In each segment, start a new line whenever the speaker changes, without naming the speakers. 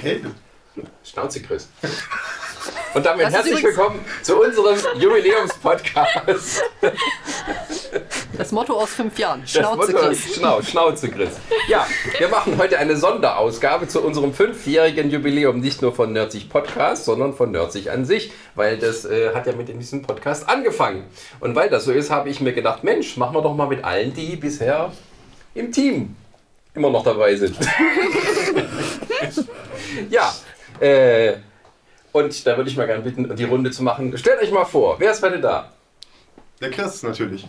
Helden.
Schnauze, Chris. Und damit
Das ist
herzlich
übrigens-
willkommen zu unserem Jubiläumspodcast.
Das Motto aus fünf Jahren.
Das
Schnauze,
Motto
Chris.
ist Schnau, Schnauze, Chris. Ja, wir machen heute eine Sonderausgabe zu unserem fünfjährigen Jubiläum. Nicht nur von Nerdzig Podcast, sondern von Nerdzig an sich. Weil das äh, hat ja mit in diesem Podcast angefangen. Und weil das so ist, habe ich mir gedacht, Mensch, machen wir doch mal mit allen, die bisher im Team immer noch dabei sind. ja, äh, und da würde ich mal gerne bitten, die Runde zu machen. Stellt euch mal vor, wer ist heute da?
Der Chris natürlich.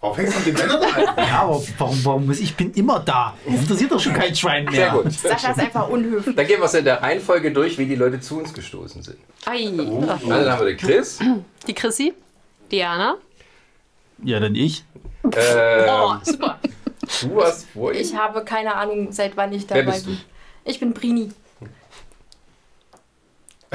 Warum fängst du mit den Männern an?
Ja, aber warum, warum muss ich bin immer da? Das interessiert doch schon kein Schwein mehr.
Sehr gut.
Sascha ist einfach unhöflich.
Dann gehen wir es in der Reihenfolge durch, wie die Leute zu uns gestoßen sind.
Oh.
Ei.
Also dann haben wir den Chris.
Die Chrissy. Diana.
Ja, dann ich.
Ähm,
super.
du hast vor
Ich
ihm.
habe keine Ahnung, seit wann ich
Wer
dabei
bist du?
bin. Ich bin Brini.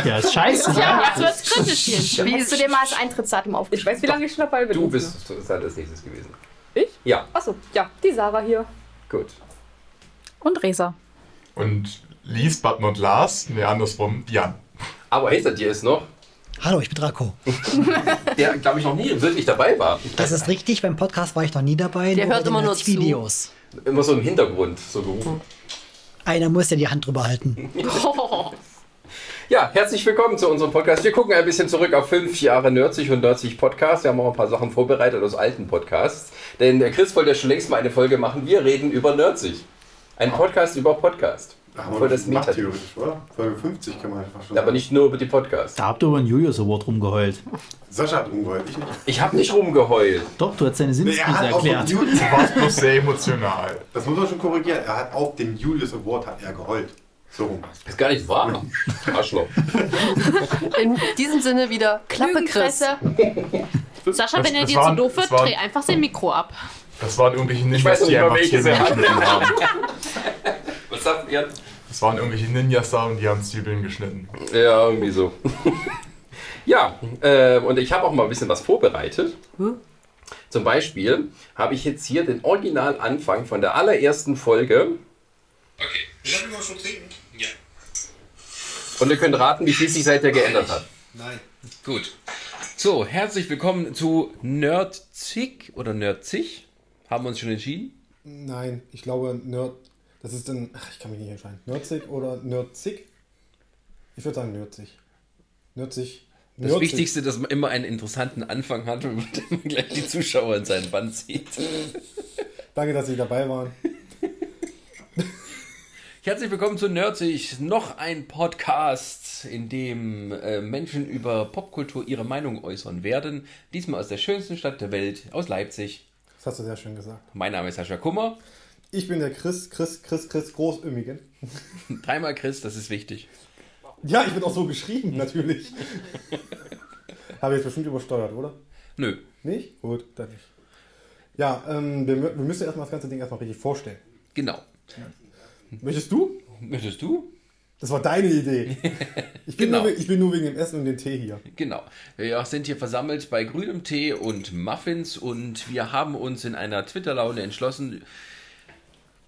Ja, ist scheiße. ne?
Ja, jetzt wird's kritisch hier.
Wie
Hast du dir mal das Eintrittsdatum
Ich
aufgeschrieben?
weiß, wie lange ich schon dabei bin.
Du bist sozusagen als nächstes gewesen.
Ich?
Ja,
Achso, ja, die Sarah hier.
gut.
Und Resa.
Und least but not last, nee, andersrum, Jan.
Aber hinter dir ist noch,
Hallo, ich bin Draco.
der glaube ich noch nie wirklich dabei war.
Das ist richtig, beim Podcast war ich noch nie dabei.
Der hört
bei den
immer nur
ganzen
zu.
Videos.
Immer so im Hintergrund so gerufen.
Einer muss ja die Hand drüber halten.
Ja, herzlich willkommen zu unserem Podcast. Wir gucken ein bisschen zurück auf fünf Jahre Nerdzig und Nerdzig Podcast. Wir haben auch ein paar Sachen vorbereitet aus alten Podcasts. Denn der Chris wollte ja schon längst mal eine Folge machen. Wir reden über Nerdzig.
Ah.
Ein Podcast über Podcast. Voll das
macht
Meta-
theoretisch, oder? Folge 50 kann man einfach schon.
Aber nicht nur über die Podcasts.
Da habt ihr über den Julius Award rumgeheult.
Sascha hat umgeholt, ich nicht.
Ich habe nicht rumgeheult.
Doch, du hast seine Sinnesgrüße erklärt.
Julius,
Du warst bloß sehr emotional.
das muss man schon korrigieren. Er hat auf dem Julius Award hat er geheult. So rum.
Ist gar nicht wahr. Arschloch.
In diesem Sinne wieder Klappe, Chris.
Lügenpresse.
Sascha,
Das-
wenn er
das
dir zu
waren-
doof wird,
das waren-
dreh einfach sein Mikro ab.
Das waren irgendwelche Ninjas,
weiß noch
die
nicht mal,
einfach
welche
Zwiebeln
sie hatten.
geschnitten haben.
Was sagt ihr?
Das waren irgendwelche Ninjas da und die haben Zwiebeln geschnitten.
Ja, irgendwie so. ja, äh, und ich habe auch mal ein bisschen was vorbereitet. Zum Beispiel habe ich jetzt hier den Originalanfang von der allerersten Folge.
Okay. Darf ich mal schon trinken? Ja.
Und ihr könnt raten, wie viel sich seither geändert hat.
Nein.
Gut. So, herzlich willkommen zu Nerdzig oder Nerdzig. Haben wir uns schon entschieden?
Nein, ich glaube Nerd. Das ist dann. Ach, ich kann mich nicht entscheiden. Nerdzig oder Nerdzig? Ich würde sagen Nerdzig. Nerdzig.
Das Wichtigste, dass man immer einen interessanten Anfang hat und man gleich die Zuschauer in seinen Band sieht.
Danke, dass Sie dabei waren.
Herzlich willkommen zu Nerdzig, noch ein Podcast, in dem äh, Menschen über Popkultur ihre Meinung äußern werden. Diesmal aus der schönsten Stadt der Welt, aus Leipzig.
Das hast du sehr schön gesagt.
Mein Name ist Sascha Kummer.
Ich bin der Chris, Chris, Chris, Chris Groß übrigens.
Dreimal Chris, das ist wichtig.
Ja, ich bin auch so geschrieben, natürlich. Habe jetzt bestimmt übersteuert, oder?
Nö.
Nicht? Gut, dann nicht. Ja, ähm, wir, mü- wir müssen erstmal das ganze Ding erstmal richtig vorstellen.
Genau.
Möchtest du?
Möchtest du?
Das war deine Idee. Ich bin,
Genau.
nur, we- ich bin nur wegen dem Essen und dem Tee hier.
Genau. Wir sind hier versammelt bei grünem Tee und Muffins und wir haben uns in einer Twitter-Laune entschlossen.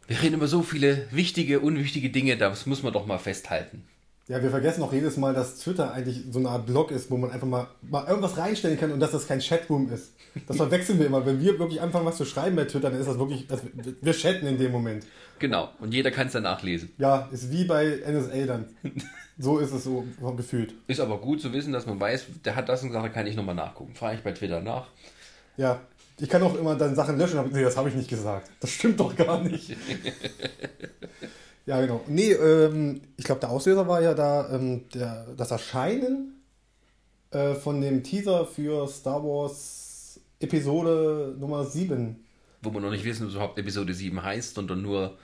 Wir reden über so viele wichtige, unwichtige Dinge, das muss man doch mal festhalten.
Ja, wir vergessen auch jedes Mal, dass Twitter eigentlich so eine Art Blog ist, wo man einfach mal, mal irgendwas reinstellen kann und dass das kein Chatroom ist. Das verwechseln wir immer. Wenn wir wirklich anfangen, was zu schreiben bei Twitter, dann ist das wirklich, das, wir chatten in dem Moment.
Genau. Und jeder kann es dann nachlesen.
Ja, ist wie bei NSA dann. So ist es so gefühlt.
Ist aber gut zu wissen, dass man weiß, der hat das und gesagt, da kann ich nochmal nachgucken. Frage ich bei Twitter nach.
Ja, ich kann auch immer dann Sachen löschen, aber nee, das habe ich nicht gesagt. Das stimmt doch gar nicht. ja, genau. Nee, ähm, ich glaube, der Auslöser war ja da ähm, der, das Erscheinen äh, von dem Teaser für Star Wars Episode Nummer 7.
Wo wir noch nicht wissen, was überhaupt Episode 7 heißt, sondern nur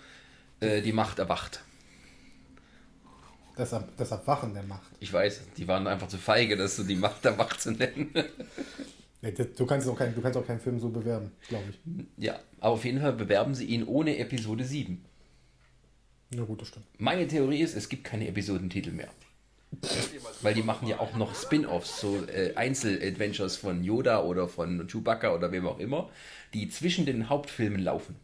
äh, die Macht erwacht.
Das, Er- das Erwachen der Macht.
Ich weiß, die waren einfach zu feige, das so die Macht erwacht zu nennen.
Nee, das, du, kannst auch kein, du kannst auch keinen Film so bewerben, glaube ich.
ja, aber auf jeden Fall bewerben sie ihn ohne Episode 7.
Na gut, das stimmt.
Meine Theorie ist, es gibt keine Episodentitel mehr. Weil die machen ja auch noch Spin-offs, so äh, Einzel-Adventures von Yoda oder von Chewbacca oder wem auch immer, die zwischen den Hauptfilmen laufen.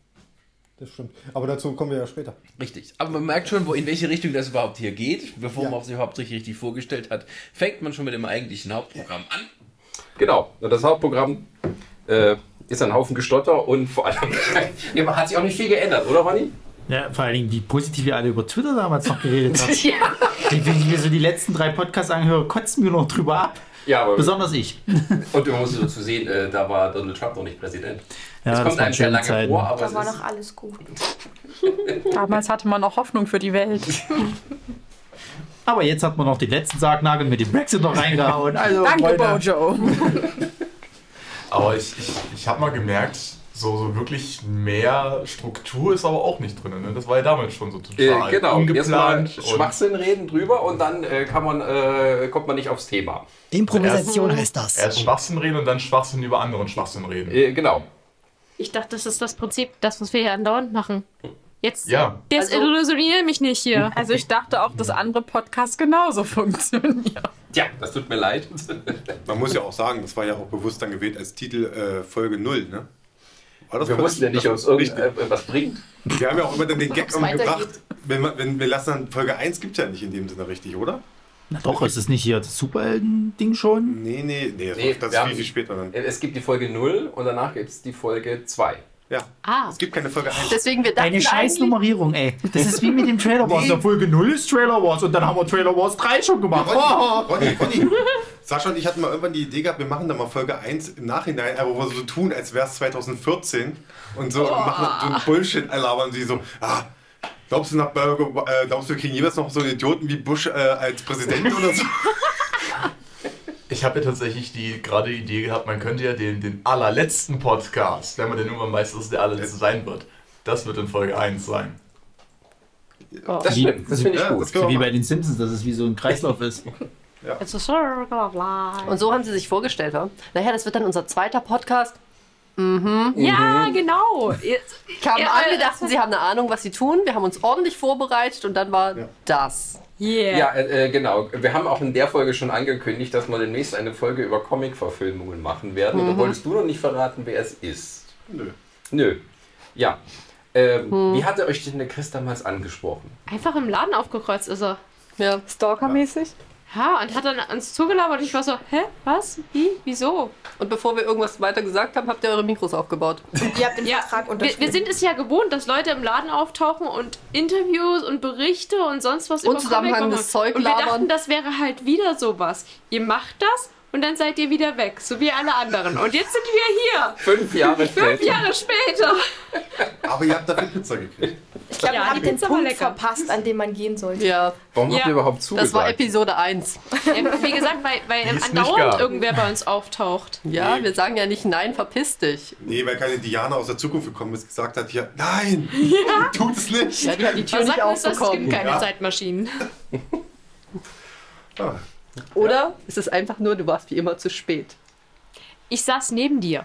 Das stimmt. Aber dazu kommen wir ja später.
Richtig. Aber man merkt schon, wo, in welche Richtung das überhaupt hier geht, bevor
Ja.
man sich überhaupt richtig, richtig vorgestellt hat. Fängt man schon mit dem eigentlichen Hauptprogramm an. Genau. Und Das Hauptprogramm äh, ist ein Haufen Gestotter und vor allem Ja, man hat sich auch nicht viel geändert, oder, Ronny?
Ja, vor allen Dingen, wie positiv wir alle über Twitter damals noch geredet haben. Wenn ich mir so die letzten drei Podcasts anhöre, kotzen wir noch drüber ab.
Ja, aber
Besonders ich.
und man muss dazu sehen, äh, da war Donald Trump noch nicht Präsident.
Ja,
das kommt
waren
einem sehr
schöne
lange
Zeiten.
vor, aber
Da war
es ist,
noch alles gut.
Damals hatte man noch Hoffnung für die Welt.
Aber jetzt hat man noch den letzten Sargnagel mit dem Brexit noch reingehauen. Also,
Danke,
Freunde.
Bojo.
Aber ich, ich, ich habe mal gemerkt, so, so wirklich mehr Struktur ist aber auch nicht drin. Ne? Das war ja damals schon so total
äh, genau, erstmal
ungeplant. und
Schwachsinn reden drüber und dann äh, kann man, äh, kommt man nicht aufs Thema.
Improvisation heißt das.
erst Schwachsinn reden und dann Schwachsinn über anderen Schwachsinn reden.
Äh, genau.
Ich dachte, das ist das Prinzip, das, was wir hier andauernd machen. Jetzt
Ja,
desillusioniere mich nicht hier.
Also ich dachte auch, dass andere Podcasts genauso funktionieren.
Tja, das tut mir leid.
Man muss ja auch sagen, das war ja auch bewusst dann gewählt als Titel äh, Folge 0, ne? War das
Wir
Folge-
wussten ja nicht, ob es
Richtig.
irgendwas bringt.
Wir haben ja auch immer dann den Gag
Ob's
umgebracht.
weitergeht.
Wenn, man- wenn wir lassen dann Folge 1 gibt es ja nicht in dem Sinne richtig, oder?
Na doch, ist es nicht hier das Superhelden-Ding schon?
Nee, nee, nee, das,
Nee,
das
wir
ist
haben-
viel, viel später dann.
Es gibt die Folge 0 und danach gibt es die Folge 2.
Ja.
Ah.
Es gibt keine Folge 1.
Deswegen, wir dachten
Eine scheiß
eigentlich-
Nummerierung, ey. Das ist wie mit dem Trailer Wars. Der Folge 0 ist Trailer Wars und dann haben wir Trailer Wars 3 schon gemacht.
Ronny, Ronny, Ronny. Sascha und ich hatten mal irgendwann die Idee gehabt, wir machen da mal Folge 1 im Nachhinein, aber wo wir so tun, als wäre es 2014 und so und machen dann so einen Bullshit, labern sie so, ah, glaubst du, nach Burger, äh, glaubst du, wir kriegen jeweils noch so einen Idioten wie Bush äh, als Präsident oder so?
ich habe ja tatsächlich die gerade die Idee gehabt, man könnte ja den, den allerletzten Podcast, wenn man denn irgendwann weiß, dass es der allerletzte sein wird, das wird in Folge 1 sein.
Das stimmt, das finde ich
Ja,
gut.
das können wir machen.
den Simpsons, dass es wie so ein Kreislauf ist.
It's a circle of life.
Und so haben sie sich vorgestellt, wa? Naja, das wird dann unser zweiter Podcast. Mhm.
Mhm.
Ja, genau.
Kamen
Ja,
an, wir
äh,
dachten, sie haben eine Ahnung, was sie tun. Wir haben uns ordentlich vorbereitet und dann war das.
Yeah.
Ja, äh, äh, genau. Wir haben auch in der Folge schon angekündigt, dass wir demnächst eine Folge über Comic-Verfilmungen machen werden.
Mhm.
Und da wolltest du noch nicht verraten, wer es ist.
Nö.
Nö. Ja. Ähm,
Mhm.
Wie hatte euch denn der Chris damals angesprochen?
Einfach im Laden aufgekreuzt ist er.
Ja.
Stalkermäßig?
Ja, und hat dann uns zugelabert und ich war so, hä, was, wie, wieso?
Und bevor wir irgendwas weiter gesagt haben, habt ihr eure Mikros aufgebaut.
Ihr habt den
Ja,
Vertrag
wir,
unterschrieben.
wir sind es ja gewohnt, dass Leute im Laden auftauchen und Interviews und Berichte und sonst was über
Unzusammenhängendes
Comic
Zeug
machen. Und wir dachten,
labern.
das wäre halt wieder sowas. Ihr macht das und dann seid ihr wieder weg, so wie alle anderen. Und jetzt sind wir hier,
Fünf Jahre
fünf
später.
Jahre später.
Aber ihr habt dafür Pizza gekriegt.
ich glaube,
Ja,
wir
die
haben den
Pizza war
Punkt
lecker.
verpasst, an dem man gehen sollte.
Ja,
Warum habt
Ja.
ihr überhaupt zugesagt?
das war Episode 1.
Ähm, Wie gesagt, weil, weil
Die es nicht
andauernd
gab.
irgendwer bei uns auftaucht.
Ja, wir sagen ja nicht nein, verpiss dich.
Nee, weil keine Diana aus der Zukunft gekommen ist, gesagt hat, ja, nein, tut es nicht.
Ja, die hat die Tür
Was
nicht
sagt uns das? Es gibt
aufbekommen.
keine
Ja.
Zeitmaschinen.
Ah,
Oder es ist einfach nur, du warst wie immer zu spät.
Ich saß neben dir.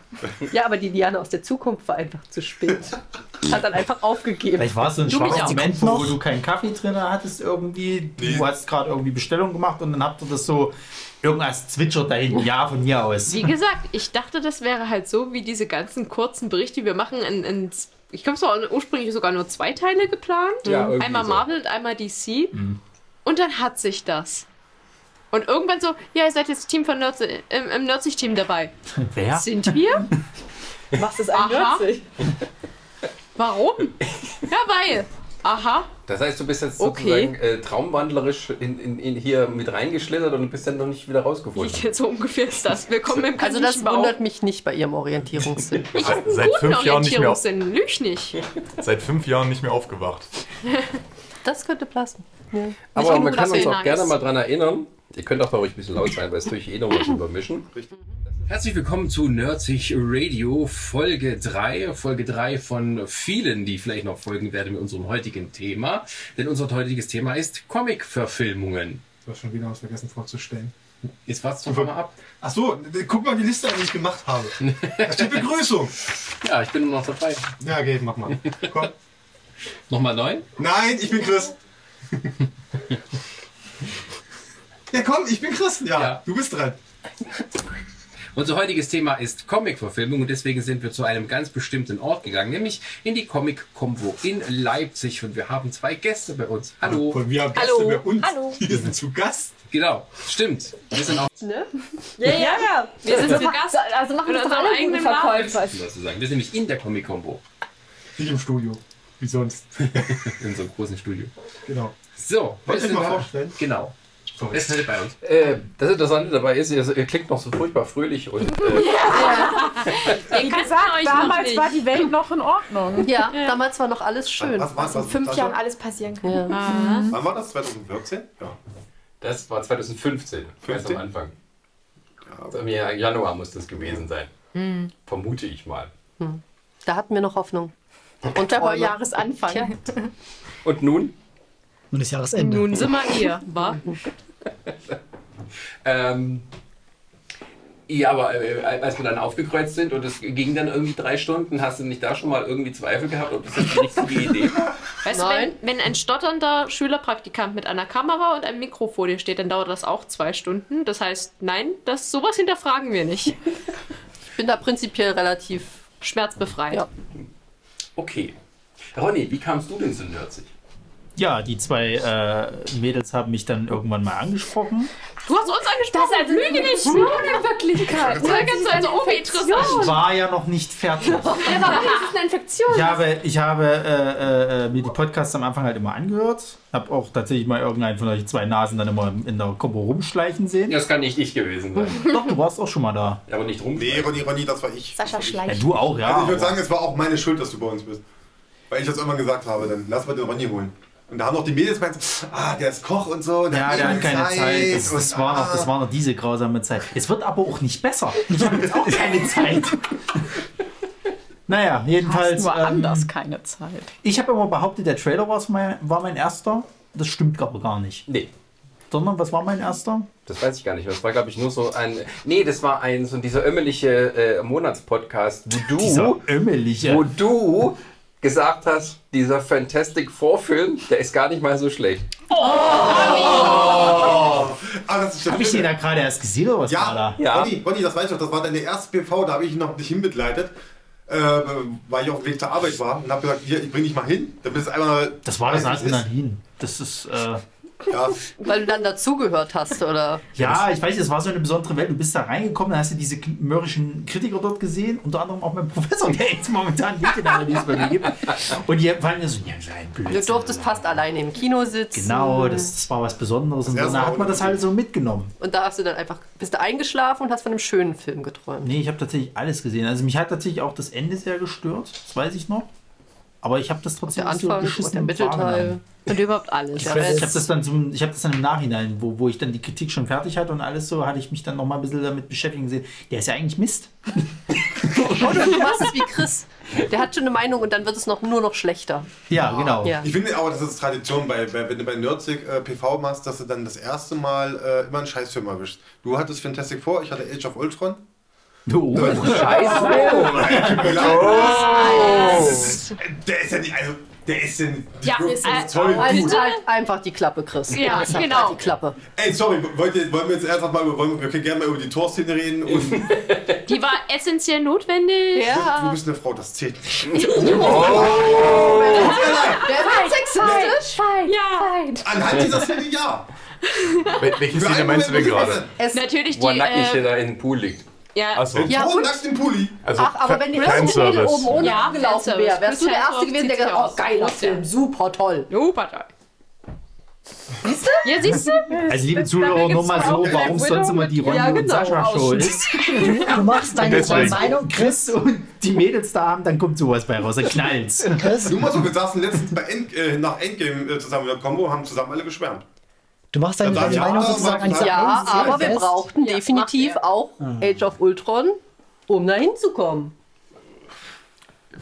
Ja, aber die Diana aus der Zukunft war einfach zu spät. Hat dann einfach aufgegeben.
Vielleicht war es so ein
Du mich
schwacher
auch.
Moment, wo du keinen Kaffee drin hattest irgendwie. Du
Nee.
hast gerade irgendwie Bestellung gemacht und dann habt ihr das so irgendwas zwitschert da hinten. Ja, von mir aus.
Wie gesagt, ich dachte, das wäre halt so wie diese ganzen kurzen Berichte, die wir machen. In, in, ich glaube, es waren ursprünglich sogar nur zwei Teile geplant.
Ja, irgendwie
einmal
so. Mhm.
Marvel und einmal DC. Und dann hat sich das. Und irgendwann so, ja, ihr seid jetzt Team von Nerds, äh, im, im Nerdsich-Team dabei.
Wer?
Sind wir?
Was ist
Aha. Warum? ja, weil. Aha.
Das heißt, du bist jetzt
Okay.
sozusagen äh, traumwandlerisch in, in, in hier mit reingeschlittert und bist dann noch nicht wieder rausgefunden.
So ungefähr ist das. Willkommen im
Also das
Kaninchenbau.
wundert mich nicht bei ihrem Orientierungssinn.
Ich habe einen
Seit
guten
fünf Jahren nicht mehr auf-
Orientierungssinn, lüg nicht.
Seit fünf Jahren nicht mehr aufgewacht.
Das könnte passen.
Aber
genug,
man kann
dass
uns
wir
auch
nice.
gerne mal dran erinnern. Ihr könnt auch mal ruhig ein bisschen laut sein, weil es durch eh noch was übermischen. Herzlich willkommen zu Nerdsich Radio Folge 3. Folge 3 von vielen, die vielleicht noch folgen werden mit unserem heutigen Thema. Denn unser heutiges Thema ist Comic-Verfilmungen.
Du hast schon wieder was vergessen vorzustellen.
Jetzt wart's doch mal ab.
Ach so, äh, guck mal die Liste an, die ich gemacht habe. Da steht Begrüßung.
Ja, ich bin nur noch dabei.
Ja, geht, mach mal. Komm.
Nochmal neu?
Nein, ich bin Chris. ja, komm, ich bin Chris. Ja,
Ja.
du bist dran.
Unser heutiges Thema ist Comic-Verfilmung und deswegen sind wir zu einem ganz bestimmten Ort gegangen, nämlich in die Comic-Combo in Leipzig und wir haben zwei Gäste bei uns. Hallo.
Und wir haben Gäste
Hallo.
bei uns.
Hallo.
Wir sind zu Gast.
Genau, stimmt. Wir sind auch
Ne?
Ja, ja, ja. Wir sind zu Gast.
Also machen
In
wir doch
unserem
alle
eigenen
eigenen Verkäufer.
sozusagen. Wir sind nämlich in der Comic-Combo,
Nicht im Studio. Wie sonst.
in unserem großen Studio.
Genau.
So,
Wollt ihr
wer ist
mal
denn da?
vorstellen?
Genau. Wer ist denn bei uns?
Äh, das Interessante dabei ist, ihr, ihr klingt noch so furchtbar fröhlich und äh,
Wie gesagt,
euch noch
damals
nicht.
war die Welt noch in Ordnung.
Ja, damals war noch alles schön.
Was-
was
was-
in
was-
fünf
was-
Jahren alles passieren kann.
Ah.
Mhm.
Wann war das? 2014? Ja.
Das war 2015, ganz am
15?
Anfang. Im Januar muss das gewesen sein.
Hm.
Vermute ich mal.
Hm. Da hatten wir noch Hoffnung.
Und da war Jahresanfang.
Und nun?
Nun ist Jahresende.
Nun sind wir hier, wa?
Ähm, ja, aber äh, als wir dann aufgekreuzt sind und es ging dann irgendwie drei Stunden, hast du nicht da schon mal irgendwie Zweifel gehabt, ob das jetzt die richtige Idee war?
Weißt
Nein.
du, wenn, wenn ein stotternder Schülerpraktikant mit einer Kamera und einem Mikro vor dir steht, dann dauert das auch zwei Stunden. Das heißt, nein, das, sowas hinterfragen wir nicht.
Ich bin da prinzipiell relativ
schmerzbefreit.
Okay. Ronny, wie kamst du denn zu Nürzig?
Ja, die zwei äh, Mädels haben mich dann irgendwann mal angesprochen.
Du hast uns angesprochen, als lüge nicht.
Ohne Wirklichkeit.
Da gibt's also
Oh.
Ich
Obi-Interessant.
war ja noch nicht fertig.
Ja, warum ist es eine Infektion?
Ich habe, ich habe äh, äh, äh, mir die Podcasts am Anfang halt immer angehört. Hab auch tatsächlich mal irgendeinen von euch zwei Nasen dann immer in der Kombo rumschleichen sehen.
Das kann nicht ich gewesen sein.
Doch, du warst auch schon mal da.
Aber nicht rum.
Nee, Ronny, Ronny, das war ich.
Sascha
Ja,
Schleich.
du auch, ja.
Also ich würde
aber-
sagen, es war auch meine Schuld, dass du bei uns bist. Weil ich das irgendwann gesagt habe, dann lass mal den Ronny holen. Und da haben auch die Mädels gemeint, ah, der ist Koch und so.
ja, der hat keine Zeit. Das, das, war noch,
ah.
das war noch diese grausame Zeit. Es wird aber auch nicht besser. Ich habe jetzt auch keine Zeit. Naja, jedenfalls.
Hast nur
ähm,
anders keine Zeit.
Ich habe immer behauptet, der Trailer war mein, war mein erster. Das stimmt aber gar nicht.
Nee.
Sondern was war mein erster?
Das weiß ich gar nicht. mehr. Das war, glaube ich, nur so ein. Nee, das war ein so dieser ömmeliche äh, Monatspodcast, wo
Dieser
du,
ömmelige.
wo du gesagt hast, dieser Fantastic Four-Film, der ist gar nicht mal so schlecht.
Habe ich den da gerade erst gesehen oder was war da?
Ah. Ja. Ronny, Ronny, das weiß ich noch, das war deine erste PV, da habe ich noch dich hinbegleitet, äh, weil ich auf dem Weg zur Arbeit war und habe gesagt, hier, ich bring dich mal hin. Da bist du einmal.
Das war das ne?
Weiß ich nicht.
Adrenalin. Das ist. Äh,
Ja.
Weil du dann dazugehört hast, oder?
ja, ich weiß, es war so eine besondere Welt. Du bist da reingekommen, dann hast du diese k- mürrischen Kritiker dort gesehen, unter anderem auch meinen Professor, der jetzt momentan Medienanalyse bei mir gibt. Und die waren ja so, ja, so ein
Du
Blödsinn.
durftest fast alleine im Kino sitzen.
Genau, das, das war was Besonderes. Und
erste
dann
Mal
hat man das halt so mitgenommen.
Und da hast du dann einfach, bist du eingeschlafen und hast von einem schönen Film geträumt.
Nee, ich habe tatsächlich alles gesehen. Also mich hat tatsächlich auch das Ende sehr gestört, das weiß ich noch. Aber ich habe das trotzdem
Der
nicht so
Anfang und
beschissen
der Mittelteil
wahrgenommen.
und überhaupt alles.
Ich, weiß, ich habe das, dann zum- ich hab das dann im Nachhinein, wo, wo ich dann die Kritik schon fertig hatte und alles so, hatte ich mich dann nochmal ein bisschen damit beschäftigen gesehen. Der ist ja eigentlich Mist.
Oder du machst es wie Chris. Der hat schon eine Meinung und dann wird es noch, nur noch schlechter.
Ja, genau.
Ja.
Ich finde aber, das ist Tradition, bei, bei, wenn du bei Nerdsig äh, PV machst, dass du dann das erste Mal äh, immer einen Scheißfilm erwischst. Du hattest Fantastic Four, ich hatte Age of Ultron. Oh.
Du,
Scheiße!
Oh.
Der ist ja nicht, also, der ist ja nicht.
Ja,
die-
ist
das toll
also
gut.
halt einfach die Klappe, Chris.
Ja,
Halt
genau.
Die Klappe.
Ey, sorry, wollt ihr, wollen wir jetzt ernsthaft mal über, wollen, wir können gerne mal über die Torszene reden und
Die war essentiell notwendig.
du bist eine Frau, das zählt nicht. Oh.
Wer war sexistisch?
Ja.
Anhand dieser Szene ja.
Welche Szene meinst du denn gerade?
Es
Natürlich die.
Wo er nackt nicht
Äh,
da in den Pool liegt.
ja.
Ach so.
Ja, und-
im Pulli.
Also
Ach, aber wenn die erste Mädel
Fanservice.
oben ohne
Ja,
gelaufen
Fanservice.
wäre, wärst du der
Christian
Erste gewesen, der
zieht
gesagt hat,
sich
oh,
aus.
geiler
Ja.
Film, super toll.
Super toll.
Siehst du?
Ja, siehst du?
Also liebe Zuhörer, nur mal so, warum es sonst immer die Ronny
Ja,
und
genau,
Sascha-Show
Ausschnitt.
ist.
Du machst deine, deine
Deswegen.
Meinung,
Chris und die Mädels da haben, dann kommt sowas bei raus, dann knallt's.
Du mal so, wir saßen letztens bei End, äh, nach Endgame äh, zusammen in der Combo, haben zusammen alle geschwärmt.
du machst deine,
Dann sag
deine
ich
Meinung
auch,
sozusagen an
mach-
dieser
Ja,
einen Szene
aber wir
fest.
brauchten definitiv auch
Ah.
Age of Ultron, um da hinzukommen.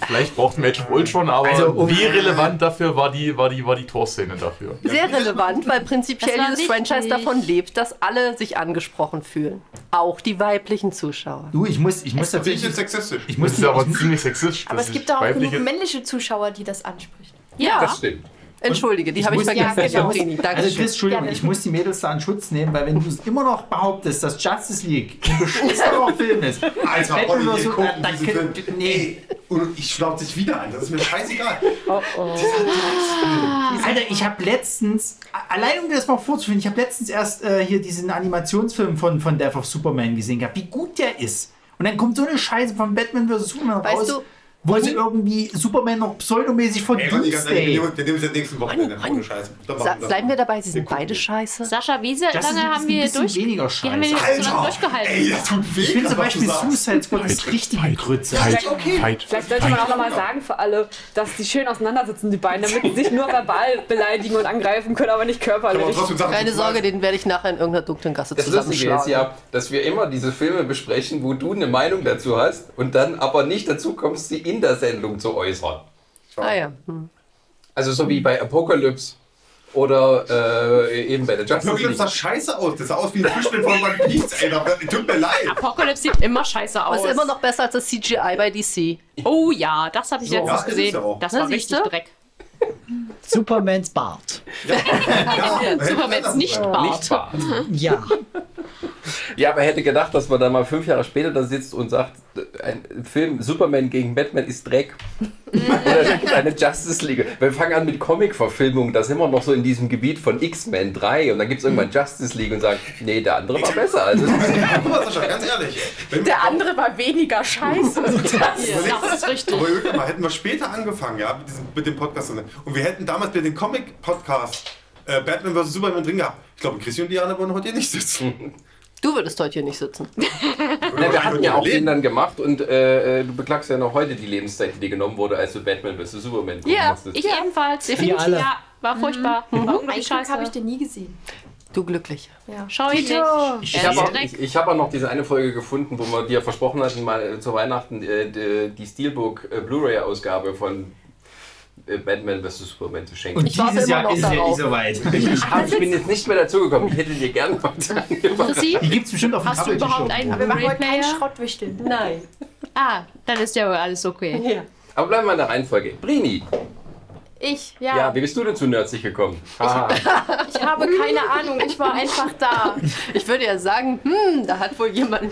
Vielleicht braucht Match of Ultron, aber
Also, um-
wie relevant dafür war die, war die, war die Torszene dafür?
Sehr relevant, weil prinzipiell
Das war
dieses
wichtig.
Franchise davon lebt, dass alle sich angesprochen fühlen. Auch die weiblichen Zuschauer.
Du, ich muss, ich muss
Bin ich
tatsächlich.
jetzt sexistisch?
Ich
Das
muss
ist aber ziemlich sexistisch.
Aber
dass
es
ich
gibt da auch genug
weibliche-
männliche Zuschauer, die das anspricht. genau.
Ja.
Das stimmt.
Entschuldige, die habe ich
muss-
vergessen,
ich muss-
Jacqueline. Dankeschön.
Also Chris, Entschuldigung,
Gerne.
ich muss die Mädels da in Schutz nehmen, weil wenn du es immer noch behauptest, dass Justice League ein beschissener Film ist, als
Alter,
Batman
Olli,
oder
wir
so,
gucken
dann, dann
diesen Film. Ey, und ich schlau dich wieder an. Das ist mir scheißegal.
Oh,
Oh. Alter, ich habe letztens, a- allein um dir das mal vorzuführen, ich habe letztens erst äh, hier diesen Animationsfilm von, von Death of Superman gesehen gehabt, wie gut der ist. Und dann kommt so eine Scheiße von Batman vs. Superman
Weißt
raus,
du-
wo sie irgendwie Superman noch pseudomäßig von
Ey, Ronny, ganz ehrlich, wir
Doomsday...
nehmen wir nehmen uns jetzt nächsten Wochenende. Ohne Scheiß. Dann
Sa
machen wir das.
bleiben wir dabei, sie sind beide scheiße.
Sascha, wie sehr
Das
lange
ist ein
haben wir
bisschen
durch?
weniger
Wie haben wir
scheiße.
das so lange
Alter,
durchgehalten?
ey, das tut weh, Ich finde zum was du Beispiel sagst. Suicide Squad ist Fight, richtig fight, Grütze. fight,
Vielleicht,
fight,
vielleicht sollte man
fight.
auch nochmal sagen für alle, dass die schön auseinandersitzen, die beiden, damit sie sich nur verbal beleidigen und angreifen können, aber nicht körperlich.
Keine Sorge, den werde ich nachher in irgendeiner dunklen Gasse
Das Lustige ist
zusammenschlagen.
ja, dass wir immer diese Filme besprechen, wo du eine Meinung dazu hast und dann aber nicht dazu kommst, sie in der Sendung zu äußern.
Ah ja. Hm.
Also so wie bei Apocalypse oder äh, eben bei der Justice
Wirklich, das
League.
sah scheiße aus. Das sah aus wie ein Fischbild von One Piece, ey. da- Tut mir leid.
Apocalypse sieht immer scheiße aus.
Was immer noch besser als das CGI bei DC.
Oh ja, das habe ich
So,
letztens
ja, ist
gesehen.
es auch.
Das
Na,
war
siehste?
richtig Dreck.
Supermans Bart.
genau. Supermans nicht Bart.
Nicht wahr.
Ja.
Ja, aber hätte gedacht, dass man da mal fünf Jahre später da sitzt und sagt, ein Film Superman gegen Batman ist Dreck. Oder eine Justice League. Wir fangen an mit Comic-Verfilmungen, da sind wir noch so in diesem Gebiet von X-Men 3 und dann gibt es irgendwann Justice League und sagen, nee, der andere war besser. Also,
Aber Sascha, ganz ehrlich. Wenn
Der andere war weniger scheiße.
Überleg-
Das ist richtig.
Aber überleg mal, hätten wir später angefangen, ja, mit, diesem, mit dem Podcast. Und wir hätten damals bei dem Comic-Podcast äh, Batman vs. Superman drin gehabt. Ich glaube, Chrissy und Diana würden heute hier nicht sitzen.
Du würdest heute hier nicht sitzen.
Na, wir hatten ja auch den dann gemacht und äh, äh, du beklagst ja noch heute die Lebenszeit, die dir genommen wurde, als du Batman vs. Superman gucken
Ja,
musstest.
ich ebenfalls.
Definitiv. alle.
Ja, war furchtbar. War irgendwie
Einschlag
scheiße.
habe ich den nie gesehen.
Du glücklich.
Schau ich
Ja.
nicht.
Ich habe auch, ich, ich hab auch noch diese eine Folge gefunden, wo wir dir versprochen hatten, mal äh, zu Weihnachten äh, die, die Steelbook äh, Blu-ray-Ausgabe von äh, Batman vs. Superman zu schenken.
Und Ich warte dieses immer Jahr noch ist ja darauf. eh soweit.
Ich, ich, hab, ich bin jetzt nicht mehr dazugekommen. Ich hätte dir gerne mal
Chrissy?
Die gibt's bestimmt auf dem
Hast du überhaupt einen
Aber wir machen heute keinen
Blu-ray-Player?
Schrottwichteln.
Nein.
Ah, dann ist ja wohl alles okay.
Aber bleiben wir in der Reihenfolge. Brini,
Ich,
ja.
ja.
wie bist du denn zu Nerdsich gekommen? Haha.
Ich habe keine Ahnung, ich war einfach da.
Ich würde ja sagen, hm, da hat wohl jemand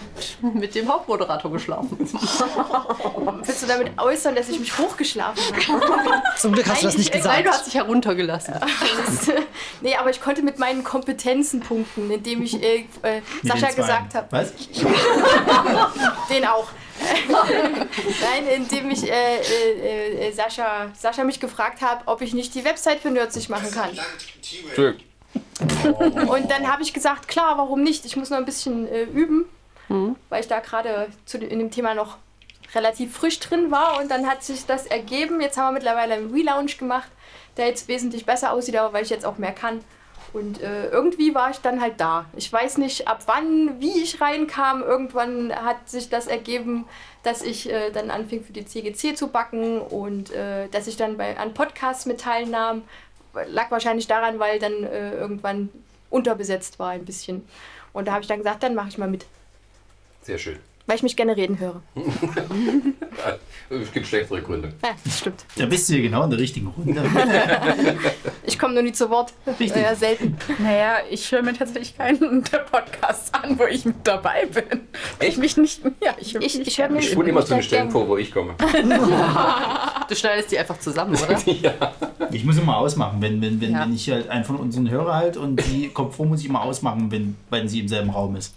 mit dem Hauptmoderator geschlafen.
Willst du damit äußern, dass ich mich hochgeschlafen habe?
Zum Glück hast du das nicht
Nein,
gesagt.
du hast
dich heruntergelassen.
Das ist- nee, aber ich konnte mit meinen Kompetenzen punkten, indem ich äh, äh,
Mit den
Sascha
Zweien.
gesagt habe.
Was?
Den auch. Nein, indem ich äh, äh, äh, Sascha, Sascha mich gefragt habe, ob ich nicht die Website für Nerdsich machen kann.
Entschuldigung.
Und dann habe ich gesagt, klar, warum nicht? Ich muss noch ein bisschen äh, üben,
Hm.
weil ich da gerade zu de- in dem Thema noch relativ frisch drin war. Und dann hat sich das ergeben. Jetzt haben wir mittlerweile einen Relaunch gemacht, der jetzt wesentlich besser aussieht, aber weil ich jetzt auch mehr kann. Und äh, irgendwie war ich dann halt da. Ich weiß nicht, ab wann, wie ich reinkam. Irgendwann hat sich das ergeben, dass ich äh, dann anfing für die CGC zu backen und äh, dass ich dann bei, an Podcasts mit teilnahm. Lag wahrscheinlich daran, weil dann äh, irgendwann unterbesetzt war ein bisschen. Und da habe ich dann gesagt, dann mache ich mal mit,
Sehr schön.
weil ich mich gerne reden höre.
Es gibt schlechtere Gründe.
Ja, das stimmt.
Da bist du hier genau in der richtigen Runde.
Ich komme nur nie zu Wort.
Richtig.
Äh, selten.
Naja, ich höre mir tatsächlich keinen der Podcasts an, wo ich mit dabei bin. Ich mich nicht. Ja, ich höre
ich, ich hör mir
Ich spule immer zu den Stellen vor, wo ich komme.
Du schneidest die einfach zusammen, oder?
Ich muss immer ausmachen, wenn, wenn, wenn,
Ja.
wenn ich halt einen von unseren Hörer halt und die kommt vor, muss ich immer ausmachen, wenn, wenn sie im selben Raum ist.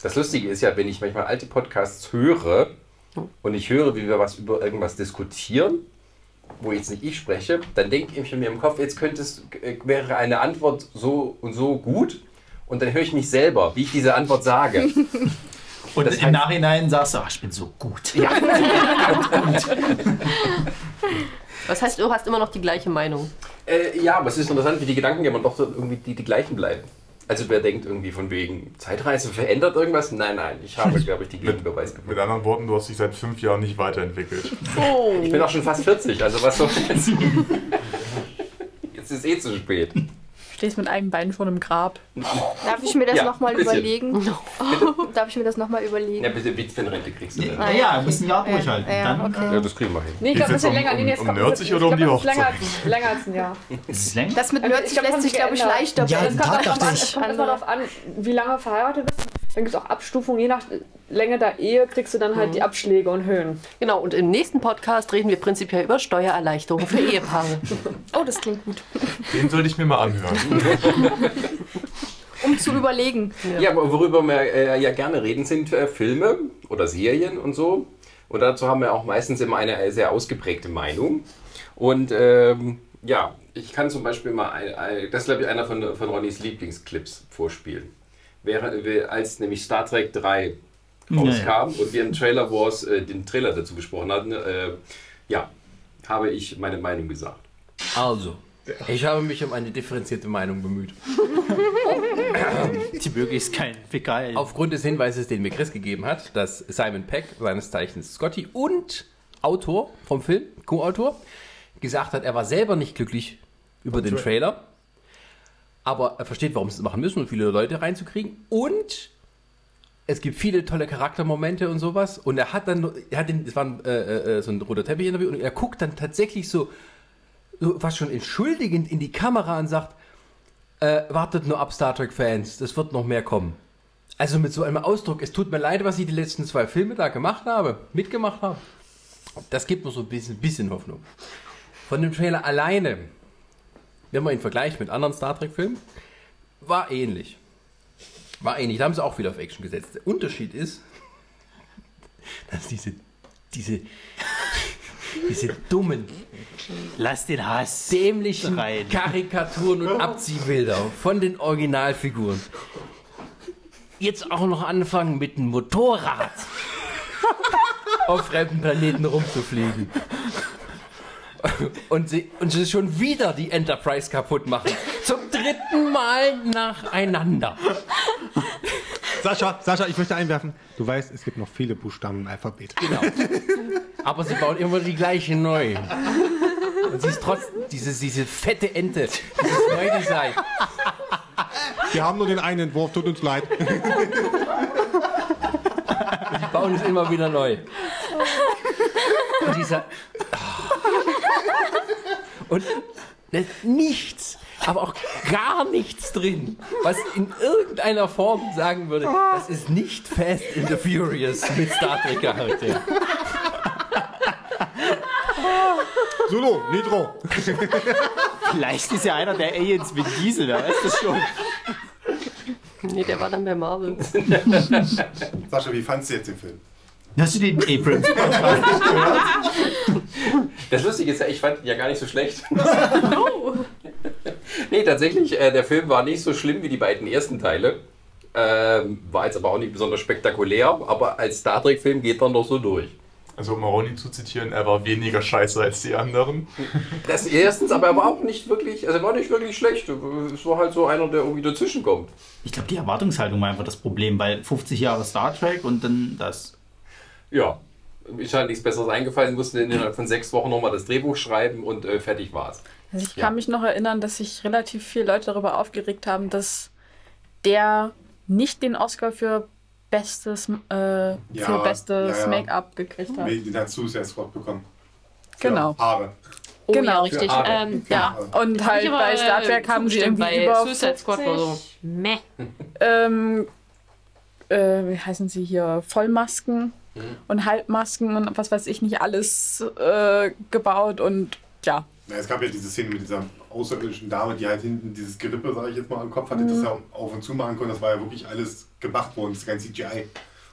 Das Lustige ist ja, wenn ich manchmal alte Podcasts höre und ich höre, wie wir was über irgendwas diskutieren, wo jetzt nicht ich spreche, dann denke ich mir im Kopf, jetzt könnte es, äh, wäre eine Antwort so und so gut und dann höre ich mich selber, wie ich diese Antwort sage.
Und im Nachhinein sagst du, ach, ich bin so gut. Ja.
Was heißt, du hast immer noch die gleiche Meinung?
Äh, ja, aber es ist interessant, wie die Gedankengänge immer doch so irgendwie die, die gleichen bleiben. Also wer denkt irgendwie von wegen Zeitreise verändert irgendwas? Nein, nein, ich habe, glaube ich, die Gegenbeweis gefunden.
Mit anderen Worten, du hast dich seit fünf Jahren nicht weiterentwickelt.
Oh.
Ich bin auch schon fast 40, also was soll jetzt? Jetzt ist eh zu spät.
Stehst mit einem Bein schon im Grab.
Darf ich mir das
Ja,
nochmal
bisschen.
überlegen? Darf ich mir das nochmal überlegen?
Ja, bitte Witwenrente kriegst du dann.
Ah, ja, ein bisschen Jahr durchhalten,
Ja, dann, okay.
Ja, das kriegen wir hin.
Nee, ich glaube, das ist
um,
länger. Nee, nee, es kommt- ich glaub, das ist Länger, als- länger als ein Jahr.
Ist es länger?
Das mit
Also,
Nördlich
glaub,
lässt
haben
sich,
sie
glaube ich,
geändert.
leichter
Ja, es
finden.
kommt
Dachte
darauf an,
ich.
es kommt immer darauf an, wie lange verheiratet bist. Dann gibt es auch Abstufungen. Je nach Länge der Ehe kriegst du dann halt die Abschläge und Höhen.
Hm. Genau, und im nächsten Podcast reden wir prinzipiell über Steuererleichterungen für Ehepaare.
Oh, das klingt gut.
Den sollte ich mir mal anhören.
Um zu überlegen.
Ja, aber worüber wir äh, ja gerne reden, sind äh, Filme oder Serien und so. Und dazu haben wir auch meistens immer eine äh, sehr ausgeprägte Meinung. Und ähm, ja, ich kann zum Beispiel mal, ein, ein, das ist glaube ich einer von, von Ronnys Lieblingsclips vorspielen. Wäre, äh, als nämlich Star Trek 3 rauskam und wir im Trailer Wars äh, den Trailer dazu besprochen hatten, äh, ja, habe ich meine Meinung gesagt.
Also, ich habe mich um eine differenzierte Meinung bemüht.
Die möglichst kein Fäkal.
Aufgrund des Hinweises, den mir Chris gegeben hat, dass Simon Peck, seines Zeichens Scotty und Autor vom Film, Co-Autor, gesagt hat, er war selber nicht glücklich über den Trailer, aber er versteht, warum sie es machen müssen, um viele Leute reinzukriegen und es gibt viele tolle Charaktermomente und sowas und er hat dann, er hat den, es war ein, äh, äh, so ein roter Teppich-Interview und er guckt dann tatsächlich so, so fast schon entschuldigend in die Kamera und sagt, äh, wartet nur ab, Star Trek-Fans, das wird noch mehr kommen. Also mit so einem Ausdruck, es tut mir leid, was ich die letzten zwei Filme da gemacht habe, mitgemacht habe. Das gibt mir so ein bisschen, bisschen Hoffnung. Von dem Trailer alleine, wenn man ihn vergleicht mit anderen Star Trek-Filmen, war ähnlich. War ähnlich, da haben sie auch wieder auf Action gesetzt. Der Unterschied ist, dass diese, diese, diese dummen,
lass den Hass,
dämlichen Karikaturen und Abziehbilder von den Originalfiguren jetzt auch noch anfangen mit einem Motorrad auf fremden Planeten rumzufliegen. Und sie, und sie schon wieder die Enterprise kaputt machen. Zum dritten Mal nacheinander.
Sascha, Sascha, ich möchte einwerfen. Du weißt, es gibt noch viele Buchstaben im Alphabet.
Genau. Aber sie bauen immer die gleiche neu. Und sie ist trotzdem diese, diese fette Ente, dieses Neudesign.
Wir haben nur den einen Entwurf, tut uns leid.
Die bauen es immer wieder neu. Und dieser. Und da ist nichts, aber auch gar nichts drin, was in irgendeiner Form sagen würde, das ist nicht Fast and the Furious mit Star Trek Charakter.
Solo, Nitro.
Vielleicht ist ja einer der Aliens mit Diesel, da weißt du schon.
Nee, der war dann bei Marvel.
Sascha, wie fandst du jetzt den Film?
Hast du den Abrams?
Das Lustige ist ja, ich fand ihn ja gar nicht so schlecht. nee, tatsächlich, äh, der Film war nicht so schlimm wie die beiden ersten Teile. Ähm, war jetzt aber auch nicht besonders spektakulär, aber als Star Trek-Film geht er noch so durch.
Also um Maroni zu zitieren, er war weniger scheiße als die anderen.
Das erstens, aber er war auch nicht wirklich, also er war nicht wirklich schlecht. Es war halt so einer, der irgendwie dazwischen kommt.
Ich glaube, die Erwartungshaltung war einfach das Problem, weil 50 Jahre Star Trek und dann das.
Ja. Mir ist halt nichts Besseres eingefallen, mussten innerhalb von sechs Wochen nochmal das Drehbuch schreiben und äh, fertig war's.
Also ich
Ja.
kann mich noch erinnern, dass sich relativ viele Leute darüber aufgeregt haben, dass der nicht den Oscar für bestes, äh, für bestes
ja, ja.
Make-up gekriegt hat.
Wegen der Suicide Squad bekommen.
Genau.
Für Haare.
Oh, genau,
ja,
richtig.
für Haare.
Ähm,
Für
ja.
Haare.
Und halt
Ich aber,
bei Star
äh,
Trek haben sie
zugestimmt,
irgendwie
bei
über
Suicide Squad war so,
50, Ähm, äh, wie heißen sie hier? Vollmasken und Halbmasken und was weiß ich nicht alles äh, gebaut und ja.
Ja, es gab ja diese Szene mit dieser außerirdischen Dame, die halt hinten dieses Gerippe, sag ich jetzt mal, am Kopf hatte,
Mhm.
das ja auf und zu machen konnte. Das war ja wirklich alles gemacht worden, das ganze CGI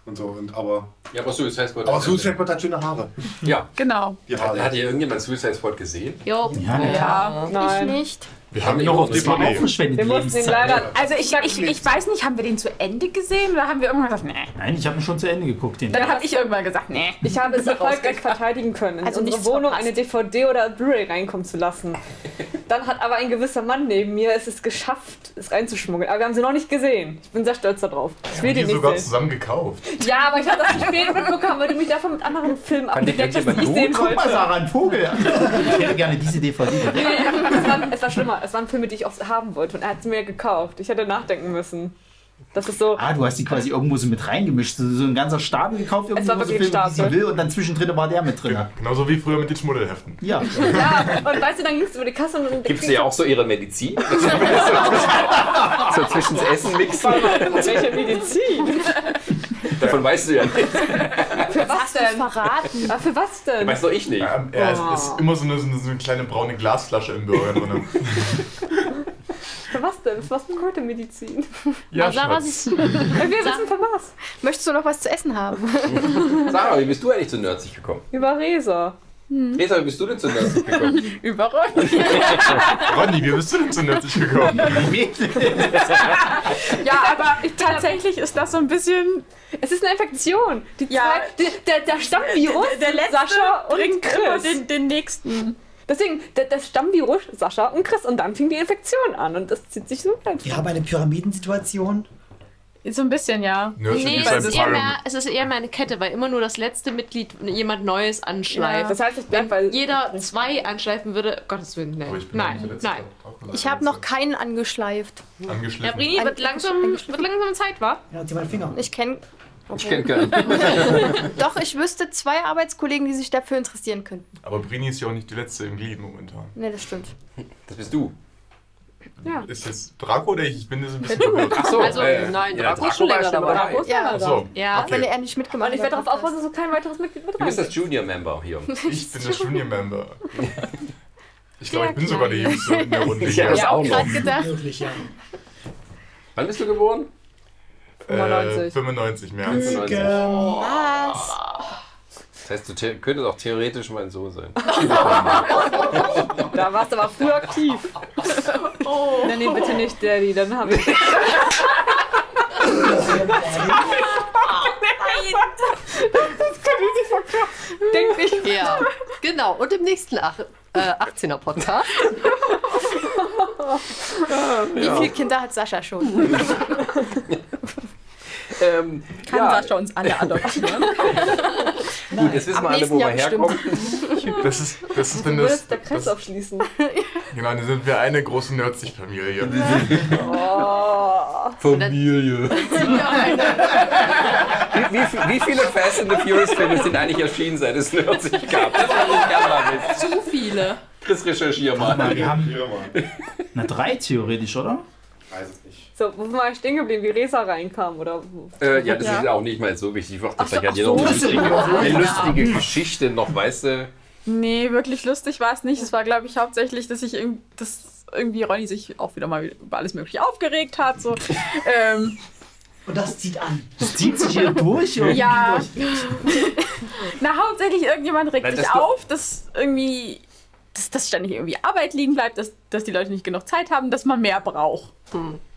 und so. Und aber.
Ja, aber Suicide Squad.
Aber Suicide Squad hat schöne Haare.
Ja.
Genau.
Die Haare.
Hat hier irgendjemand Suicide Squad gesehen?
Jo.
Ja,
Ja,
Ich nicht.
Wir haben ihn auch auf
Das war
DVD.
auch verschwendet.
Wir mussten ihn leider.
Also
ich, ich, ich weiß nicht, haben wir den zu Ende gesehen oder haben wir irgendwann gesagt, nee.
Nein, ich habe ihn schon zu Ende geguckt. Den
Dann
habe ich irgendwann gesagt, nee.
Ich habe es erfolgreich verteidigen können, in
Also
unsere
nichts
Wohnung
verpasst.
eine DVD oder Blu-ray reinkommen zu lassen. Dann hat aber ein gewisser Mann neben mir es ist geschafft, es reinzuschmuggeln. Aber wir haben sie noch nicht gesehen. Ich bin sehr stolz darauf. Ich will
Die
die nicht
sogar
sehen.
zusammen gekauft.
Ja, aber ich habe das zu spät mitbekommen, weil du mich davon mit anderen Filmen
Kann dir
abgedeckt hast,
vielleicht
die ich
jemand
sehen
holen? Guck mal,
wollte.
Sarah, ein Vogel. Ich hätte gerne diese DVD.
Nee, es war, es war schlimmer. es waren Filme, die ich oft haben wollte und er hat sie mir gekauft. Ich hätte nachdenken müssen. Das ist so.
Ah, du hast die quasi irgendwo so mit reingemischt. So, so ein ganzer Stapel gekauft, irgendwo
war
so
wirklich ein
die sie
Stapel.
will und dann zwischendrin war der mit drin.
Genauso wie früher mit den Schmuddelheften.
Ja.
Ja, und weißt du, dann ging es über die Kasse und
Gibt es ja auch so ihre Medizin? so zwischen das Essen mixen.
Welche Medizin?
Davon weißt du ja nicht.
Für was denn? Verraten. Ah, für was denn?
Weiß doch ich nicht.
Ähm, ja, es
Oh.
ist immer so eine, so eine- so eine kleine braune Glasflasche im Burger drin.
Für was denn? Für was denn heute Medizin?
Ja,
Also, Sarah,
Schatz.
sie-
Wir
Sarah,
wissen für was.
Möchtest du noch was zu essen haben?
Sarah, wie bist du eigentlich zu nerdsig gekommen?
Über Resa.
Hm.
Resa, wie bist du denn zu nerdsig gekommen?
Überrollt.
Ronny, wie bist du denn zu nerdig gekommen?
Ja, aber tatsächlich ist das so ein bisschen.
Es ist eine Infektion. Die zwei, die, der, der Stammvirus,
Der, der letzte
Sascha und
bringt immer
Chris.
den, den nächsten.
Deswegen, der, das Stammvirus, Sascha und Chris. Und dann fing die Infektion an. Und das zieht sich so weit.
Wir haben eine Pyramidensituation.
So ein bisschen, ja.
Nördchen
nee,
gibt's
es
ein
ist,
paar.
eher mehr, es ist eher mehr eine Kette, weil immer nur das letzte Mitglied jemand Neues anschleift.
Ja, das heißt, ich
Wenn jeder zwei anschleifen würde, Gottes Willen, nein. Nein, nein.
Ich habe noch keinen angeschleift.
Ja, Brini, wird langsam, wird langsam Zeit, wa?
Ja, zieh meinen Finger.
Ich kenne.
Ich kenn keinen.
Doch, ich wüsste zwei Arbeitskollegen, die sich dafür interessieren könnten.
Aber Brini ist ja auch nicht die letzte im Glied momentan.
Ne, das stimmt.
Das bist du.
Ja.
Ist jetzt Draco oder ich? Ich bin jetzt ein bisschen
Ja, du.
verwirrt.
Ach so, Also, äh, nein, ja, Draco Draco ist schon war länger schon dabei. dabei. Draco ist Ja,
Ach so,
ja.
okay.
wenn er nicht mitgemacht
Und ich werde darauf aufpassen, dass so kein weiteres Mitglied mit
Du bist
rein.
das Junior-Member hier.
Ich bin der Junior-Member. Ich glaube, ich bin sogar der Jüngste in der Runde
Ich hab's
hier.
auch noch.
Möglich, ja.
Wann bist du geboren?
Äh, 95 März.
95.
Was?
Das heißt, du the- könntest auch theoretisch mein Sohn sein.
Da warst du aber früh aktiv. Oh. Nenn ihn bitte nicht Daddy, dann hab ich.
Das kann ich nicht verkaufen.
Denk nicht.
Ja, genau. Und im nächsten Ach äh, 18er Podcast.
Wie
Ja.
viele Kinder hat Sascha schon?
Ähm,
Kann
ja,
Sascha uns alle adoptieren?
gut, jetzt wissen wir alle, wo wir herkommen.
Das ist, das ist wenn das.
der Kreis aufschließen.
Genau, dann sind wir eine große Nerdsich-Familie.
Oh.
Familie. Wie, wie, wie viele Fast and the Furious-Filme sind eigentlich erschienen, seit es 90 gab? Das wollte ich gerne mal wissen.
Zu viele.
Chris, recherchier mal.
Warte mal, wir haben- Na, drei theoretisch, oder?
Weiß es nicht.
So, wo war ich stehen geblieben, wie Resa reinkam? Oder wo?
Äh, ja, das
Ja.
ist auch nicht mal so wichtig. Ich dachte, vielleicht hat
ach
jeder noch
so.
eine lustige,
Ja.
eine lustige Geschichte noch, weißt du?
Nee, wirklich lustig war es nicht. Es war, glaube ich, hauptsächlich, dass ich irg dass irgendwie Ronny sich auch wieder mal über alles Mögliche aufgeregt hat. So. ähm,
Und das zieht an.
Das zieht sich hier durch. irgendwie
ja.
durch.
Na, hauptsächlich irgendjemand regt
Nein,
sich
das du-
auf, dass irgendwie, dass, dass ständig irgendwie Arbeit liegen bleibt, dass, dass die Leute nicht genug Zeit haben, dass man mehr braucht.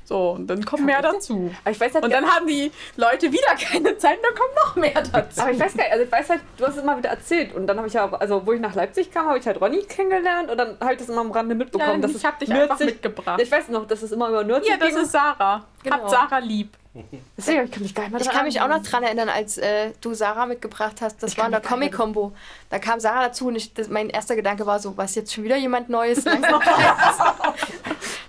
So, und dann kommt mehr dazu.
Ich weiß halt
und
gar-
dann haben die Leute wieder keine Zeit, dann kommt noch mehr dazu.
Aber ich weiß gar nicht, also ich weiß halt, du hast es immer wieder erzählt. Und dann habe ich ja, auch- also wo ich nach Leipzig kam, habe ich halt Ronny kennengelernt und dann habe ich das immer am Rande mitbekommen.
Nein,
dass
ich
es
hab dich einfach
Nürzig-
mitgebracht.
Ich weiß noch, dass es immer über Nürzig
Ja, das
ging.
ist Sarah.
Genau.
Habt Sarah lieb.
Deswegen, ich kann mich gar nicht mehr
Ich
dran
kann mich auch
erinnern.
noch dran erinnern, als äh, du Sarah mitgebracht hast. Das war in der Comic-Combo. Da kam Sarah dazu und ich, das, mein erster Gedanke war so, was jetzt schon wieder jemand Neues?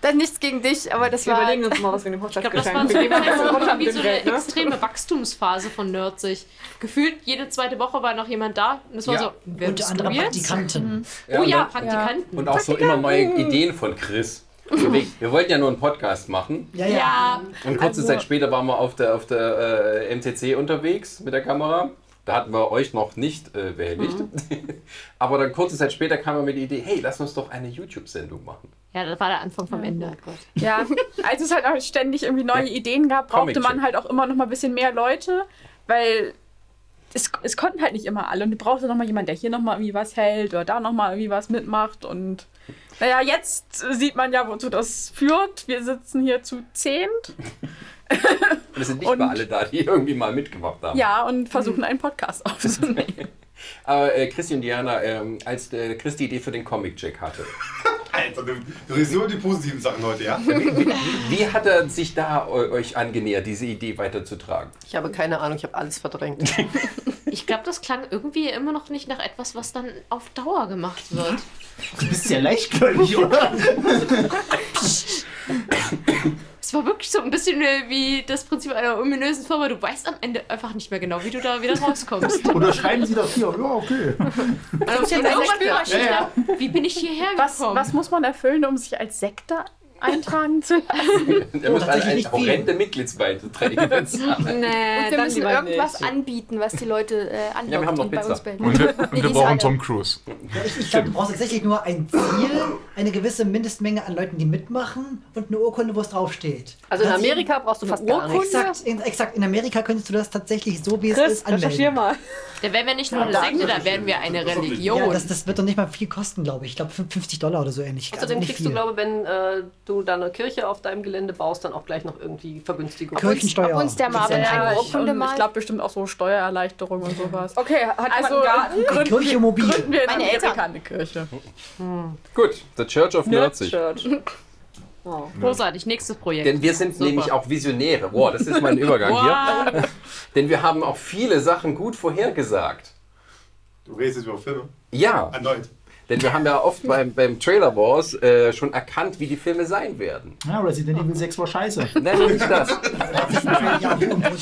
Dann nichts gegen dich, aber das
Wir
war... halt
überlegen uns mal, was wir dem Podcast
Ich glaub, das
geschenkt
war
Wir geben uns
Das
runter
war
mit
wie
dem
so eine
Geld, ne?
extreme Wachstumsphase von Nerdsich. Gefühlt jede zweite Woche war noch jemand da und es war
Ja.
so, wer
Unter
bist
anderem
du jetzt?
Praktikanten.
Mhm. oh
und
ja,
dann-
Praktikanten.
Und auch so immer neue Ideen von Chris. Von wegen, Wir wollten ja nur einen Podcast machen.
Ja, ja.
Und
Also-
kurze Zeit später waren wir auf der, auf der äh, MCC unterwegs mit der Kamera. Da hatten wir euch noch nicht äh, behelligt. Aber dann kurze Zeit später kam er mit der Idee, hey, lass uns doch eine YouTube-Sendung machen.
Ja, das war der Anfang vom Ende.
Ja, als es halt auch ständig irgendwie neue Ideen gab, brauchte
Comic-Check.
man halt auch immer noch mal ein bisschen mehr Leute, weil es, es konnten halt nicht immer alle und du brauchst noch mal jemanden, der hier noch mal irgendwie was hält oder da noch mal irgendwie was mitmacht und naja, jetzt sieht man ja, wozu das führt. Wir sitzen hier zu zehnt,
Und es sind nicht mal alle da, die irgendwie mal mitgemacht haben.
ja, und versuchen einen Podcast aufzunehmen.
Aber äh, Christi und Diana, ähm, als äh, Chris die Idee für den Comic-Check hatte,
Alter, du du redest nur die positiven Sachen heute, ja?
wie hat er sich
äh,
da eu- euch angenähert, diese Idee weiterzutragen?
Ich habe keine Ahnung, ich habe alles verdrängt.
ich glaube, das klang irgendwie immer noch nicht nach etwas, was dann auf Dauer gemacht wird.
Du bist ja leichtgläubig, oder?
Es war wirklich so ein bisschen äh, wie das Prinzip einer ominösen Firma. Du weißt am Ende einfach nicht mehr genau, wie du da wieder rauskommst.
Oder schreiben sie das hier? Ja, okay.
Also,
Ist jetzt ein
irgendwann
Sektor.
überrascht,
Ja, ja.
Wie bin ich hierher
Was,
gekommen?
was muss man erfüllen, um sich als Sekte eintragen zu lassen?
Er muss alle einen horrende Mitgliedsbeiträge
äh,
bezahlen.
und wir
dann
müssen
lieber
irgendwas
nicht.
anbieten, was die Leute äh, anlockt
Ja, wir haben noch
und bei
Pizza.
uns bilden.
Und wir,
Nee,
und
die
wir
ist
brauchen
alle.
Tom Cruise.
Ich glaube, du brauchst tatsächlich nur ein Ziel, eine gewisse Mindestmenge an Leuten, die mitmachen und eine Urkunde, wo es draufsteht.
Also in
Kannst du-
Amerika brauchst du fast gar nichts.
Exakt, in, exakt, in Amerika könntest du das tatsächlich so, wie es
Chris,
ist, anmelden.
recherchier Da wären wir nicht nur eine
Ja,
Sekte, da wären wir eine Religion.
Ja, das, das wird doch nicht mal viel kosten, glaube ich. Ich glaube, 50 Dollar oder so ähnlich. Also
Außerdem
nicht
kriegst
viel.
du, glaube ich, wenn äh, du da eine Kirche auf deinem Gelände baust, dann auch gleich noch irgendwie Vergünstigung.
Kirchensteuer.
Ob uns der mal
Ja,
ja,
ich-
ich, und ich glaube bestimmt auch so Steuererleichterung und sowas. Also,
Okay, hat jemand einen Garten?
gründen
Die Kirche
wir-
mobil.
Gründen wir in
Meine
Amerika
Eltern.
eine Kirche.
Gut, The Church of Nerdsich.
Oh. Großartig, nächstes Projekt.
Denn wir sind
Super.
nämlich auch Visionäre. Wow, das ist mein Übergang hier. Denn wir haben auch viele Sachen gut vorhergesagt.
Du redest jetzt über Filme.
Ja.
Erneut.
Denn wir haben ja oft beim, beim Trailer Wars äh, schon erkannt, wie die Filme sein werden.
Ja, Resident Evil 6 war scheiße.
Nein, nicht das.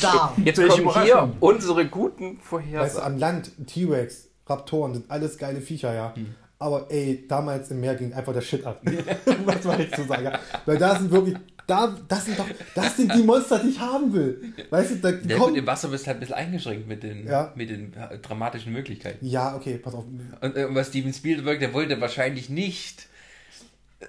da.
Jetzt
Welche
kommen hier
Überraschung.
unsere guten
Weißt du,
Vorhersagen.
am Land, T-Rex, Raptoren, sind alles geile Viecher, ja.
Mhm.
Aber ey, damals im Meer ging einfach der Shit ab. Was man jetzt so sagen. ja. Weil da sind wirklich, da, das sind doch, das sind die Monster, die ich haben will. Weißt du, da
Ja,
kommt.
gut, im Wasser bist du halt ein bisschen eingeschränkt mit den,
Ja.
mit den äh, dramatischen Möglichkeiten.
Ja, okay, pass auf.
Und, äh, und was Steven Spielberg, der wollte wahrscheinlich nicht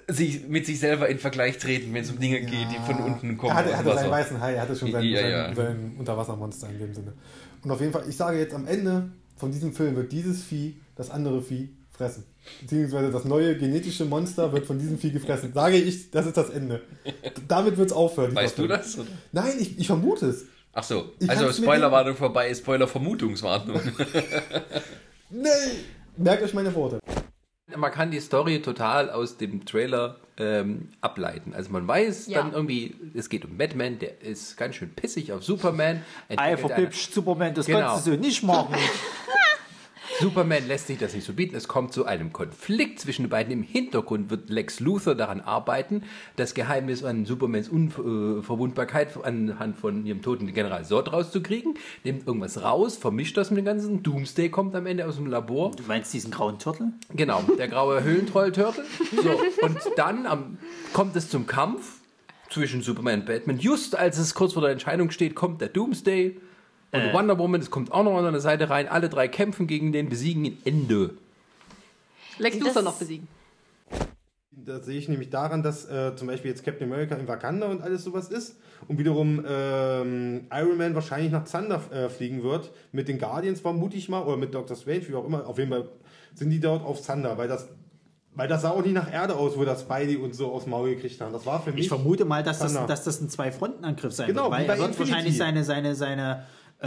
äh, sich, mit sich selber in Vergleich treten, wenn es um Dinge geht, die von unten kommen.
Ah. Er hatte, er
aus
hatte
dem
seinen
Wasser.
weißen Hai, er hatte schon seinen,
ja,
seinen,
ja.
seinen Unterwassermonster in dem Sinne. Und auf jeden Fall, ich sage jetzt am Ende von diesem Film wird dieses Vieh das andere Vieh fressen. Beziehungsweise das neue genetische Monster wird von diesem Vieh gefressen. Sage ich, das ist das Ende. D- Damit wird es aufhören. dieser
Weißt du
Film.
das, oder?
Nein, ich, ich vermute es.
Ach so,
Ich
also
kann's mir
Spoilerwarnung vorbei, Spoiler-Vermutungswarnung.
Nee! Merkt euch meine Worte.
Man kann die Story total aus dem Trailer ähm, ableiten. Also man weiß
Ja.
dann irgendwie, es geht um Batman, der ist ganz schön pissig auf Superman.
Ei,
entwickelt
verpippst Superman, das
Genau.
kannst du so nicht machen.
Superman lässt sich das nicht so bieten. Es kommt zu einem Konflikt zwischen den beiden. Im Hintergrund wird Lex Luthor daran arbeiten, das Geheimnis an Supermans Unverwundbarkeit anhand von ihrem toten General Zod rauszukriegen. Nimmt irgendwas raus, vermischt das mit dem ganzen. Doomsday kommt am Ende aus dem Labor.
Du meinst diesen grauen Turtel?
Genau, der graue Höhlentroll-Turtle. So, und dann am, kommt es zum Kampf zwischen Superman und Batman. Just als es kurz vor der Entscheidung steht, kommt der Doomsday und
Äh.
Wonder Woman. Es kommt auch noch an seiner Seite rein. Alle drei kämpfen gegen den, besiegen ihn. Ende.
Lex Luthor noch besiegen.
Da sehe ich nämlich daran, dass äh, zum Beispiel jetzt Captain America in Wakanda und alles sowas ist und wiederum ähm, Iron Man wahrscheinlich nach Zander äh, fliegen wird mit den Guardians vermute ich mal oder mit Doctor Strange wie auch immer. Auf jeden Fall sind die dort auf Zander, weil das weil das sah auch nicht nach Erde aus, wo das Spidey und so aufs Maul gekriegt haben. Das war für mich.
Ich vermute mal, dass das,
Thunder.
dass das ein Zwei-Fronten-Angriff sein
Genau,
wird, weil
wie bei
er wird
Infinity.
wahrscheinlich seine, seine, seine äh,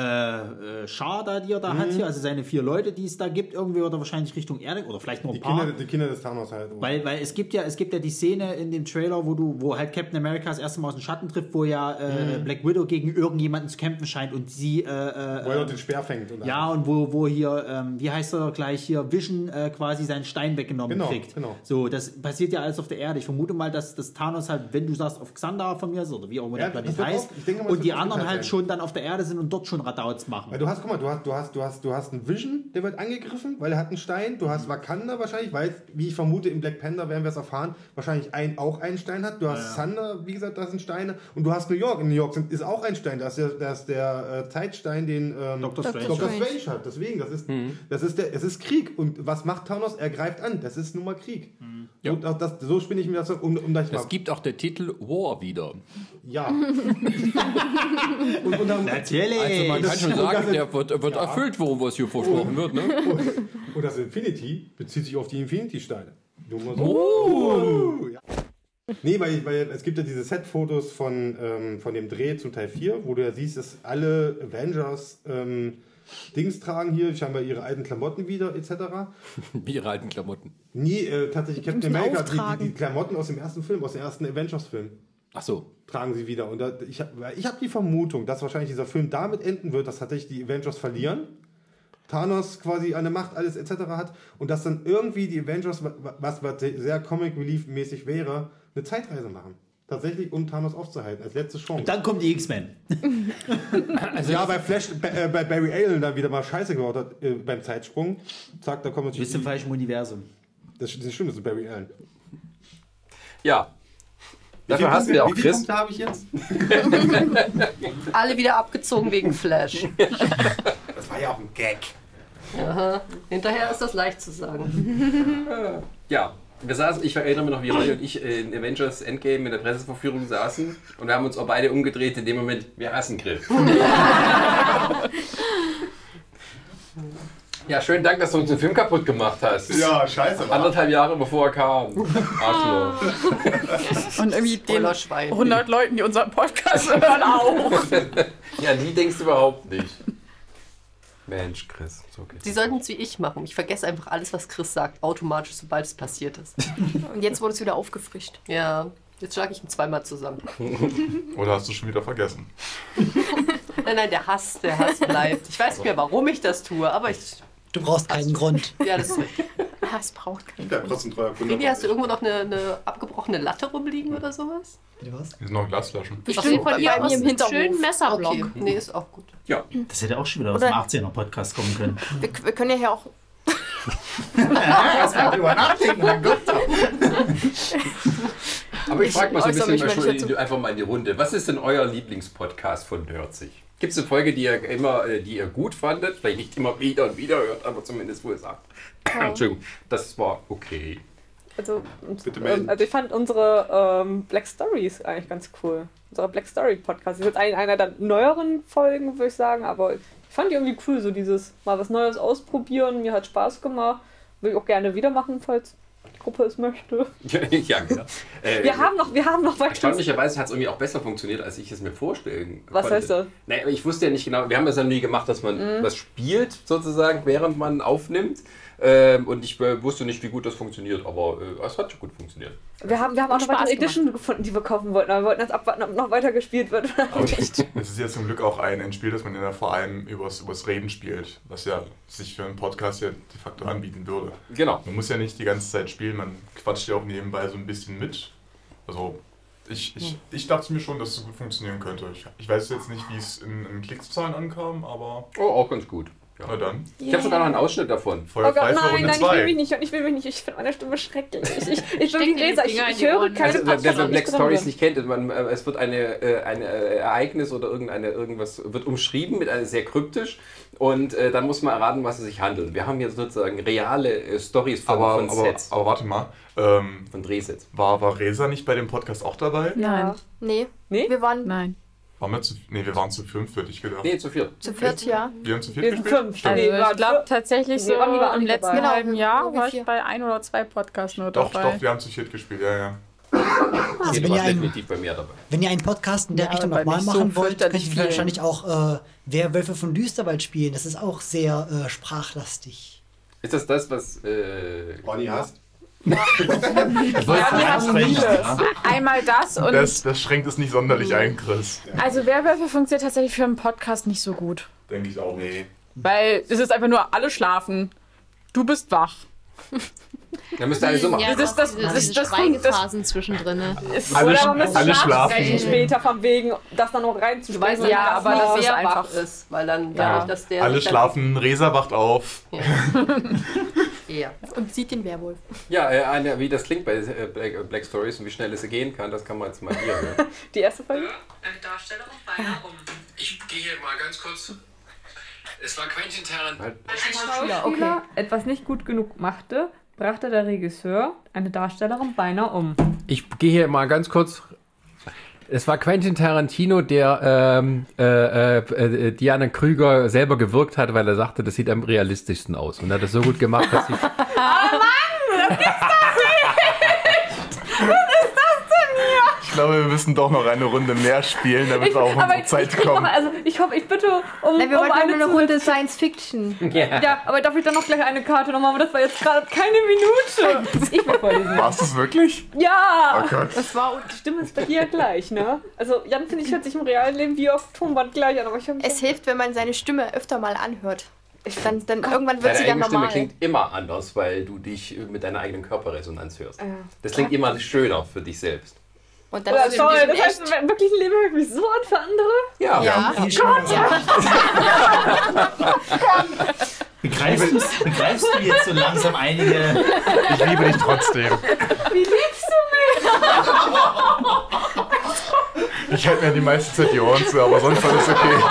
äh, Schar da, die er
Mhm.
da hat hier, also seine vier Leute, die es da gibt, irgendwie oder wahrscheinlich Richtung Erde oder vielleicht nur ein
die
paar.
Kinder, die Kinder des Thanos halt.
Weil, weil es gibt ja, es gibt ja die Szene in dem Trailer, wo du, wo halt Captain America das erste Mal aus dem Schatten trifft, wo ja äh,
Mhm.
Black Widow gegen irgendjemanden zu kämpfen scheint und sie äh, äh,
wo er
äh,
dort den Speer fängt. Und
ja, und wo, wo hier, ähm, wie heißt er gleich hier, Vision äh, quasi seinen Stein weggenommen
Genau,
kriegt.
genau.
So, das passiert ja alles auf der Erde. Ich vermute mal, dass, dass Thanos halt, wenn du sagst, auf Xandar von mir ist oder wie auch immer
Ja,
der
das
Planet
wird
heißt,
auch- ich denke mal, das
und die
wird
anderen
aufgeteilt
halt
werden.
schon dann auf der Erde sind und dort schon Radauts machen.
Weil du hast, guck mal, du hast, du hast, du hast, du hast einen Vision, der wird angegriffen, weil er hat einen Stein. Du
Mhm.
hast Wakanda wahrscheinlich, weil, wie ich vermute, in Black Panther werden wir es erfahren, wahrscheinlich ein, auch einen Stein hat. Du hast Thunder, wie gesagt, das sind Steine. Und du hast New York. In New York sind, ist auch ein Stein. Das ist der, das ist der äh, Zeitstein, den ähm, Dr.
Strange.
Dr.
Strange.
Strange hat. Deswegen, das ist,
Mhm.
das ist der, es ist Krieg. Und was macht Thanos? Er greift an. Das ist nun mal Krieg.
Hm.
Und auch das, so spinne ich mir das, um, um das mal.
Es gibt auch der Titel War wieder.
Ja. und, und dann,
Natürlich.
Also man kann schon
Und das
sagen,
ist-
der wird, wird
Ja. Oh.
erfüllt, worum was hier versprochen wird. Ne?
Und, und das Infinity bezieht sich auf die Infinity-Steine. Nur mal so. Ja. Nee, weil, weil es gibt ja diese Set-Fotos von, ähm, von dem Dreh zu Teil 4, wo du ja siehst, dass alle Avengers ähm, Dings tragen hier, scheinbar ihre alten Klamotten wieder, etc.
Wie ihre alten Klamotten.
Nee, äh, tatsächlich
Die
Captain
müssen
America, die,
auftragen.
die, die Klamotten aus dem ersten Film, aus dem ersten Avengers-Film.
Ach so.
Tragen sie wieder. Und da, ich habe ich hab die Vermutung, dass wahrscheinlich dieser Film damit enden wird, dass tatsächlich die Avengers verlieren. Thanos quasi an der Macht alles etc. hat und dass dann irgendwie die Avengers, wa- wa- was, was sehr Comic Relief mäßig wäre, eine Zeitreise machen. Tatsächlich, um Thanos aufzuhalten, als letzte Chance.
Dann kommen die X-Men.
ja, bei Flash, bei, äh, bei Barry Allen da wieder mal Scheiße gebaut hat äh, beim Zeitsprung. Zack, da kommen natürlich. Bist im
falschen Universum.
Das, das stimmt, das ist Barry Allen.
Ja. Dafür hast du ja auch
Wie viele
Chris.
Punkte habe ich jetzt?
Alle wieder abgezogen wegen Flash.
Das war ja auch ein Gag.
Aha. Hinterher ist das leicht zu sagen.
Ja, wir saßen, ich erinnere mich noch, wie Roy und ich in Avengers Endgame in der Presseverführung saßen und wir haben uns auch beide umgedreht in dem Moment, wir hassen Grill. ja, schönen Dank, dass du uns den Film kaputt gemacht hast.
Ja, scheiße, wa?
Anderthalb Jahre bevor er kam. Arschloch.
Und irgendwie den 100 Leuten, die unseren Podcast hören, auch.
ja, die denkst du überhaupt nicht. Mensch, Chris. So geht's.
Sie sollten es wie ich machen. Ich vergesse einfach alles, was Chris sagt, automatisch, sobald es passiert ist.
Und jetzt wurde es wieder aufgefrischt.
Ja, jetzt schlage ich ihn zweimal zusammen.
Oder hast du schon wieder vergessen?
Nein, nein, der Hass, der Hass bleibt. Ich weiß nicht mehr, warum ich das tue, aber ich.
Du brauchst einen Grund.
Ja, das ist richtig. Hass braucht
Ich bin ja trotzdem treuer Kunde.
Baby, hast du irgendwo noch eine, eine abgebrochene Latte rumliegen oder sowas?
Hier sind noch Glasflaschen.
Bestimmt von ihr
bei
aus
mir im
einen
Hinterhof.
schönen Messerblock.
Okay. Nee, ist auch gut.
Ja.
Das hätte auch schon wieder aus
Oder-
dem 18er-Podcast kommen können.
Wir, wir können ja hier auch.
Erstmal drüber nachdenken, mein Gott.
Aber ich frage mal so ein
äußere
bisschen
mich
mal
mal
schon
nicht
in, einfach mal in die Runde. Was ist denn euer Lieblingspodcast von Nerdzig? Gibt es eine Folge, die ihr immer, äh, die ihr gut fandet? Vielleicht nicht immer wieder und wieder hört, aber zumindest wo ihr sagt.
Ja.
Entschuldigung, das war okay.
Also,
melden.
ähm, also ich fand unsere ähm, Black Stories eigentlich ganz cool. Unsere Black Story Podcast. Ist jetzt ein, einer der neueren Folgen, würde ich sagen, aber ich fand die irgendwie cool, so dieses mal was Neues ausprobieren. Mir hat Spaß gemacht. Will ich auch gerne wieder machen, falls die Gruppe es möchte.
ja, genau. Äh,
Wir haben noch, wir haben noch weiter.
Erstaunlicherweise hat es irgendwie auch besser funktioniert, als ich es mir vorstellen
Was
konnte.
heißt das?
Nein, aber ich wusste ja nicht genau, wir haben das ja nie gemacht, dass man
Mhm.
was spielt, sozusagen, während man aufnimmt. Ähm, und ich äh, wusste nicht, wie gut das funktioniert, aber äh, es hat schon gut funktioniert.
Wir haben, wir haben auch noch weitere Edition gefunden, die wir kaufen wollten, aber wir wollten jetzt abwarten, ob noch weiter gespielt wird.
Es ist ja zum Glück auch ein, ein Spiel, das man ja vor allem übers, übers Reden spielt, was ja sich für einen Podcast ja de facto anbieten würde.
Genau.
Man muss ja nicht die ganze Zeit spielen, man quatscht ja auch nebenbei so ein bisschen mit. Also ich, ich, ich dachte mir schon, dass es gut funktionieren könnte. Ich, ich weiß jetzt nicht, wie es in, in Klickszahlen ankam, aber...
Oh, auch ganz gut.
Na dann.
Ich habe sogar noch einen Ausschnitt davon.
Oh Gott,
frei für
nein,
Runde
nein, ich will
zwei.
mich nicht, ich will mich nicht, ich finde meine Stimme schrecklich. Ich, ich, ich bin
Steck dir
wie ein
die
Leser, ich,
Finger in die
ich höre
Ohren.
keine
Also, wer, wer
Podcasts,
Black
wo ich
Stories
drin
nicht kennt, man, äh, es wird eine, äh, ein äh, Ereignis oder irgendeine, irgendwas wird umschrieben, mit einer sehr kryptisch und äh, dann muss man erraten, was es sich handelt. Wir haben jetzt sozusagen reale äh, Stories von,
Aber,
von
aber,
Sets.
aber warte mal. Ähm,
von Drehsets.
War, war Resa nicht bei dem Podcast auch dabei?
Ja. Nee. Nee? Wir waren Nein.
Waren wir zu, nee, wir waren zu fünf, hätte ich gedacht.
Nee, zu viert.
zu viert, ja.
Wir haben zu viert
Wir sind
gespielt?
fünf.
Stimmt.
Nee,
Also ich glaube tatsächlich so
Nee, Ronny war auch
im
nicht
letzten
dabei.
halben
Genau,
Jahr
wir
war ich bei ein oder zwei Podcasts nur
Doch,
dabei.
doch, wir haben zu viert gespielt, ja, ja.
Also wenn ihr, einen,
bei mir dabei.
wenn ihr einen Podcast in der Richtung
aber
nochmal
nicht so
machen wollt, könnt
fürchterlich
ihr
viel.
wahrscheinlich auch äh, Werwölfe von Düsterwald spielen. Das ist auch sehr äh, sprachlastig.
Ist das das, was äh,
Ronny hasst?
Ja, wir haben
Recht,
vieles.
ja.
Einmal das und.
Das, das schränkt es nicht sonderlich ein, Chris.
Also, Werwölfe funktioniert tatsächlich für einen Podcast nicht so gut.
Denke ich auch nicht.
Weil es ist einfach nur, alle schlafen. Du bist wach.
Da müsst ihr alles so machen.
Ja,
Das- das- das-
diese
das-
Schweigephasen zwischendrin.
Ist-
Alle
oder
sch-
man müsste
alle
Schlafzeichen
schlafen.
später von wegen, das dann noch
Du
reinzuschmeißen.
weißt
und
ja,
das
aber
noch-
dass es einfach ist, weil dann dadurch, dass der.
Alle
sich dann-
schlafen, Resa wacht auf.
Ja.
Und sieht den Werwolf.
Ja, äh, eine, wie das klingt bei äh, Black, Black Stories und wie schnell es gehen kann, das kann man jetzt mal hier ne? hören.
Die erste Folge?
Darstellerin beinahe um. Ich gehe mal ganz kurz. Es war Quentin Tarantino.
Halt.
Schauspieler etwas nicht gut genug machte, brachte der Regisseur eine Darstellerin beinahe um.
Ich gehe hier mal ganz kurz. Es war Quentin Tarantino, der ähm, äh, äh, äh, Diana Krüger selber gewirkt hat, weil er sagte, das sieht am realistischsten aus. Und er hat das so gut gemacht, dass sie.
Oh Mann! Das gibt's doch nicht! Was ist das denn hier?
Ich glaube, wir müssen doch noch eine Runde mehr spielen, damit wir auf unsere Zeit
krieg
kommen.
Noch, also ich hoffe, ich bitte um,
Na, wir
um
wollten
eine,
eine
zu-
Runde Science Fiction.
Ja. aber darf ich dann noch gleich eine Karte nochmal? Aber das war jetzt gerade keine Minute. Ich will vorlesen.
Warst du es wirklich?
Ja!
Oh Gott.
Das war und die Stimme ist bei dir ja gleich, ne? Also Jan finde ich hört sich im realen Leben wie auf Tonband gleich an, aber ich habe
Es hilft, wenn man seine Stimme öfter mal anhört. Ich, dann, dann irgendwann wird
Deine
sie dann
eigene Stimme
normal.
klingt immer anders, weil du dich mit deiner eigenen Körperresonanz hörst.
Ja.
Das klingt immer schöner für dich selbst.
Und
Oh,
wird sie
sorry,
in
das
diesem
heißt, im wirklichen Leben höre ich mich so an für andere?
Ja.
Ja.
Oh Gott, ja.
Begreifst, du- begreifst du jetzt so langsam einige. Ich liebe dich trotzdem.
Wie liebst du mich?
Ich halte mir die meiste Zeit die Ohren zu, aber sonst alles okay.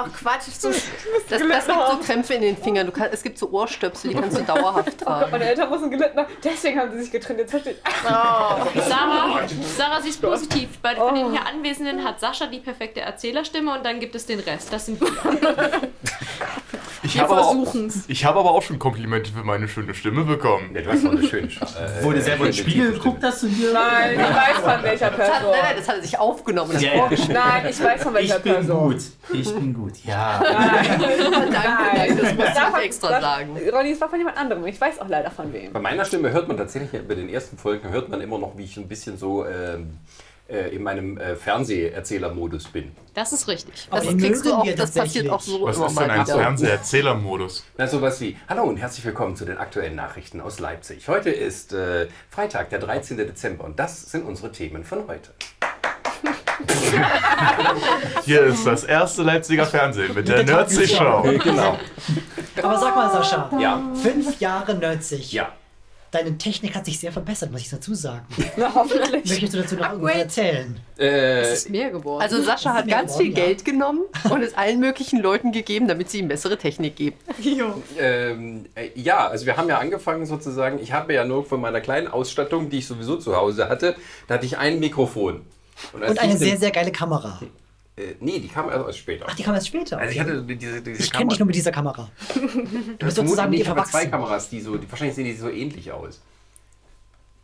Ach Quatsch, so, das, das gibt so Krämpfe in den Fingern. Du kann, es gibt so Ohrstöpsel, die kannst du dauerhaft
Oh Gott,
tragen.
meine Eltern mussten gelitten haben. Deswegen haben sie sich getrennt. Jetzt verstehe ich.
Oh.
Oh,
Sarah, Sarah, sie ist positiv. Bei von den hier Anwesenden hat Sascha die perfekte Erzählerstimme und dann gibt es den Rest. Das sind wir.
Ich
Wir
habe, aber auch,
versuchen's.
ich habe aber auch schon Komplimente für meine schöne Stimme bekommen.
Ja, du hast doch eine schöne äh, Stimme.
Wo du selber in den Spiegel geguckt hast und dir.
Nein, ich weiß von welcher
Das hat,
Person.
nein, nein, das hat er sich aufgenommen. Das
Ja, ja.
Ohr-
Nein, ich weiß von welcher
Ich bin
Person.
gut. Ich bin gut. Ja.
Danke, danke, das musst du nicht extra sagen.
Ronny, es war von jemand anderem. Ich weiß auch leider von wem.
Bei meiner Stimme hört man tatsächlich bei den ersten Folgen hört man immer noch, wie ich ein bisschen so ähm, äh, in meinem äh, Fernseherzählermodus bin.
Das ist richtig.
Aber
Das
die
kriegst du
mögen
auch,
wir
das passiert auch so
Was
immer
ist
mal
denn ein
wieder.
Fernseherzählermodus?
Na, sowas wie, hallo und herzlich willkommen zu den aktuellen Nachrichten aus Leipzig. Heute ist äh, Freitag, der 13. Dezember und das sind unsere Themen von heute.
Hier ist das erste Leipziger Fernsehen mit der Nerdsy-Show.
Genau.
Aber sag mal, Sascha.
Ja.
Fünf Jahre nerdsig.
Ja.
Deine Technik hat sich sehr verbessert, muss ich dazu sagen.
Na, hoffentlich.
Möchtest du dazu noch irgendwas erzählen?
Äh,
mehr geworden.
Also Sascha hat
Mehr
ganz viel
geworden, ja.
Geld genommen und es allen möglichen Leuten gegeben, damit sie ihm bessere Technik geben.
ähm, äh, ja, also wir haben ja angefangen sozusagen, ich habe ja nur von meiner kleinen Ausstattung, die ich sowieso zu Hause hatte, da hatte ich ein Mikrofon. als
Und
ich
eine
den-
sehr, sehr geile Kamera.
Äh, nee, die kam erst später.
Ach, die kam erst später.
Also ich hatte diese, diese
Ich kenne dich nur mit dieser Kamera. Du bist sozusagen mit
nicht,
ihr
ich habe zwei
verwachsen.
Kameras, die so, die, wahrscheinlich sehen die so ähnlich aus.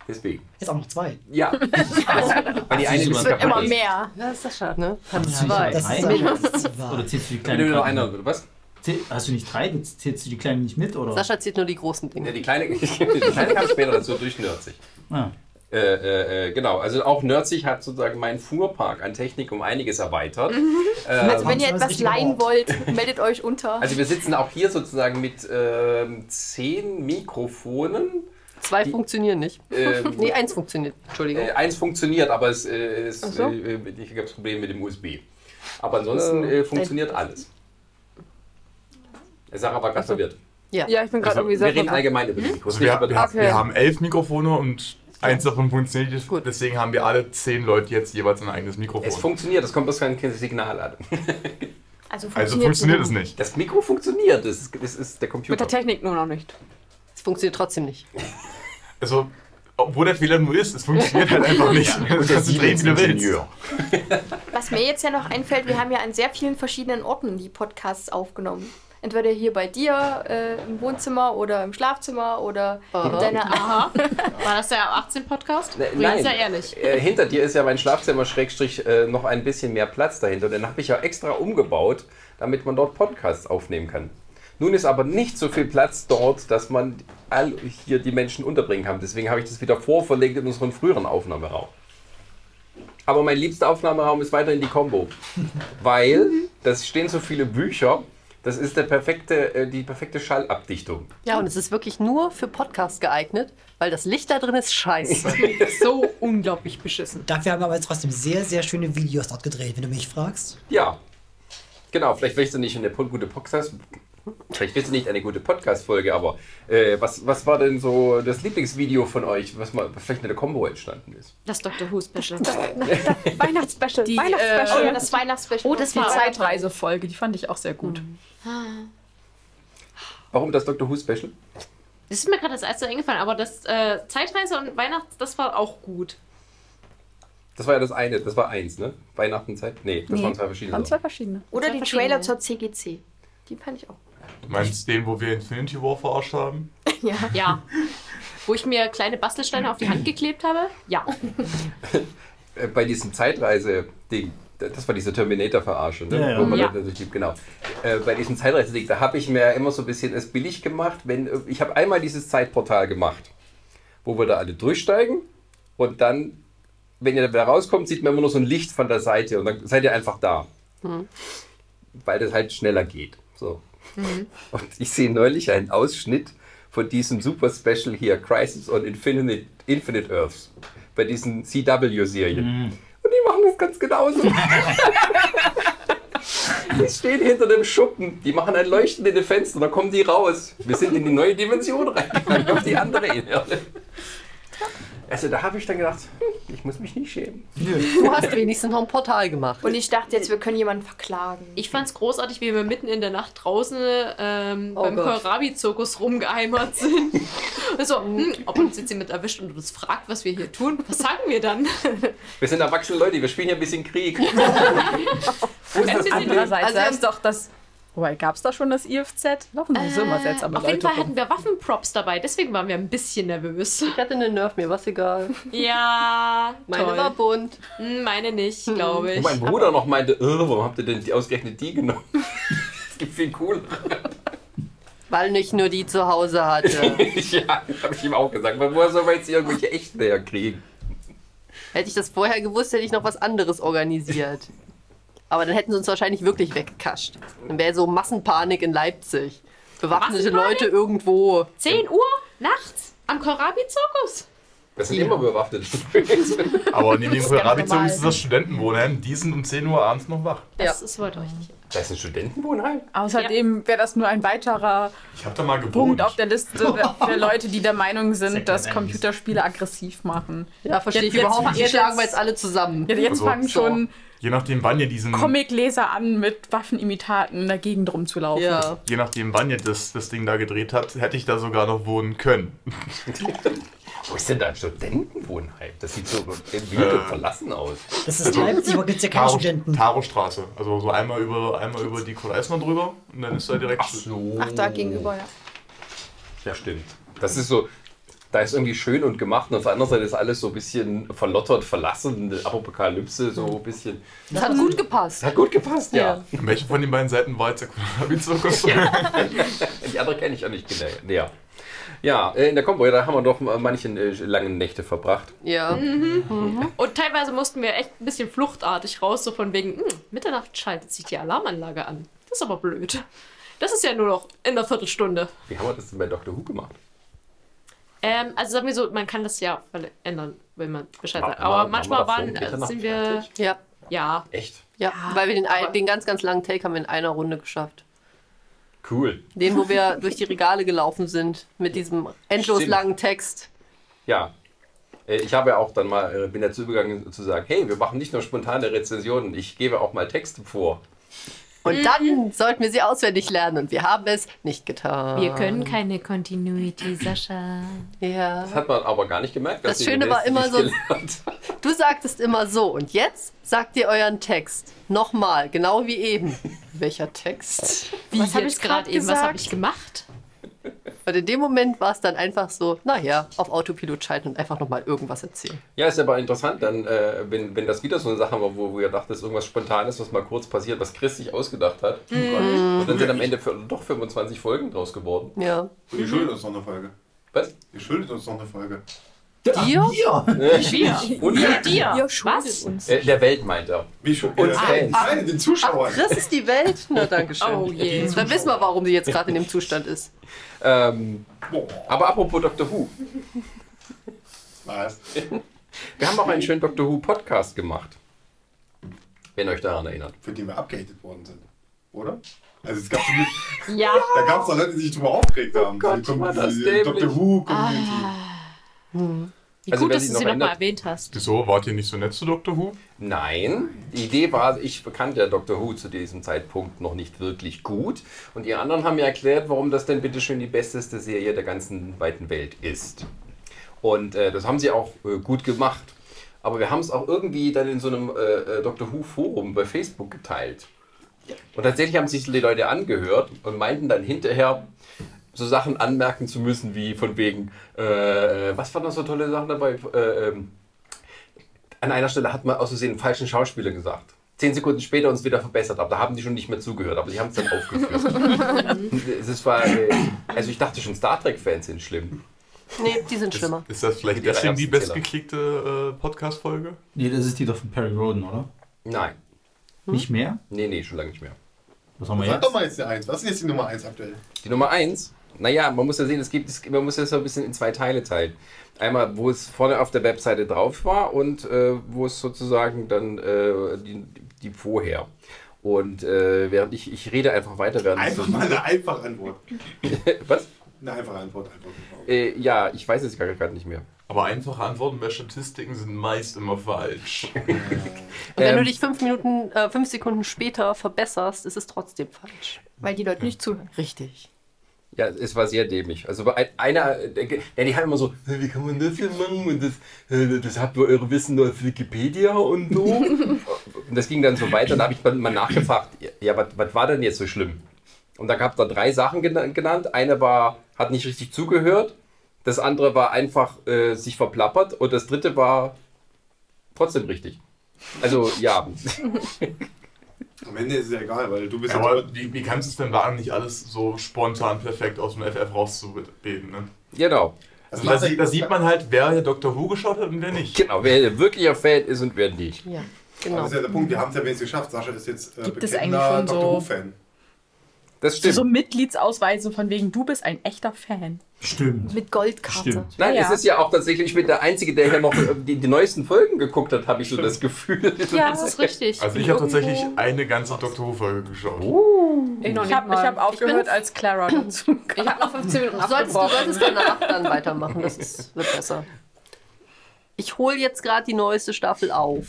Deswegen.
Jetzt auch noch zwei.
Ja. Weil die eine
Es
ist
wird
kaputt
immer
ist.
mehr. Ja, Sascha, ne? Hat
Hast du
zwei.
nicht drei? Oder zählst du die kleinen?
Wenn du noch
Karten?
eine- was?
Zähl- Hast du nicht drei? Jetzt Zählst du die kleinen nicht mit? Oder?
Sascha zieht nur die großen Dinge.
Ja, die kleine, die kleine kam später dazu durch Nerdzig.
Ah.
Äh, äh, äh, genau, also auch Nerdzig hat sozusagen meinen Fuhrpark an Technik um einiges erweitert.
Mhm.
Ähm,
also wenn ihr etwas leihen wollt, meldet euch unter.
also wir sitzen auch hier sozusagen mit ähm, zehn Mikrofonen.
Zwei funktionieren nicht.
Ähm,
nee, eins funktioniert. Entschuldigung.
Äh, eins funktioniert, aber es, äh, es
Ach so.
äh, ich habe das Problem mit dem USB. Aber
Oh.
ansonsten äh, funktioniert alles. Sarah war gerade verwirrt.
Ja.
ja, ich bin gerade
Also,
irgendwie
wir reden allgemein über die
Hm?
Mikros.
Also wir,
nicht
wir,
über das-
wir haben elf Mikrofone und eins davon funktioniert. nicht. Deswegen haben wir alle zehn Leute jetzt jeweils ein eigenes Mikrofon.
Es funktioniert, es kommt bloß kein Signal an.
also funktioniert es nicht.
Das Mikro funktioniert, das ist, das ist der
Mit
Computer.
der Technik nur noch nicht.
Es funktioniert trotzdem nicht.
Also, obwohl der Fehler nur ist, es funktioniert halt einfach nicht.
Ja.
Das kannst du drehen, wie du willst.
Was mir jetzt ja noch einfällt, wir haben ja an sehr vielen verschiedenen Orten die Podcasts aufgenommen. Entweder hier bei dir äh, im Wohnzimmer oder im Schlafzimmer oder in
Aha.
deiner
Aha. War das der 18 Podcast?
Ne,
Nein. Sei ehrlich.
Äh, hinter dir ist ja mein Schlafzimmer Schrägstrich äh, noch ein bisschen mehr Platz dahinter. Und den habe ich ja extra umgebaut, damit man dort Podcasts aufnehmen kann. Nun ist aber nicht so viel Platz dort, dass man all hier die Menschen unterbringen kann. Deswegen habe ich das wieder vorverlegt in unseren früheren Aufnahmeraum. Aber mein liebster Aufnahmeraum ist weiterhin die Combo, weil das stehen so viele Bücher. Das ist der perfekte, äh, die perfekte Schallabdichtung.
Ja, und es ist wirklich nur für Podcasts geeignet, weil das Licht da drin ist scheiße.
so unglaublich beschissen.
Dafür haben wir aber trotzdem sehr, sehr schöne Videos dort gedreht, wenn du mich fragst.
Ja. Genau, vielleicht willst du nicht eine po- gute Podcast. Vielleicht willst du nicht eine gute Podcast-Folge, aber äh, was, was war denn so das Lieblingsvideo von euch, was mal vielleicht in der Combo entstanden ist?
Das Dr. Who Special.
Weihnachtsspecial.
Die,
Weihnachtsspecial.
äh,
Oh ja, das Weihnachtsspecial.
Oh, das
Die
war die
Zeit-
Zeitreisefolge, die fand ich auch sehr gut.
Ah.
Warum das Dr. Who Special?
Das ist mir gerade das erste eingefallen, aber das äh, Zeitreise und Weihnachts, das war auch gut.
Das war ja das eine, das war eins, ne? Weihnachten Zeit? Nee, das
Nee,
waren zwei verschiedene.
Waren zwei
Sachen.
verschiedene.
Oder
Zwei
die
verschiedene.
Trailer zur CGC. Die fand ich auch.
Du meinst den, wo wir Infinity War verarscht haben?
Ja. Ja. Wo ich mir kleine Bastelsteine auf die Hand geklebt habe? Ja.
Äh, Bei diesem Zeitreise-Ding, da- das war diese Terminator-Verarsche, ne?
Ja, ja.
Wo man
Ja.
da durch die- genau. Äh, bei diesem Zeitreise-Ding, da habe ich mir immer so ein bisschen es billig gemacht, wenn äh, ich habe einmal dieses Zeitportal gemacht, wo wir da alle durchsteigen und dann,
Mhm.
wenn ihr da wieder rauskommt, sieht man immer nur so ein Licht von der Seite und dann seid ihr einfach da. weil das halt schneller geht. So.
Mhm.
Und ich sehe neulich einen Ausschnitt von diesem Super Special hier, Crisis on Infinite, Infinite Earths, bei diesen
Mhm.
CW-Serien. Und die machen das ganz genau. genauso. die stehen hinter dem Schuppen, die machen ein Leuchten in den Fenstern, da kommen die raus. Wir sind in die neue Dimension reingegangen, auf die andere Erde. Also da habe ich dann gedacht, hm, ich muss mich nicht schämen.
Du hast wenigstens noch ein Portal gemacht.
Und ich dachte jetzt, wir können jemanden verklagen.
Ich fand's großartig, wie wir mitten in der Nacht draußen ähm,
Oh
beim
Gott.
Kohlrabi-Zirkus rumgeheimert sind. Und so, hm, ob uns jetzt jemand erwischt und uns fragt, was wir hier tun, was sagen wir dann?
Wir sind erwachsene Leute, wir spielen hier ein bisschen Krieg.
Also
Also
andererseits also
wir
ist doch das. Wobei, gab es da schon das IFZ? Laufen sowieso immer seltsame
Äh, Auf jeden
Leute
Fall
rum.
hatten wir Waffenprops dabei, deswegen waren wir ein bisschen nervös. Ich
hatte eine Nerf, mir war's egal.
Ja,
Meine
toll.
war bunt. Hm.
Hm, Meine nicht, glaube ich.
Und Oh, mein Bruder noch meinte, äh, warum habt ihr denn die, ausgerechnet die genommen? Es gibt viel coolere.
Weil nicht nur die zu Hause hatte.
ja, habe ich ihm auch gesagt. Aber Woher soll man jetzt irgendwelche echten herkriegen?
hätte ich das vorher gewusst, hätte ich noch was anderes organisiert. Aber dann hätten sie uns wahrscheinlich wirklich weggekascht. Dann wäre so Massenpanik in Leipzig. Bewaffnete
Massenpanik?
Leute irgendwo.
10 Uhr nachts am Kohlrabi-Zirkus.
Das sind immer bewaffnet.
Aber neben dem
Das ist ganz
Kohlrabi-Zirkus
normal.
ist das Studentenwohnheim. Die sind um 10 Uhr abends noch wach.
Das ist wohl richtig.
Da ist ein Studenten.
Außerdem wäre das nur ein weiterer
Ich hab da mal
Punkt
gewohnt.
auf der Liste der- der Leute, die der Meinung sind, dass
Enemies.
Computerspiele aggressiv machen.
Ja, verstehe
Jetzt-
ich überhaupt
jetzt-
nicht. Jetzt schlagen wir jetzt alle zusammen.
Jetzt, jetzt
Also,
fangen schon
Je nachdem, wann ihr diesen.
Comicleser an, mit Waffenimitaten in der Gegend rumzulaufen.
Je nachdem, wann ihr das, das Ding da gedreht habt, hätte ich da sogar noch wohnen können.
Wo ist denn da ein Studentenwohnheim? Das sieht so
Äh.
wild und verlassen aus.
Das
ist Leipzig, wo gibt's ja keine Studenten.
Also Tarostraße. Also so einmal über, einmal über die Kohl-Eisner drüber und dann ist da direkt. Ach
so.
Ach, da gegenüber, ja.
Ja, stimmt. Das ist so, da ist irgendwie schön und gemacht und auf der anderen Seite ist alles so ein bisschen verlottert, verlassen, eine Apokalypse, so ein bisschen.
Das hat gut gepasst.
Das hat gut gepasst, ja.
Welche von den beiden Seiten war jetzt der Kohl-Eisner-Zirkus?
Die andere kenne ich auch nicht genau. näher. Ja, äh, in der Combo, ja, da haben wir doch manche äh, langen Nächte verbracht.
Ja.
Mhm. Und teilweise mussten wir echt ein bisschen fluchtartig raus, so von wegen, hm, Mitternacht schaltet sich die Alarmanlage an. Das ist aber blöd. Das ist ja nur noch in der Viertelstunde.
Wie haben wir das denn bei Dr. Who gemacht?
Ähm, also sagen wir so, man kann das ja ver- ändern, wenn man Bescheid
Ma-
sagt.
ma-
Aber
ma-
manchmal
ma-
waren,
Mitternacht
also sind wir.
Ja.
Ja.
Echt?
Ja, weil wir den, ein- den ganz, ganz langen Take haben wir in einer Runde geschafft.
Cool.
Den, wo wir durch die Regale gelaufen sind mit diesem endlos
Stimmt.
langen Text.
Ja. Äh, Ich habe ja auch dann mal, äh, bin dazu übergegangen zu sagen, hey, wir machen nicht nur spontane Rezensionen, ich gebe auch mal Texte vor.
Und
Mhm.
dann sollten wir sie auswendig lernen und wir haben es nicht getan.
Ah.
Wir können keine Continuity, Sascha.
Ja.
Das hat man aber gar nicht gemerkt.
Das
dass
Schöne
die
war
Nächste
immer
nicht
so-
gelernt hat.
Du sagtest immer so und jetzt sagt ihr euren Text. Nochmal, genau wie eben. Welcher Text? Wie
Was hab ich grad eben, was hab ich gemacht?
Und in dem Moment war es dann einfach so, naja, auf Autopilot schalten und einfach nochmal irgendwas erzählen.
Ja, ist aber interessant, dann, äh, wenn, wenn das wieder so eine Sache war, wo wir dachten, das ist irgendwas Spontanes, was mal kurz passiert, was Chris sich ausgedacht hat. oh
Mhm.
Und dann sind am Ende für, doch 25 Folgen draus geworden.
Ja. Mhm.
Und ihr schuldet uns noch eine Folge.
Was?
Ihr schuldet uns noch eine Folge.
Dir?
Wir. Und
Ihr,
dir.
Ihr schuldet Was? uns.
Äh, der Welt meint er.
Wie Ah, schon?
Und Fans.
Nein, den Zuschauern.
Ah. Chris ist die Welt. Na, danke schön.
Oh je.
Dann wissen wir, warum sie jetzt gerade in dem Zustand ist.
Ähm, aber apropos Doctor Who.
Was?
Wir haben auch einen schönen Doctor Who Podcast gemacht. Wenn euch daran erinnert.
Für den wir abgehatet worden sind. Oder? Also es gab zumindest,
Ja.
da gab es doch Leute, die sich drüber aufgeregt haben.
Gott,
die
war das
die
dämlich.
Dr. Who Community.
äh, Wie
Also,
gut,
wer
dass
sich
du sie nochmal
noch erinnert-
erwähnt hast.
Wieso? Wart ihr nicht so nett zu Dr. Who?
Nein, die Idee war, ich bekannte ja Dr. Who zu diesem Zeitpunkt noch nicht wirklich gut. Und die anderen haben mir erklärt, warum das denn bitteschön die besteste Serie der ganzen weiten Welt ist. Und äh, das haben sie auch äh, gut gemacht. Aber wir haben es auch irgendwie dann in so einem äh, äh, Dr. Who Forum bei Facebook geteilt. Und tatsächlich haben sich die Leute angehört und meinten dann hinterher, so Sachen anmerken zu müssen, wie von wegen, äh, äh, was waren da so tolle Sachen dabei? Äh, ähm, an einer Stelle hat man aus Versehen einen falschen Schauspieler gesagt. Zehn Sekunden später uns wieder verbessert, aber da haben die schon nicht mehr zugehört, aber sie haben es dann
Mhm.
aufgeführt. es ist zwar, äh, also ich dachte schon, Star Trek-Fans sind schlimm.
Nee, die sind schlimmer.
Ist das vielleicht
Mit ihrer
deswegen die
ersten Zähler.
bestgeklickte äh, Podcast-Folge?
Nee, das ist die doch von Perry Roden, oder?
Nein.
Nicht mehr?
Nee, nee, schon lange nicht mehr.
Was haben wir
Sag
jetzt?
doch mal jetzt eine 1. Was ist jetzt die Nummer 1 aktuell?
Die Nummer 1, naja, man muss ja sehen, es gibt, es, man muss das so ein bisschen in zwei Teile teilen. Einmal, wo es vorne auf der Webseite drauf war und äh, wo es sozusagen dann äh, die, die vorher. Und äh, während ich, ich rede einfach weiter, während es
Einfach
so-
mal eine einfache Antwort.
Was?
Eine einfache Antwort. Einfach.
Äh, ja, ich weiß es gar gerade nicht mehr.
Aber einfache Antworten bei Statistiken sind meist immer falsch.
Und wenn
Ähm,
du dich fünf Minuten, äh, fünf Sekunden später verbesserst, ist es trotzdem falsch.
Weil die Leute nicht zuhören.
Richtig.
Ja, es war sehr dämlich. Also bei ein- einer, äh, denke, ja, die haben immer so, "Hä, wie kann man das denn machen? Und das, äh, das habt ihr eure Wissen nur auf Wikipedia und so. und das ging dann so weiter. Da habe ich dann mal nachgefragt, ja, was was war denn jetzt so schlimm? Und da gab es da drei Sachen gena- genannt. Eine war, hat nicht richtig zugehört. Das andere war einfach äh, sich verplappert. Und das dritte war trotzdem richtig. Also ja.
Am Ende ist es ja egal, weil du bist
Ja, aber wie, wie kannst du es denn wagen, nicht alles so spontan perfekt aus dem FF rauszubeten, ne?
Genau.
Also da, sie- da sieht man halt, wer hier Dr. Who geschaut hat und wer nicht.
Genau, wer wirklicher Fan ist und wer nicht.
Ja,
Genau. Das ist ja der Punkt, wir haben es ja wenigstens geschafft. Sascha ist jetzt äh,
Gibt es
bekennender
eigentlich schon
Dr.
so-
Who-Fan.
Das
So, so Mitgliedsausweise von wegen, du bist ein echter Fan.
Stimmt.
Mit Goldkarte.
Stimmt. Nein,
Ja,
es
ja.
ist ja auch tatsächlich, ich bin der Einzige, der hier noch äh, die, die neuesten Folgen geguckt hat, habe ich so das Gefühl.
Ja, das ist richtig.
Also ich habe tatsächlich eine ganze Dr. Who-Folge geschaut.
Uh,
Uh.
Ich,
noch nicht
hab- ich
mal.
habe
Ich bin-
aufgehört, als Clara dazu kam.
Ich habe noch 15 Minuten
Solltest, du
abgebrochen.
solltest danach dann weitermachen, das ist, wird besser. Ich hole jetzt gerade die neueste Staffel auf.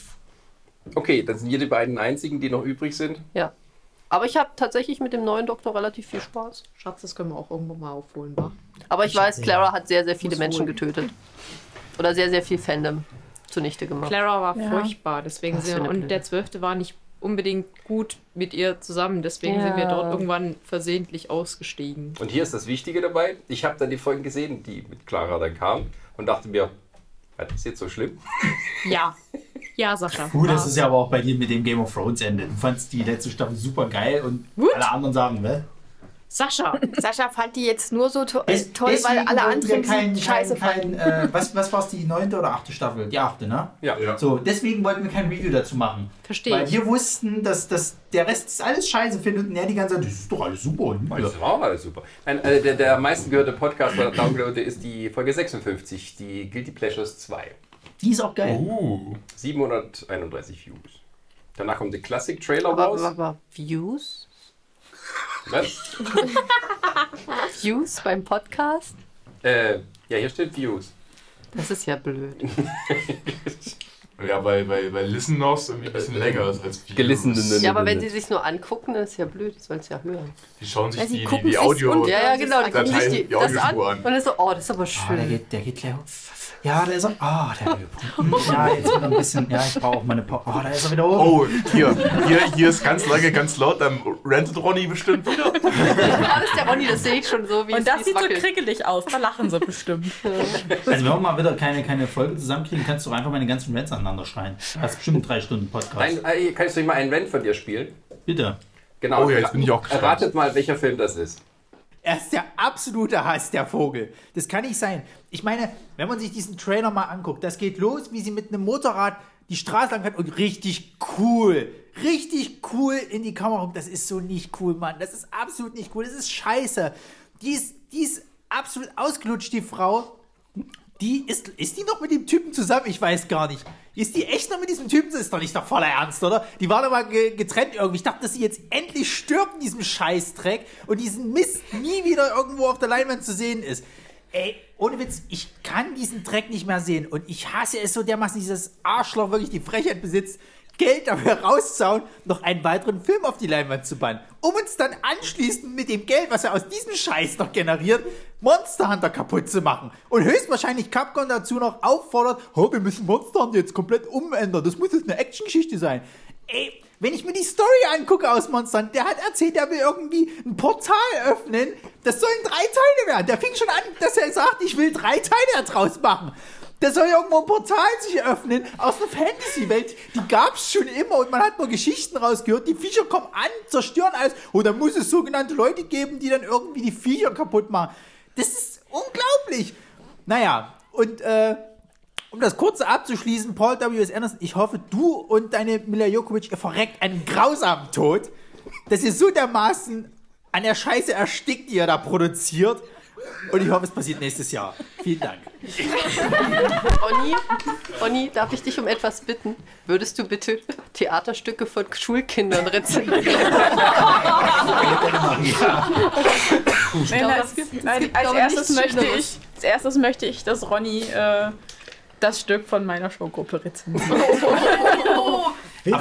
Okay, dann sind hier die beiden einzigen, die noch übrig sind.
Ja. Aber ich habe tatsächlich mit dem neuen Doktor relativ viel Spaß.
Schatz, das können wir auch irgendwann mal aufholen, wa?
Aber ich weiß, Clara hat sehr, sehr viele
Muss
Menschen
holen.
getötet. Oder sehr, sehr viel Fandom zunichte gemacht.
Clara war
Ja.
furchtbar, deswegen
Was für
sind
eine
und
Blöde.
der Zwölfte war nicht unbedingt gut mit ihr zusammen, deswegen sind wir
Ja.
dort irgendwann versehentlich ausgestiegen.
Und hier ist das Wichtige dabei, ich habe dann die Folgen gesehen, die mit Clara dann kam und dachte mir, was ist jetzt so schlimm?
Ja, ja, Sascha.
Gut, das
Ah.
ist ja aber auch bei dir mit dem Game of Thrones Ende. Du fandst die letzte Staffel super geil und alle anderen sagen, ne?
Sascha.
Sascha fand die jetzt nur so to äh,
Des-
toll, weil alle
deswegen wollen wir
anderen
keinen-
sie scheiße
keinen-
fanden.
keinen, äh, was was war es, die neunte oder achte Staffel? Die achte, ne?
Ja.
So, deswegen wollten wir kein Review dazu machen.
Verstehe
Weil
ich.
wir wussten, dass, dass der Rest ist alles scheiße findet und er die ganze Zeit, das ist doch alles super. Und
Oh, Das war auch alles super. Nein, äh, der, der am meisten gehörte Podcast der Download ist die Folge 56, die Guilty Pleasures 2.
Die ist auch geil.
Oh.
731 Views. Danach kommt der Classic Trailer
Aber,
raus.
aber, aber Views?
Was?
Views beim Podcast?
Äh, ja, hier steht Views.
Das ist ja blöd.
Ja, weil, weil, weil Listeners irgendwie ein bisschen länger ist als Views. ne,
Ja, aber wenn sie sich nur angucken, dann ist es ja blöd, die sollen es ja hören.
Die schauen sich
Weil sie
die, die,
gucken
die
sich's
Audio...
und- Ja, ja, genau, die gucken
Dateien-
sich die-
die
das
Audiospur an.
Und dann so, oh, das ist aber
Ah, der
schön.
geht, der geht gleich. Ja, der ist auch. Ah, der hat gepunkt. Ja, jetzt wieder ein bisschen. Ja, ich brauche auch meine Pause. Oh, da ist er wieder Also, hoch.
Oh, hier, hier, hier ist ganz lange, ganz laut, dann rentet Ronny bestimmt wieder.
Alles der Ronny, das sehe ich schon so, wie
Und
es- wie
das
es
sieht so
wackelt.
krickelig aus. Da lachen sie bestimmt.
Also, wenn wir mal wieder keine, keine Folge zusammenkriegen, kannst du einfach meine ganzen Rants aneinander schreien. Hast bestimmt einen drei Stunden Podcast.
Nein, äh, kannst du nicht mal einen Rant von dir spielen?
Bitte.
Genau.
Oh ja, jetzt bin ich auch gespannt.
Erratet mal, welcher Film das ist.
Er ist der absolute Hass, der Vogel. Das kann nicht sein. Ich meine, wenn man sich diesen Trailer mal anguckt, das geht los, wie sie mit einem Motorrad die Straße lang fährt und richtig cool, richtig cool in die Kamera guckt. Das ist so nicht cool, Mann. Das ist absolut nicht cool. Das ist scheiße. Die ist, die ist absolut ausgelutscht, die Frau. Die ist, ist die noch mit dem Typen zusammen? Ich weiß gar nicht. Ist die echt noch mit diesem Typen? Das ist doch nicht doch voller Ernst, oder? Die war doch mal ge getrennt irgendwie. Ich dachte, dass sie jetzt endlich stirbt in diesem Scheißdreck und diesen Mist nie wieder irgendwo auf der Leinwand zu sehen ist. Ey, ohne Witz, ich kann diesen Dreck nicht mehr sehen und ich hasse es so dermaßen, dieses Arschloch wirklich die Frechheit besitzt, Geld dafür rauszuhauen, noch einen weiteren Film auf die Leinwand zu bannen, um uns dann anschließend mit dem Geld, was er aus diesem Scheiß noch generiert, Monster Hunter kaputt zu machen. Und höchstwahrscheinlich Capcom dazu noch auffordert, oh, wir müssen Monster Hunter jetzt komplett umändern, das muss jetzt eine Actiongeschichte sein. Ey, wenn ich mir die Story angucke aus Monster Hunter, der hat erzählt, er will irgendwie ein Portal öffnen, das sollen drei Teile werden. Der fing schon an, dass er sagt, ich will drei Teile draus machen. Da soll irgendwo ein Portal sich eröffnen aus einer Fantasy-Welt. Die gab's schon immer und man hat nur Geschichten rausgehört. Die Viecher kommen an, zerstören alles. Und dann muss es sogenannte Leute geben, die dann irgendwie die Viecher kaputt machen. Das ist unglaublich. Naja, und äh, um das kurze abzuschließen, Paul W.S. Anderson, ich hoffe, du und deine Mila Jokovic, ihr verreckt einen grausamen Tod. dass ihr so dermaßen an der Scheiße erstickt, die ihr da produziert. Und ich hoffe, es passiert nächstes Jahr. Vielen Dank.
Onni, Onni, darf ich dich um etwas bitten? Würdest du bitte Theaterstücke von Schulkindern rezensieren?
Nein,
glaube,
als-
es gibt- es
nein,
gibt,
als,
glaube ich,
erstes
nichts
möchte
Schöneres.
ich, als erstes möchte ich, dass Ronny äh, das Stück von meiner Showgruppe rezensiert.
Aber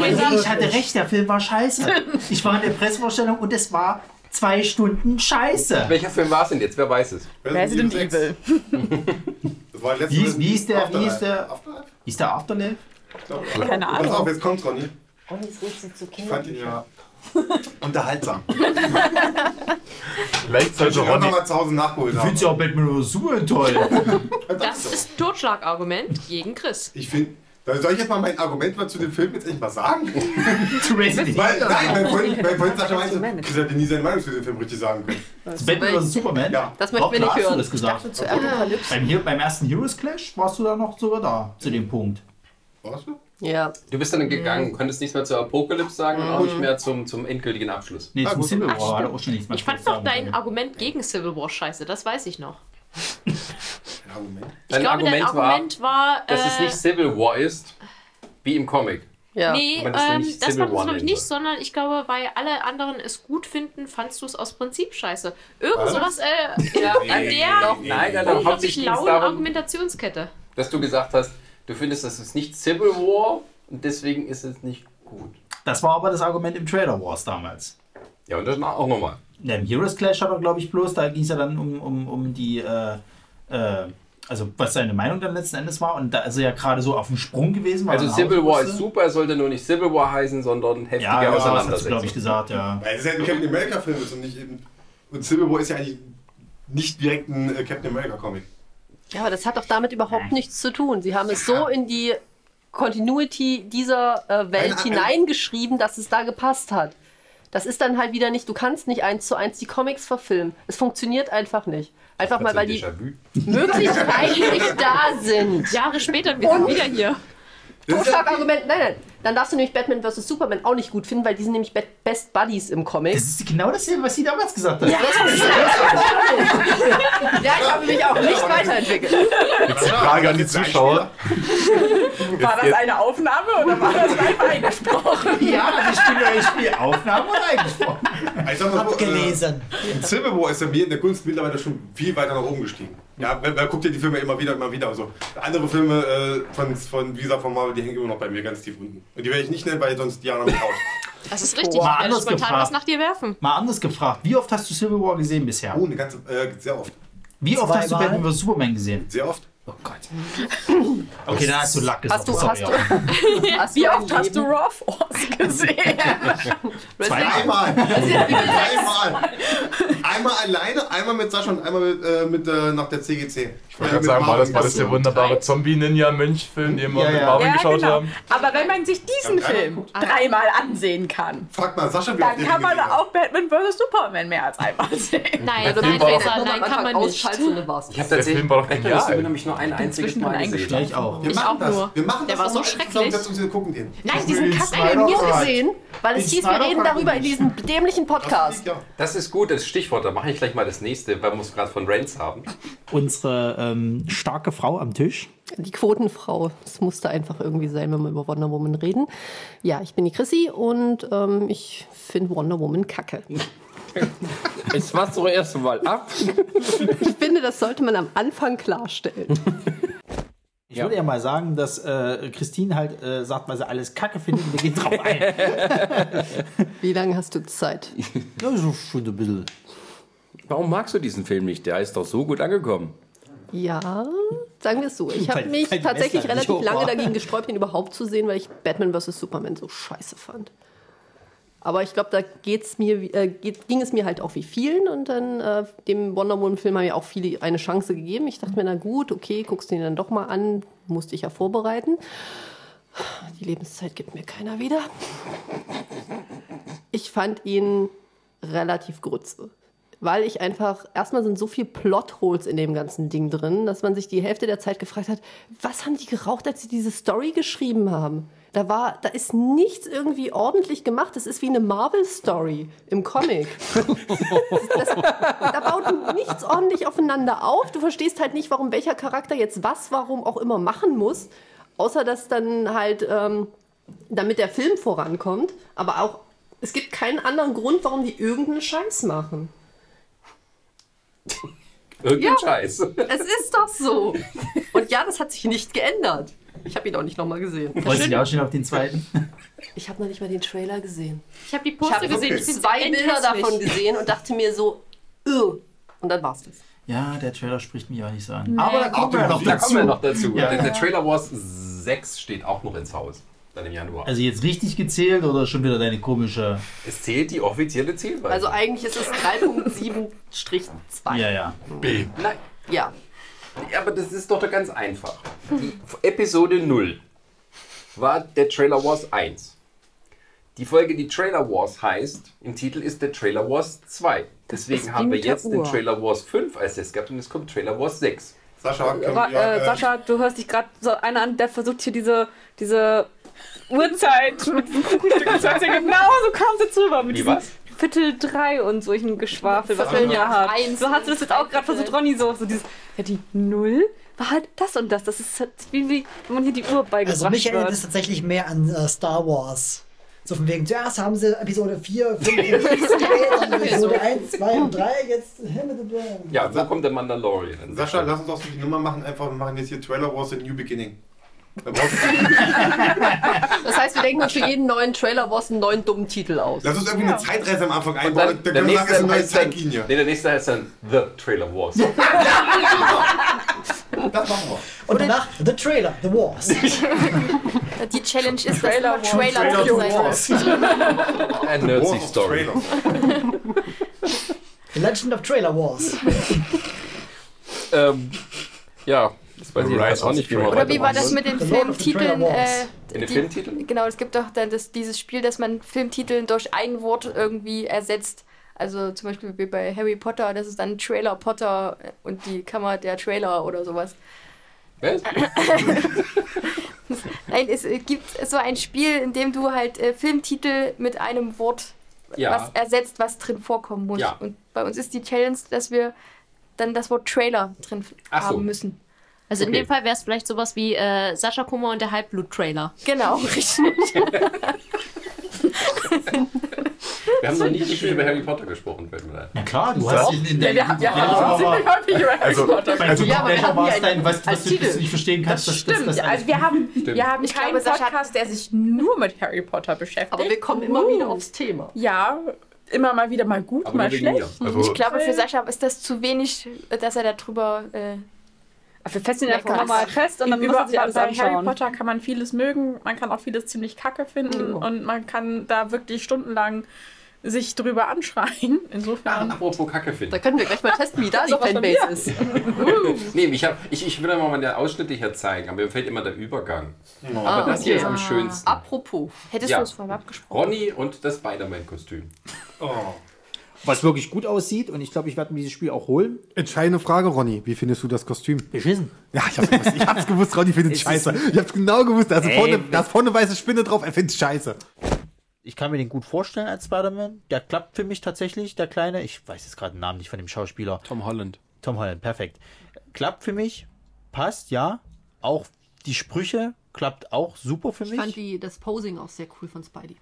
Vielen Dank.
ich hatte recht, der Film war scheiße. Ich war in der Pressevorstellung und es war zwei Stunden scheiße.
Welcher Film war es denn jetzt? Wer weiß es?
Resident Evil. Wie, ist- wie ist der, wie ist der, wie ist der Afterlife?
Keine Pass Ahnung. auf, jetzt kommt's, Ronny. Ich fand ihn ja unterhaltsam.
Vielleicht
sollte Ich hab Ronny- noch mal zu Hause nachgeholt
Du
haben.
findest ja auch Batman oder Super toll.
Das ist Totschlagargument gegen Chris.
Ich finde. Soll ich jetzt mal mein Argument mal zu dem Film jetzt echt mal sagen?
zu Resident
Weil,
Evil.
nein, weil vorhin, weil vorhin Sascha meinte, Chris hätte nie seine Meinung zu dem Film richtig sagen können.
Zu Batman vs. Superman?
Ja.
Das möchten wir
Klar
nicht
hast du
hören.
das gesagt.
Ich dachte zu Apokalypse.
beim, Hero- beim ersten Heroes Clash warst du da noch sogar da, zu dem Punkt.
Warst du?
Ja.
Du bist dann gegangen, konntest nichts mehr zur Apokalypse sagen,
Mhm.
auch nicht mehr zum, zum endgültigen Abschluss.
Nee,
Ah,
zum Civil War
Ach,
war da
stimmt.
oh, auch schon nichts mehr.
Ich fand doch dein Argument gegen Civil War scheiße, das weiß ich noch. Ich
Dein
glaube,
Argument,
dein Argument war.
war, dass es
äh,
nicht Civil War ist, wie im Comic.
Nee,
Wenn man das
das, ähm,
nämlich
das
Civil
war das,
War
glaube ich,
nennen
nicht, sondern ich glaube, weil alle anderen es gut finden, fandst du es aus Prinzip scheiße. Irgend
Was?
sowas äh,
Ja.
in
Nein,
der
doch, nein, nein, doch,
unglaublich
hauptsächlich
lauen
darum-
Argumentationskette.
Dass du gesagt hast, du findest, das ist nicht Civil War und deswegen ist es nicht gut.
Das war aber das Argument im Trailer Wars damals.
Ja, und das war auch nochmal.
Ja, Im Heroes Clash hat er, glaube ich, bloß, da ging es ja dann um, um, um die, äh, äh, also was seine Meinung dann letzten Endes war. Und da ist er ja gerade so auf dem Sprung gewesen. weil
Also
er nach
Civil
Hause
War
musste.
ist super, es sollte nur nicht Civil War heißen, sondern heftige
Ja, ja, das
Auseinandersetzung.
hast du, glaube ich, gesagt, ja.
Weil es ja ein Captain America-Film ist und nicht eben. Und Civil War ist ja eigentlich nicht direkt ein äh, Captain America-Comic.
Ja, aber das hat doch damit überhaupt nichts zu tun. Sie haben es so in die Continuity dieser äh, Welt
Eine- eine-
hineingeschrieben, dass es da gepasst hat. Das ist dann halt wieder nicht, du kannst nicht eins zu eins die Comics verfilmen. Es funktioniert einfach nicht. Einfach mal, weil die Möglichkeiten nicht da sind.
Jahre später, und wir sind wieder hier.
Totschlagargument, nein, nein. Dann darfst du nämlich Batman vs. Superman auch nicht gut finden, weil die sind nämlich Be- Best Buddies im Comic. Das
ist genau dasselbe, was sie damals gesagt hat.
Ja, ja ich habe mich auch nicht weiterentwickelt.
Jetzt die Frage an die Zuschauer.
War das eine Aufnahme oder war das einfach eingesprochen?
Ja, ich bin ja, ich spiele Aufnahme oder eingesprochen.
Ich sag mal so, Abgelesen. Äh, Civil War ist ja mir in der Kunst mittlerweile schon viel weiter nach oben gestiegen. Ja, weil, weil guckt ja die Filme immer wieder, immer wieder. Also andere Filme äh, von, von, wie gesagt, von Marvel, die hängen immer noch bei mir ganz tief unten. Und die werde ich nicht nennen, weil sonst Diana mich haut.
Das ist
Mal
richtig. Ich werde
anders
spontan
gefragt.
was nach dir werfen.
Mal anders gefragt, wie oft hast du Civil War gesehen bisher?
Oh, eine ganze, äh, sehr oft.
Wie oft hast du
Zweimal.
Batman vs. Superman gesehen?
Sehr oft.
Oh Gott. Okay, dann hast du Lack gesagt.
Hast du,
Sorry,
hast du,
aber-
hast Wie oft hast du
Raw Force gesehen?
Zweimal.
Resident Evil sechs.
Zweimal. Einmal alleine, einmal mit Sascha und einmal mit, äh, mit äh, nach der CGC.
Ich wollte gerade sagen, war das, war das der wunderbare Zombie-Ninja-Mönch-Film, den wir mit Marvin geschaut
genau.
haben?
genau. Aber wenn man sich diesen
Ja, keiner
Film dreimal ansehen kann,
Frag mal Sascha, wie oft
dann
der
kann
den
man
gesehen hat.
auch Batman vs. Superman mehr als einmal sehen.
Nein,
Der Film
nein,
war doch-
Faser, nein, kann man nicht.
Ich habe
Der
tatsächlich
Film war doch
Batman
genial.
vs. Superman nämlich nur ein einziges Mal gesehen.
Ich auch.
Wir
Ich
machen
auch
das.
nur.
Wir machen
Der
das
war so
nochmal extra und
schrecklich.
setzen uns hier gucken den.
Nein, diesen Kack haben wir gesehen, weil es
Den
hieß, wir
Snyder
reden
Cut
darüber in
nicht.
diesem dämlichen Podcast.
Das ist gut, das Stichwort, da mache ich gleich mal das nächste, weil wir es gerade von Rants haben.
Unsere ähm, starke Frau am Tisch.
Die Quotenfrau. Das musste einfach irgendwie sein, wenn wir über Wonder Woman reden. Ja, ich bin die Chrissy und ähm, ich finde Wonder Woman kacke.
Jetzt war's doch erst mal ab.
Ich finde, das sollte man am Anfang klarstellen.
Ich würde ja mal sagen, dass äh, Christine halt äh, sagt, weil sie alles Kacke findet und wir gehen drauf ein.
Wie lange hast du Zeit?
Ja, so schon ein bisschen. Warum magst du diesen Film nicht? Der ist doch so gut angekommen.
Ja, sagen wir es so. Ich habe
Weil-
mich
weil die
tatsächlich
Messer nicht
relativ
hoch
lange
war.
dagegen gesträubt, ihn überhaupt zu sehen, weil ich Batman vs. Superman so scheiße fand. Aber ich glaube, da geht's mir, wie- äh, geht, ging es mir halt auch wie vielen. Und dann äh, dem Wonder Woman-Film haben ja auch viele eine Chance gegeben. Ich dachte mir, na gut, okay, guckst du ihn dann doch mal an. Musste ich ja vorbereiten. Die Lebenszeit gibt mir keiner wieder. Ich fand ihn relativ grütze. Weil ich einfach, erstmal sind so viel Plotholes in dem ganzen Ding drin, dass man sich die Hälfte der Zeit gefragt hat, was haben die geraucht, als sie diese Story geschrieben haben? Da war, da ist nichts irgendwie ordentlich gemacht. Das ist wie eine Marvel-Story im Comic. das, da baut nichts ordentlich aufeinander auf. Du verstehst halt nicht, warum welcher Charakter jetzt was, warum auch immer machen muss. Außer dass dann halt, ähm, damit der Film vorankommt. Aber auch, es gibt keinen anderen Grund, warum die irgendeinen Scheiß machen.
Irgendein
Ja.
Scheiß.
Es ist doch so. Und ja, das hat sich nicht geändert. Ich habe ihn auch nicht nochmal gesehen.
Freut sich auch schon auf den zweiten.
Ich habe noch nicht mal den Trailer gesehen.
Ich habe die
Ich
Poster
habe
gesehen. Ich find's
zwei Bilder
endhässlich.
davon gesehen und dachte mir so, Ugh. und dann war's das.
Ja, der Trailer spricht mich auch nicht so an.
Nee.
Aber da
Ach,
kommen
du,
wir ja noch
da
dazu.
kommen wir noch dazu.
Ja.
Der, der Trailer Wars 6 steht auch noch ins Haus. Dann im Januar.
Also jetzt richtig gezählt oder schon wieder deine komische...
es zählt die offizielle Zählweise.
Also eigentlich ist es 3.7-2.
Ja, ja.
B. Nein,
Ja.
aber das ist doch ganz einfach. Episode 0 war der Trailer Wars 1. Die Folge, die Trailer Wars heißt, im Titel ist der Trailer Wars 2.
ist
Deswegen
wie
haben wir
mit der
jetzt den
Uhr.
Trailer Wars 5 als es gehabt und es kommt Trailer Wars 6.
Sascha, können
Ra
wir,
äh,
äh,
Sascha, du hörst dich gerade so einer an, der versucht hier diese, diese Uhrzeit mit diesem Kuchenstück zu erzählen. Genau so kam sie jetzt rüber. Mit
Wie
diesem
was?
Viertel drei und solchen Geschwafel, was
Viertel
man ja
nach
hat. So hast du das jetzt auch gerade versucht, Ronny, so, so dieses, ja, die Null war halt das und das. Das ist halt wie, wie wenn man hier die Uhr beigebracht
Also mich erinnert
wird.
es tatsächlich mehr an äh, Star Wars. So von wegen, zuerst haben sie Episode 4, 5, 6 dann Episode 1, 2 und 3, jetzt Himmel und Erde.
Ja, so kommt der Mandalorian.
Sascha, lass uns doch so die Nummer machen. Einfach, wir machen jetzt hier Trailer Wars in New Beginning.
Das heißt, wir denken uns für jeden neuen Trailer Wars einen neuen dummen Titel aus.
Lass uns irgendwie eine Zeitreise am Anfang
Und
einbauen.
dann,
Dann,
der,
können wir sagen, es
nächste
ist eine neue
heißt dann,
Zeitlinie.
nee, der nächste heißt dann The Trailer Wars.
Das machen wir.
Und danach The Trailer, The Wars.
Die Challenge ist,
Trailer
dass nur Trailer
Trailer
Ein Nerdsy Story.
The Legend of Trailer Wars.
Ähm, ja, das weiß ich jetzt auch nicht, wie man
Oder wie war
weitermachen
das
soll.
mit den
The Lord of the
Filmtiteln?
Trailer
Äh,
Wars.
In den Filmtiteln?
Genau, es gibt doch dann das, dieses Spiel, dass man Filmtiteln durch ein Wort irgendwie ersetzt. Also zum Beispiel wie bei Harry Potter, das ist dann Trailer Potter und die Kammer der Trailer oder sowas.
Was?
Nein, es äh, gibt so ein Spiel, in dem du halt äh, Filmtitel mit einem Wort
Ja.
was ersetzt, was drin vorkommen muss.
Ja.
Und bei uns ist die Challenge, dass wir dann das Wort Trailer drin f-
Ach so.
haben müssen.
Also in
Okay.
dem Fall wäre es vielleicht sowas wie äh, Sascha Kummer und der Halbblut-Trailer.
Genau, richtig.
Wir haben noch nicht so viel über Harry Potter gesprochen, fällt mir ein.
Na klar, du
Das
hast
auch?
in, in
Ja,
deinem...
wir haben- wir haben
aber-
ziemlich häufig über Harry
also,
Potter
Bei so
gesprochen. Ja, aber wir
Trailer
haben
Wars,
hier
dein, was, was
als
du das
Titel.
nicht verstehen kannst, das, das,
Stimmt,
das,
also wir haben,
Stimmt.
wir haben
Ich
keinen
glaube, Sascha hat-
Podcast, der sich nur mit Harry Potter beschäftigt. Uh.
Aber wir kommen immer wieder aufs Thema.
Ja, immer mal wieder mal gut,
Aber
mal
nur wegen mir.
schlecht.
Also-
ich glaube, für Sascha ist das zu wenig, dass er darüber. Äh,
Wir fesseln
Ja,
einfach immer
krass.
mal fest und dann
Über-
müssen wir sich alles
bei Harry
anschauen.
Potter kann man vieles mögen, man kann auch vieles ziemlich kacke finden
Oh.
Mhm.
und man kann da wirklich stundenlang sich drüber anschreien. Insofern.
Ah, Apropos Kacke finden.
Da können wir gleich mal testen, wie da die
So was von
Fanbase
mir.
ist.
Nee, ich, hab, ich, ich will einmal meine Ausschnitte hier zeigen, aber mir fehlt immer der Übergang. Aber
Ah,
das hier ist
okay.
am schönsten.
Apropos.
hättest
Ja.
du es vorher abgesprochen?
Ronny und das Spider-Man-Kostüm.
Oh.
was wirklich gut aussieht und ich glaube, ich werde mir dieses Spiel auch holen.
Entscheidende Frage, Ronny. Wie findest du das Kostüm?
Beschissen.
Ja, ich hab's gewusst. Ich hab's gewusst, Ronny findet scheiße. Ich hab's genau gewusst. Da ist,
Ey,
vorne,
mit-
da ist vorne weiße Spinne drauf. Er findet's scheiße.
Ich kann mir den gut vorstellen als Spider-Man. Der klappt für mich tatsächlich, der kleine. Ich weiß jetzt gerade den Namen nicht von dem Schauspieler.
Tom Holland.
Tom Holland, perfekt. Klappt für mich, passt, ja. Auch die Sprüche klappt auch super für
Ich fand
mich.
die, das Posing auch sehr cool von Spidey.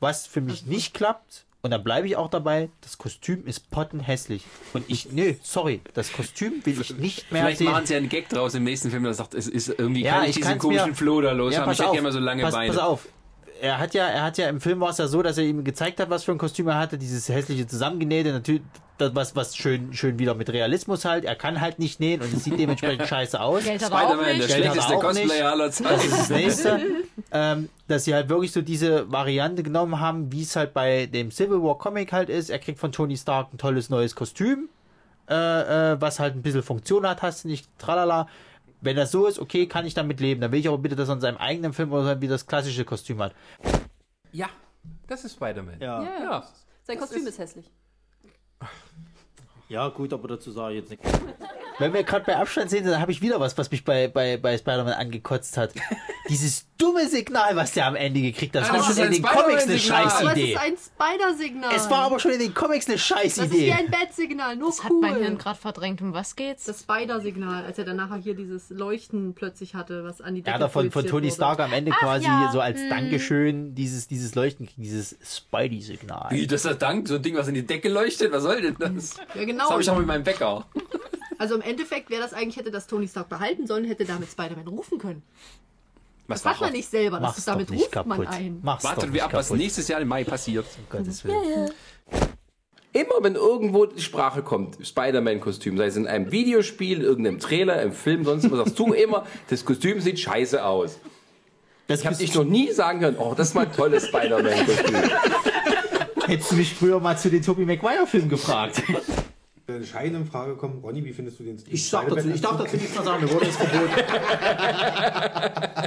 Was für mich nicht klappt, und da bleibe ich auch dabei, das Kostüm ist pottenhässlich. Und ich, nö, sorry, das Kostüm will ich nicht mehr
Vielleicht
sehen.
machen sie einen Gag draus im nächsten Film, der sagt, es ist irgendwie
Ja,
kann ich,
ich
diesen
kann's
komischen
mir-
Floh da los haben.
pass
Ich hätte
auf,
gerne mal so lange
pass,
Beine.
Pass auf. Er hat ja, er hat ja im Film war es ja so, dass er ihm gezeigt hat, was für ein Kostüm er hatte, dieses hässliche zusammengenähte, natürlich das was was schön schön wieder mit Realismus halt. Er kann halt nicht nähen und es sieht dementsprechend scheiße aus.
Geld hat er auch
Spider-Man, der
nicht.
Geld hat er
schlechteste
auch nicht.
Cosplayer aller
Das ist das
Zeiten.
nächste, ähm, dass sie halt wirklich so diese Variante genommen haben, wie es halt bei dem Civil War Comic halt ist. Er kriegt von Tony Stark ein tolles neues Kostüm, äh, äh, was halt ein bisschen Funktion hat, hast du nicht, tralala. Wenn das so ist, okay, kann ich damit leben. Dann will ich aber bitte, dass er in seinem eigenen Film oder wie das klassische Kostüm hat.
Ja, das ist Spider-Man.
Ja.
ja.
Sein Kostüm ist hässlich.
Ja, gut, aber dazu sage ich jetzt nichts. Wenn wir gerade bei Abstand sind, dann habe ich wieder was, was mich bei, bei, bei Spider-Man angekotzt hat. Dieses
dumme Signal, was der am Ende gekriegt hat. Das
Aber
war
es
schon
ist
in
ein
den Comics eine
Spider-Man-Signal. Aber
Scheißidee.
es ist ein Spider-Signal.
Es war aber schon in den Comics eine
Das ist wie
Scheißidee.
ein Bat-Signal, nur
Das hat
cool.
mein Hirn gerade verdrängt. Um was geht's?
Das Spider-Signal, als er dann nachher hier dieses Leuchten plötzlich hatte, was an die Decke
Ja, davon von
projiziert
Tony
wurde.
Stark am Ende
Ach
quasi
ja,
so als
hm.
Dankeschön dieses, dieses Leuchten, dieses Spidey-Signal.
Wie, das ist dank, so ein Ding, was in die Decke leuchtet? Was soll denn das?
Ja, genau.
Das habe ich auch mit meinem Bäcker.
Also im Endeffekt wäre das eigentlich, hätte das Tony Stark behalten sollen, hätte damit Spider-Man rufen können.
Was
Das macht man nicht selber, das ist, damit ruft man ein.
Warten wir ab, was nächstes Jahr im Mai passiert.
Um
Ja, ja.
Immer wenn irgendwo die Sprache kommt, Spider-Man-Kostüm, sei es in einem Videospiel, in irgendeinem Trailer, im Film, sonst was, sagst du immer, das Kostüm sieht scheiße aus. ich habe dich noch nie sagen können, oh, das ist mal ein tolles Spider-Man-Kostüm.
Hättest du mich früher mal zu den Tobey Maguire-Filmen gefragt.
Eine entscheidende Frage kommt, Ronny, wie findest du den
Ich, sag dazu, ich darf dazu nichts mehr sagen, mir wurde es verboten.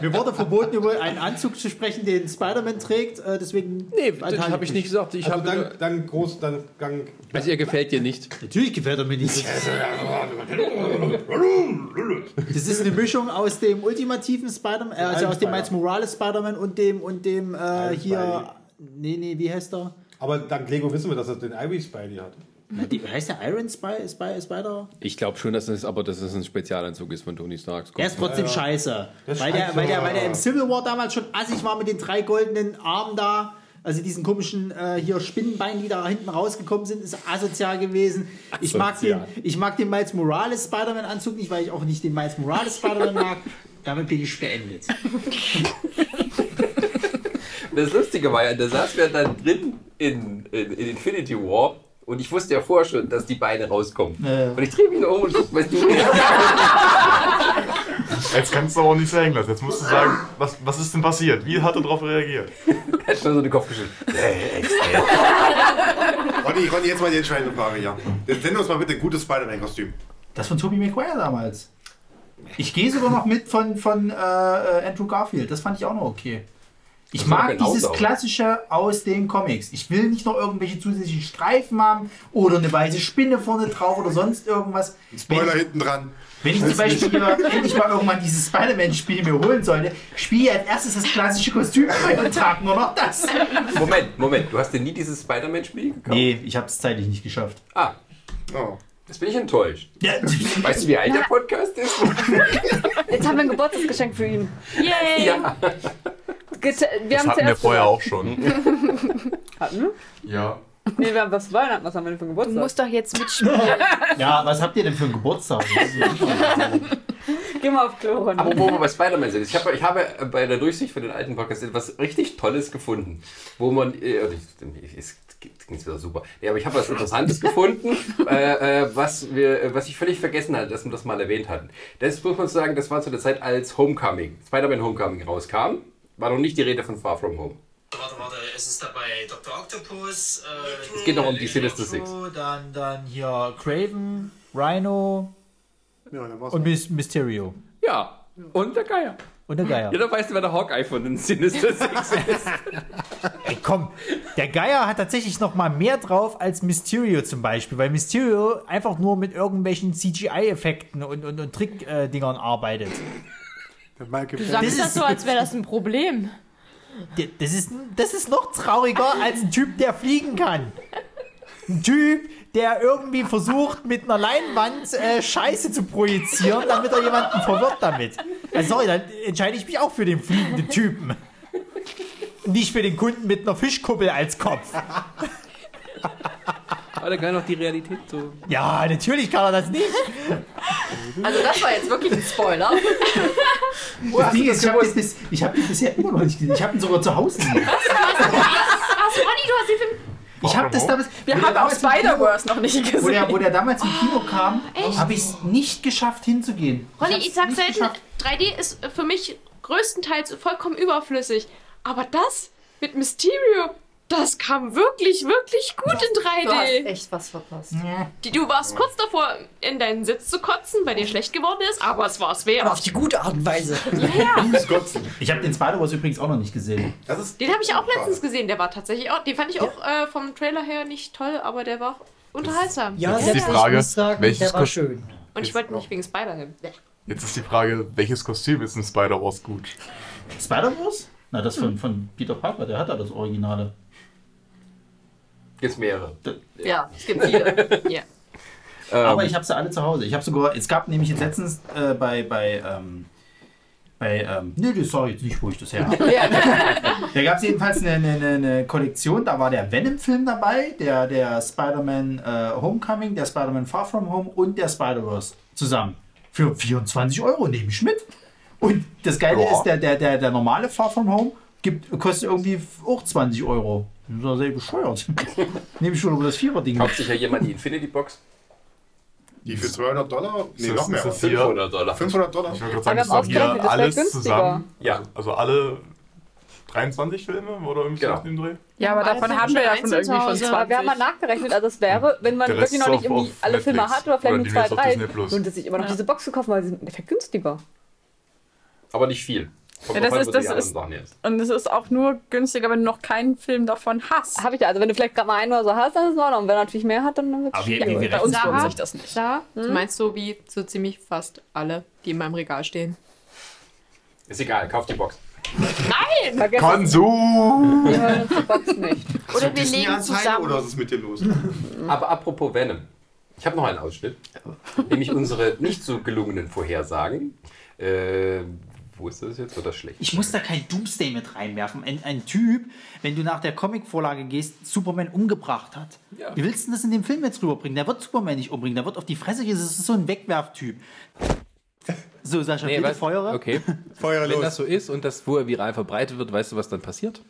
mir wurde verboten, über einen Anzug zu sprechen, den Spider-Man trägt, äh, deswegen. Nee,
das hab ich nicht gesagt, ich Also hab dann- nur-
dann groß, dann. dann
Also ihr gefällt dir nicht.
Natürlich gefällt er mir nicht. Das ist eine Mischung aus dem ultimativen Spider-Man, äh, also
Alten
aus dem Miles
Spider-Man.
Morales Spider-Man und dem, und dem äh, hier. Nee, nee, wie heißt er?
Aber dank Lego wissen wir, dass er den Ivy Spidey hat.
Na, die, heißt der Iron Spy, Spy, Spider?
Ich glaube schon, dass es aber dass es ein Spezialanzug ist von Tony Stark.
Er ist trotzdem scheiße. Weil der,
Also,
weil, der, weil
äh,
der im Civil War damals schon assig war mit den drei goldenen Armen da. Also diesen komischen äh, hier Spinnenbeinen, die da hinten rausgekommen sind, ist asozial gewesen. Ich mag den,
Asozial.
ich mag den Miles Morales Spider-Man-Anzug nicht, weil ich auch nicht den Miles Morales Spider-Man mag. Damit bin ich beendet.
Das Lustige war ja, da saßen wir dann drin in, in, in Infinity War und ich wusste ja vorher schon, dass die Beine rauskommen. Und ich drehe mich noch um und guck, was die
Jetzt kannst du aber auch nicht sagen lassen. Jetzt musst du sagen, was, was ist denn passiert? Wie hat er darauf reagiert?
Er hat schon so den Kopf geschüttelt.
Ronny, Ronny, jetzt mal die entscheidende Frage, ja. Jetzt nenn uns mal bitte ein gutes Spider-Man-Kostüm.
Das von Tobey Maguire damals. Ich gehe sogar noch mit von, von äh, äh, Andrew Garfield. Das fand ich auch noch okay. Ich
Das war
mag
kein
dieses
Auto.
klassische aus den Comics. Ich will nicht noch irgendwelche zusätzlichen Streifen haben oder eine weiße Spinne vorne drauf oder sonst irgendwas.
Spoiler
Wenn ich-
hinten dran.
Wenn ich zum Beispiel mal- endlich mal irgendwann dieses Spider-Man-Spiel mir holen sollte, spiele ich als erstes das klassische Kostüm und trage nur noch das.
Moment, Moment, du hast dir nie dieses Spider-Man-Spiel gekauft?
Nee, ich habe es zeitlich nicht geschafft.
Ah. Jetzt bin ich enttäuscht. Weißt du, wie alt der Podcast ist?
Jetzt haben wir ein Geburtstagsgeschenk für ihn. Yay!
Ja.
Gete- Wir haben zuerst
auch schon.
Hatten wir?
Ja.
Nee, wir haben was zu Weihnachten. Was haben wir denn für einen Geburtstag? Du musst
doch jetzt mitspielen.
Ja, was habt ihr denn für einen Geburtstag?
Geh mal auf Klo runter.
Aber wo wir bei Spider-Man sind, ich habe, ich habe bei der Durchsicht für den alten Podcast etwas richtig Tolles gefunden, wo man, äh, ich- es ging wieder super, nee, aber ich habe was Interessantes gefunden, äh, äh, was, wir, äh, was ich völlig vergessen hatte, dass wir das mal erwähnt hatten. Das muss man sagen, das war zu der Zeit, als Homecoming, Spider-Man Homecoming rauskam, war noch nicht die Rede von Far From Home.
Warte, warte, es ist dabei Dr. Octopus. Äh,
Es geht noch um die Sinister Six.
Dann, dann hier Craven, Rhino und Mys- Mysterio.
Ja, und der Geier.
Und der Geier.
Ja, dann weißt du, wer der Hawkeye von den Sinister Six ist.
Ey, komm, der Geier hat tatsächlich noch mal mehr drauf als Mysterio zum Beispiel, weil Mysterio einfach nur mit irgendwelchen CGI-Effekten und, und, und Trick-Dingern arbeitet.
Du sagst das so, als wäre das ein Problem.
D- Das ist, das ist noch trauriger als ein Typ, der fliegen kann. Ein Typ, der irgendwie versucht, mit einer Leinwand äh, Scheiße zu projizieren, damit er jemanden verwirrt damit. Also sorry, dann entscheide ich mich auch für den fliegenden Typen. Nicht für den Kunden mit einer Fischkuppel als Kopf.
Aber der kann noch die Realität so.
Ja, natürlich kann er das nicht.
Also das war jetzt wirklich ein Spoiler.
Das Ding ist, ich habe den, bis, ich hab den bisher immer noch nicht gesehen. Ich habe ihn sogar zu Hause liegen.
Ach, Ronny, du hast den Film.
Ich habe das damals.
Wir
wo der
haben auch
damals im Kino-
Spider-Verse noch nicht
Wo der,
gesehen.
wo der damals im Kino kam,
echt?
habe ich es nicht geschafft hinzugehen.
Ronny,
hab's
ich sag's
nicht
selten,
geschafft.
3D ist für mich größtenteils vollkommen überflüssig. Aber das mit Mysterio, das kam wirklich, wirklich gut in 3D.
Du hast echt was verpasst.
Die, du warst kurz davor, in deinen Sitz zu kotzen, weil dir schlecht geworden ist, aber es war's wert.
auf die gute Art und Weise.
Ich habe den Spider-Wars übrigens auch noch nicht gesehen.
Den habe ich auch letztens gesehen, der war tatsächlich auch, den fand ich auch äh, vom Trailer her nicht toll, aber der war unterhaltsam.
Ja,
Jetzt ist die Frage, welches
war
Kostüm-
schön.
Und ich wollte nicht wegen Spider hin.
Jetzt ist die Frage, welches Kostüm ist in Spider-Wars gut?
Spider-Verse? Na, das von, von Peter Parker, der hat ja das Originale.
Gibt's mehrere.
Ja, es gibt viele. ja.
Aber
Ähm,
ich habe sie alle zu Hause. Ich habe sogar, es gab nämlich jetzt letztens äh, bei, bei, ähm, bei, ähm, nee, das sag ich jetzt nicht, wo ich das her habe. da gab es jedenfalls eine, eine, eine, eine Kollektion, da war der Venom-Film dabei, der, der Spider-Man äh, Homecoming, der Spider-Man Far From Home und der Spider-Verse zusammen. Für 24 Euro nehme ich mit. Und das Geile
Ja.
ist, der, der, der, der normale Far From Home gibt, kostet irgendwie auch 20 Euro. Das ist doch sehr bescheuert. Nehme ich schon über das Vierer-Ding.
Kauft sich ja jemand die Infinity Box?
Die für 200 Dollar? Nee,
Ist
noch
das-
mehr.
ist das hier?
500 Dollar.
500 Dollar.
Ich würde gerade sagen, ist doch hier alles zusammen. Ja. Also alle 23 Filme oder irgendwie so
Genau.
nach dem Dreh?
Ja, aber
davon haben wir ja schon irgendwie schon 20.
Wir haben mal nachgerechnet, also es wäre, wenn man
Der Rest
wirklich noch
ist
nicht
auf-
irgendwie
auf
alle
Netflix
Filme hat oder
oder
vielleicht nur zwei,
demnächst auf
drei,
Disney Plus.
lohnt es sich immer noch
Ja.
diese Box zu kaufen, weil sie sind im Endeffekt günstiger.
Aber nicht viel. Kommt
Ja,
drauf an, was
das ist,
die
das
anderen
ist,
Sachen jetzt.
und es ist auch nur günstiger, wenn du noch keinen Film davon hast.
Habe ich ja, also wenn du vielleicht gerade mal einen oder so hast, dann ist es in Ordnung. Und Wenn er natürlich mehr hat, dann wird es
Aber wir-
schwierig.
wir- wir Bei uns rechnen lohnt sich das nicht.
Sarah, du
Hm?
meinst so wie so ziemlich fast alle, die in meinem Regal stehen.
Ist egal, kauft die Box.
Nein!
Konsum!
Oder wir legen
Disney-Anteile
zusammen.
oder was ist mit dir los?
Aber apropos Venom. Ich habe noch einen Ausschnitt, nämlich unsere nicht so gelungenen Vorhersagen. Äh, wo ist das jetzt? Wird das schlecht?
Ich muss da kein Doomsday mit reinwerfen. Ein, ein Typ, wenn du nach der Comicvorlage gehst, Superman umgebracht hat.
Ja.
Wie willst du denn das in dem Film jetzt rüberbringen? Der wird Superman nicht umbringen, der wird auf die Fresse gehen. Das ist so ein Wegwerftyp. So, Sascha,
Nee,
bitte
was-
Feuere.
Okay. Wenn das so ist und das vorher viral verbreitet wird, weißt du, was dann passiert?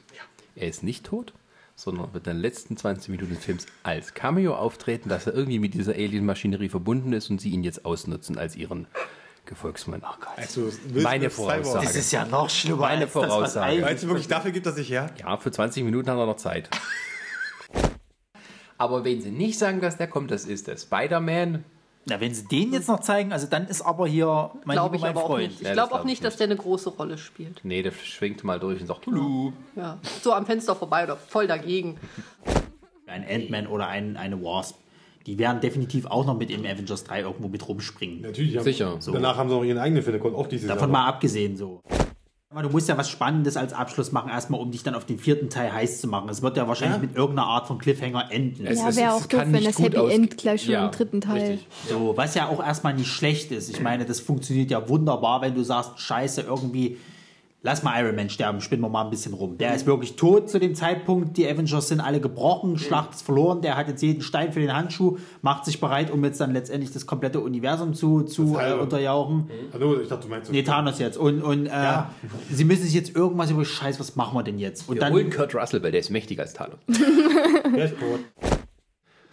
Er ist nicht tot, sondern wird in den letzten 20 Minuten des Films als Cameo auftreten, dass er irgendwie mit dieser Alien-Maschinerie verbunden ist und sie ihn jetzt ausnutzen als ihren Gefolgsmann. Ach Gott.
Also,
Meine Voraussage.
Das ist ja noch schlimmer
Meine
als das, was
Voraussage.
eigentlich- Meinst du wirklich, dafür gibt das sich her?
Ja, für 20 Minuten haben wir noch Zeit. Aber wenn sie nicht sagen, dass der kommt, das ist der Spider-Man.
Na, wenn sie den jetzt noch zeigen, also dann ist aber hier mein, lieber
Glaube ich
mein
aber auch
Freund.
nicht. Ich glaube auch nicht, dass der eine große Rolle spielt.
Nee, der schwingt mal durch und sagt, Tulu.
Ja. So am Fenster vorbei oder voll dagegen.
ein Ant-Man oder ein, eine Wasp. Die werden definitiv auch noch mit im Avengers 3 irgendwo mit rumspringen.
Natürlich, Sicher.
So.
Danach haben sie auch ihren eigenen Film, der kommt auch dieses
Davon
Jahr.
mal abgesehen so. Aber du musst ja was Spannendes als Abschluss machen, erstmal, um dich dann auf den vierten Teil heiß zu machen. Es wird ja wahrscheinlich mit irgendeiner Art von Cliffhanger enden.
Ja, wäre auch doof, wenn das Happy End gleich schon im dritten Teil.
So, was ja auch erstmal nicht schlecht ist. Ich meine, das funktioniert ja wunderbar, wenn du sagst, scheiße, irgendwie, lass mal Iron Man sterben, spinnen wir mal ein bisschen rum. Der ist wirklich tot zu dem Zeitpunkt, die Avengers sind alle gebrochen, Schlacht ist verloren, der hat jetzt jeden Stein für den Handschuh, macht sich bereit, um jetzt dann letztendlich das komplette Universum zu, zu äh, unterjauchen.
Also, ich dachte, du meinst.
Nee, Thanos jetzt. Und, und äh, sie müssen sich jetzt irgendwas über Scheiß, was machen wir denn jetzt? Und
Wir
dann
holen Kurt Russell, weil der ist mächtiger als Thanos.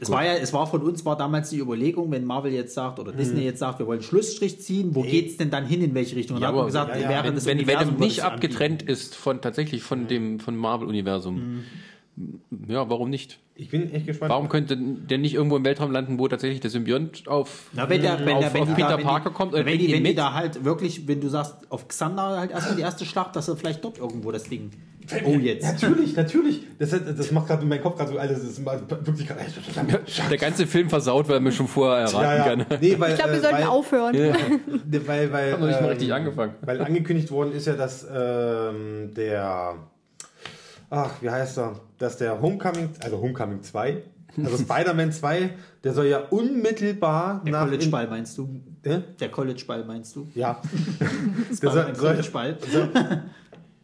Es war ja, es war von uns war damals die Überlegung, wenn Marvel jetzt sagt
Mhm.
oder Disney jetzt sagt, wir wollen Schlussstrich ziehen, wo
Äh,
geht's denn dann hin, in welche Richtung? Und dann haben wir gesagt, während
wenn,
des
wenn
Universums
Venom
wird
nicht
es anbieten.
abgetrennt ist von tatsächlich von dem von Marvel-Universum,
Mhm.
ja, warum nicht?
Ich bin echt gespannt.
Warum könnte der nicht irgendwo im Weltraum landen, wo tatsächlich der Symbiont auf,
Na, wenn der, wenn
Mhm. auf,
der, wenn
auf
die
Peter
da, wenn
Parker
die,
kommt? oder
wenn,
bringt
die,
ihn
wenn die
mit?
da halt wirklich, wenn du sagst, auf Xander halt erstmal die erste Schlacht, dass er vielleicht dort irgendwo das Ding. Oh, jetzt.
Natürlich, natürlich. Das, hat- das macht gerade in meinem Kopf gerade so alles. Das ist mal wirklich gerade.
Der ganze Film versaut, weil man schon vorher
Ja, ja.
erraten kann.
Nee, weil, äh,
Ich glaube, wir sollten
weil-
aufhören.
Ja.
Ne, weil, weil, ähm,
Haben wir nicht mal richtig angefangen.
Weil angekündigt worden ist ja, dass ähm, der. Ach, wie heißt er? Dass der Homecoming, also Homecoming 2, also Spider-Man 2, der soll ja unmittelbar
Der
nach.
College-Ball meinst du?
Hä?
Der College-Ball meinst du?
Ja. der soll,
Spider-Man
soll,
College-Ball.
soll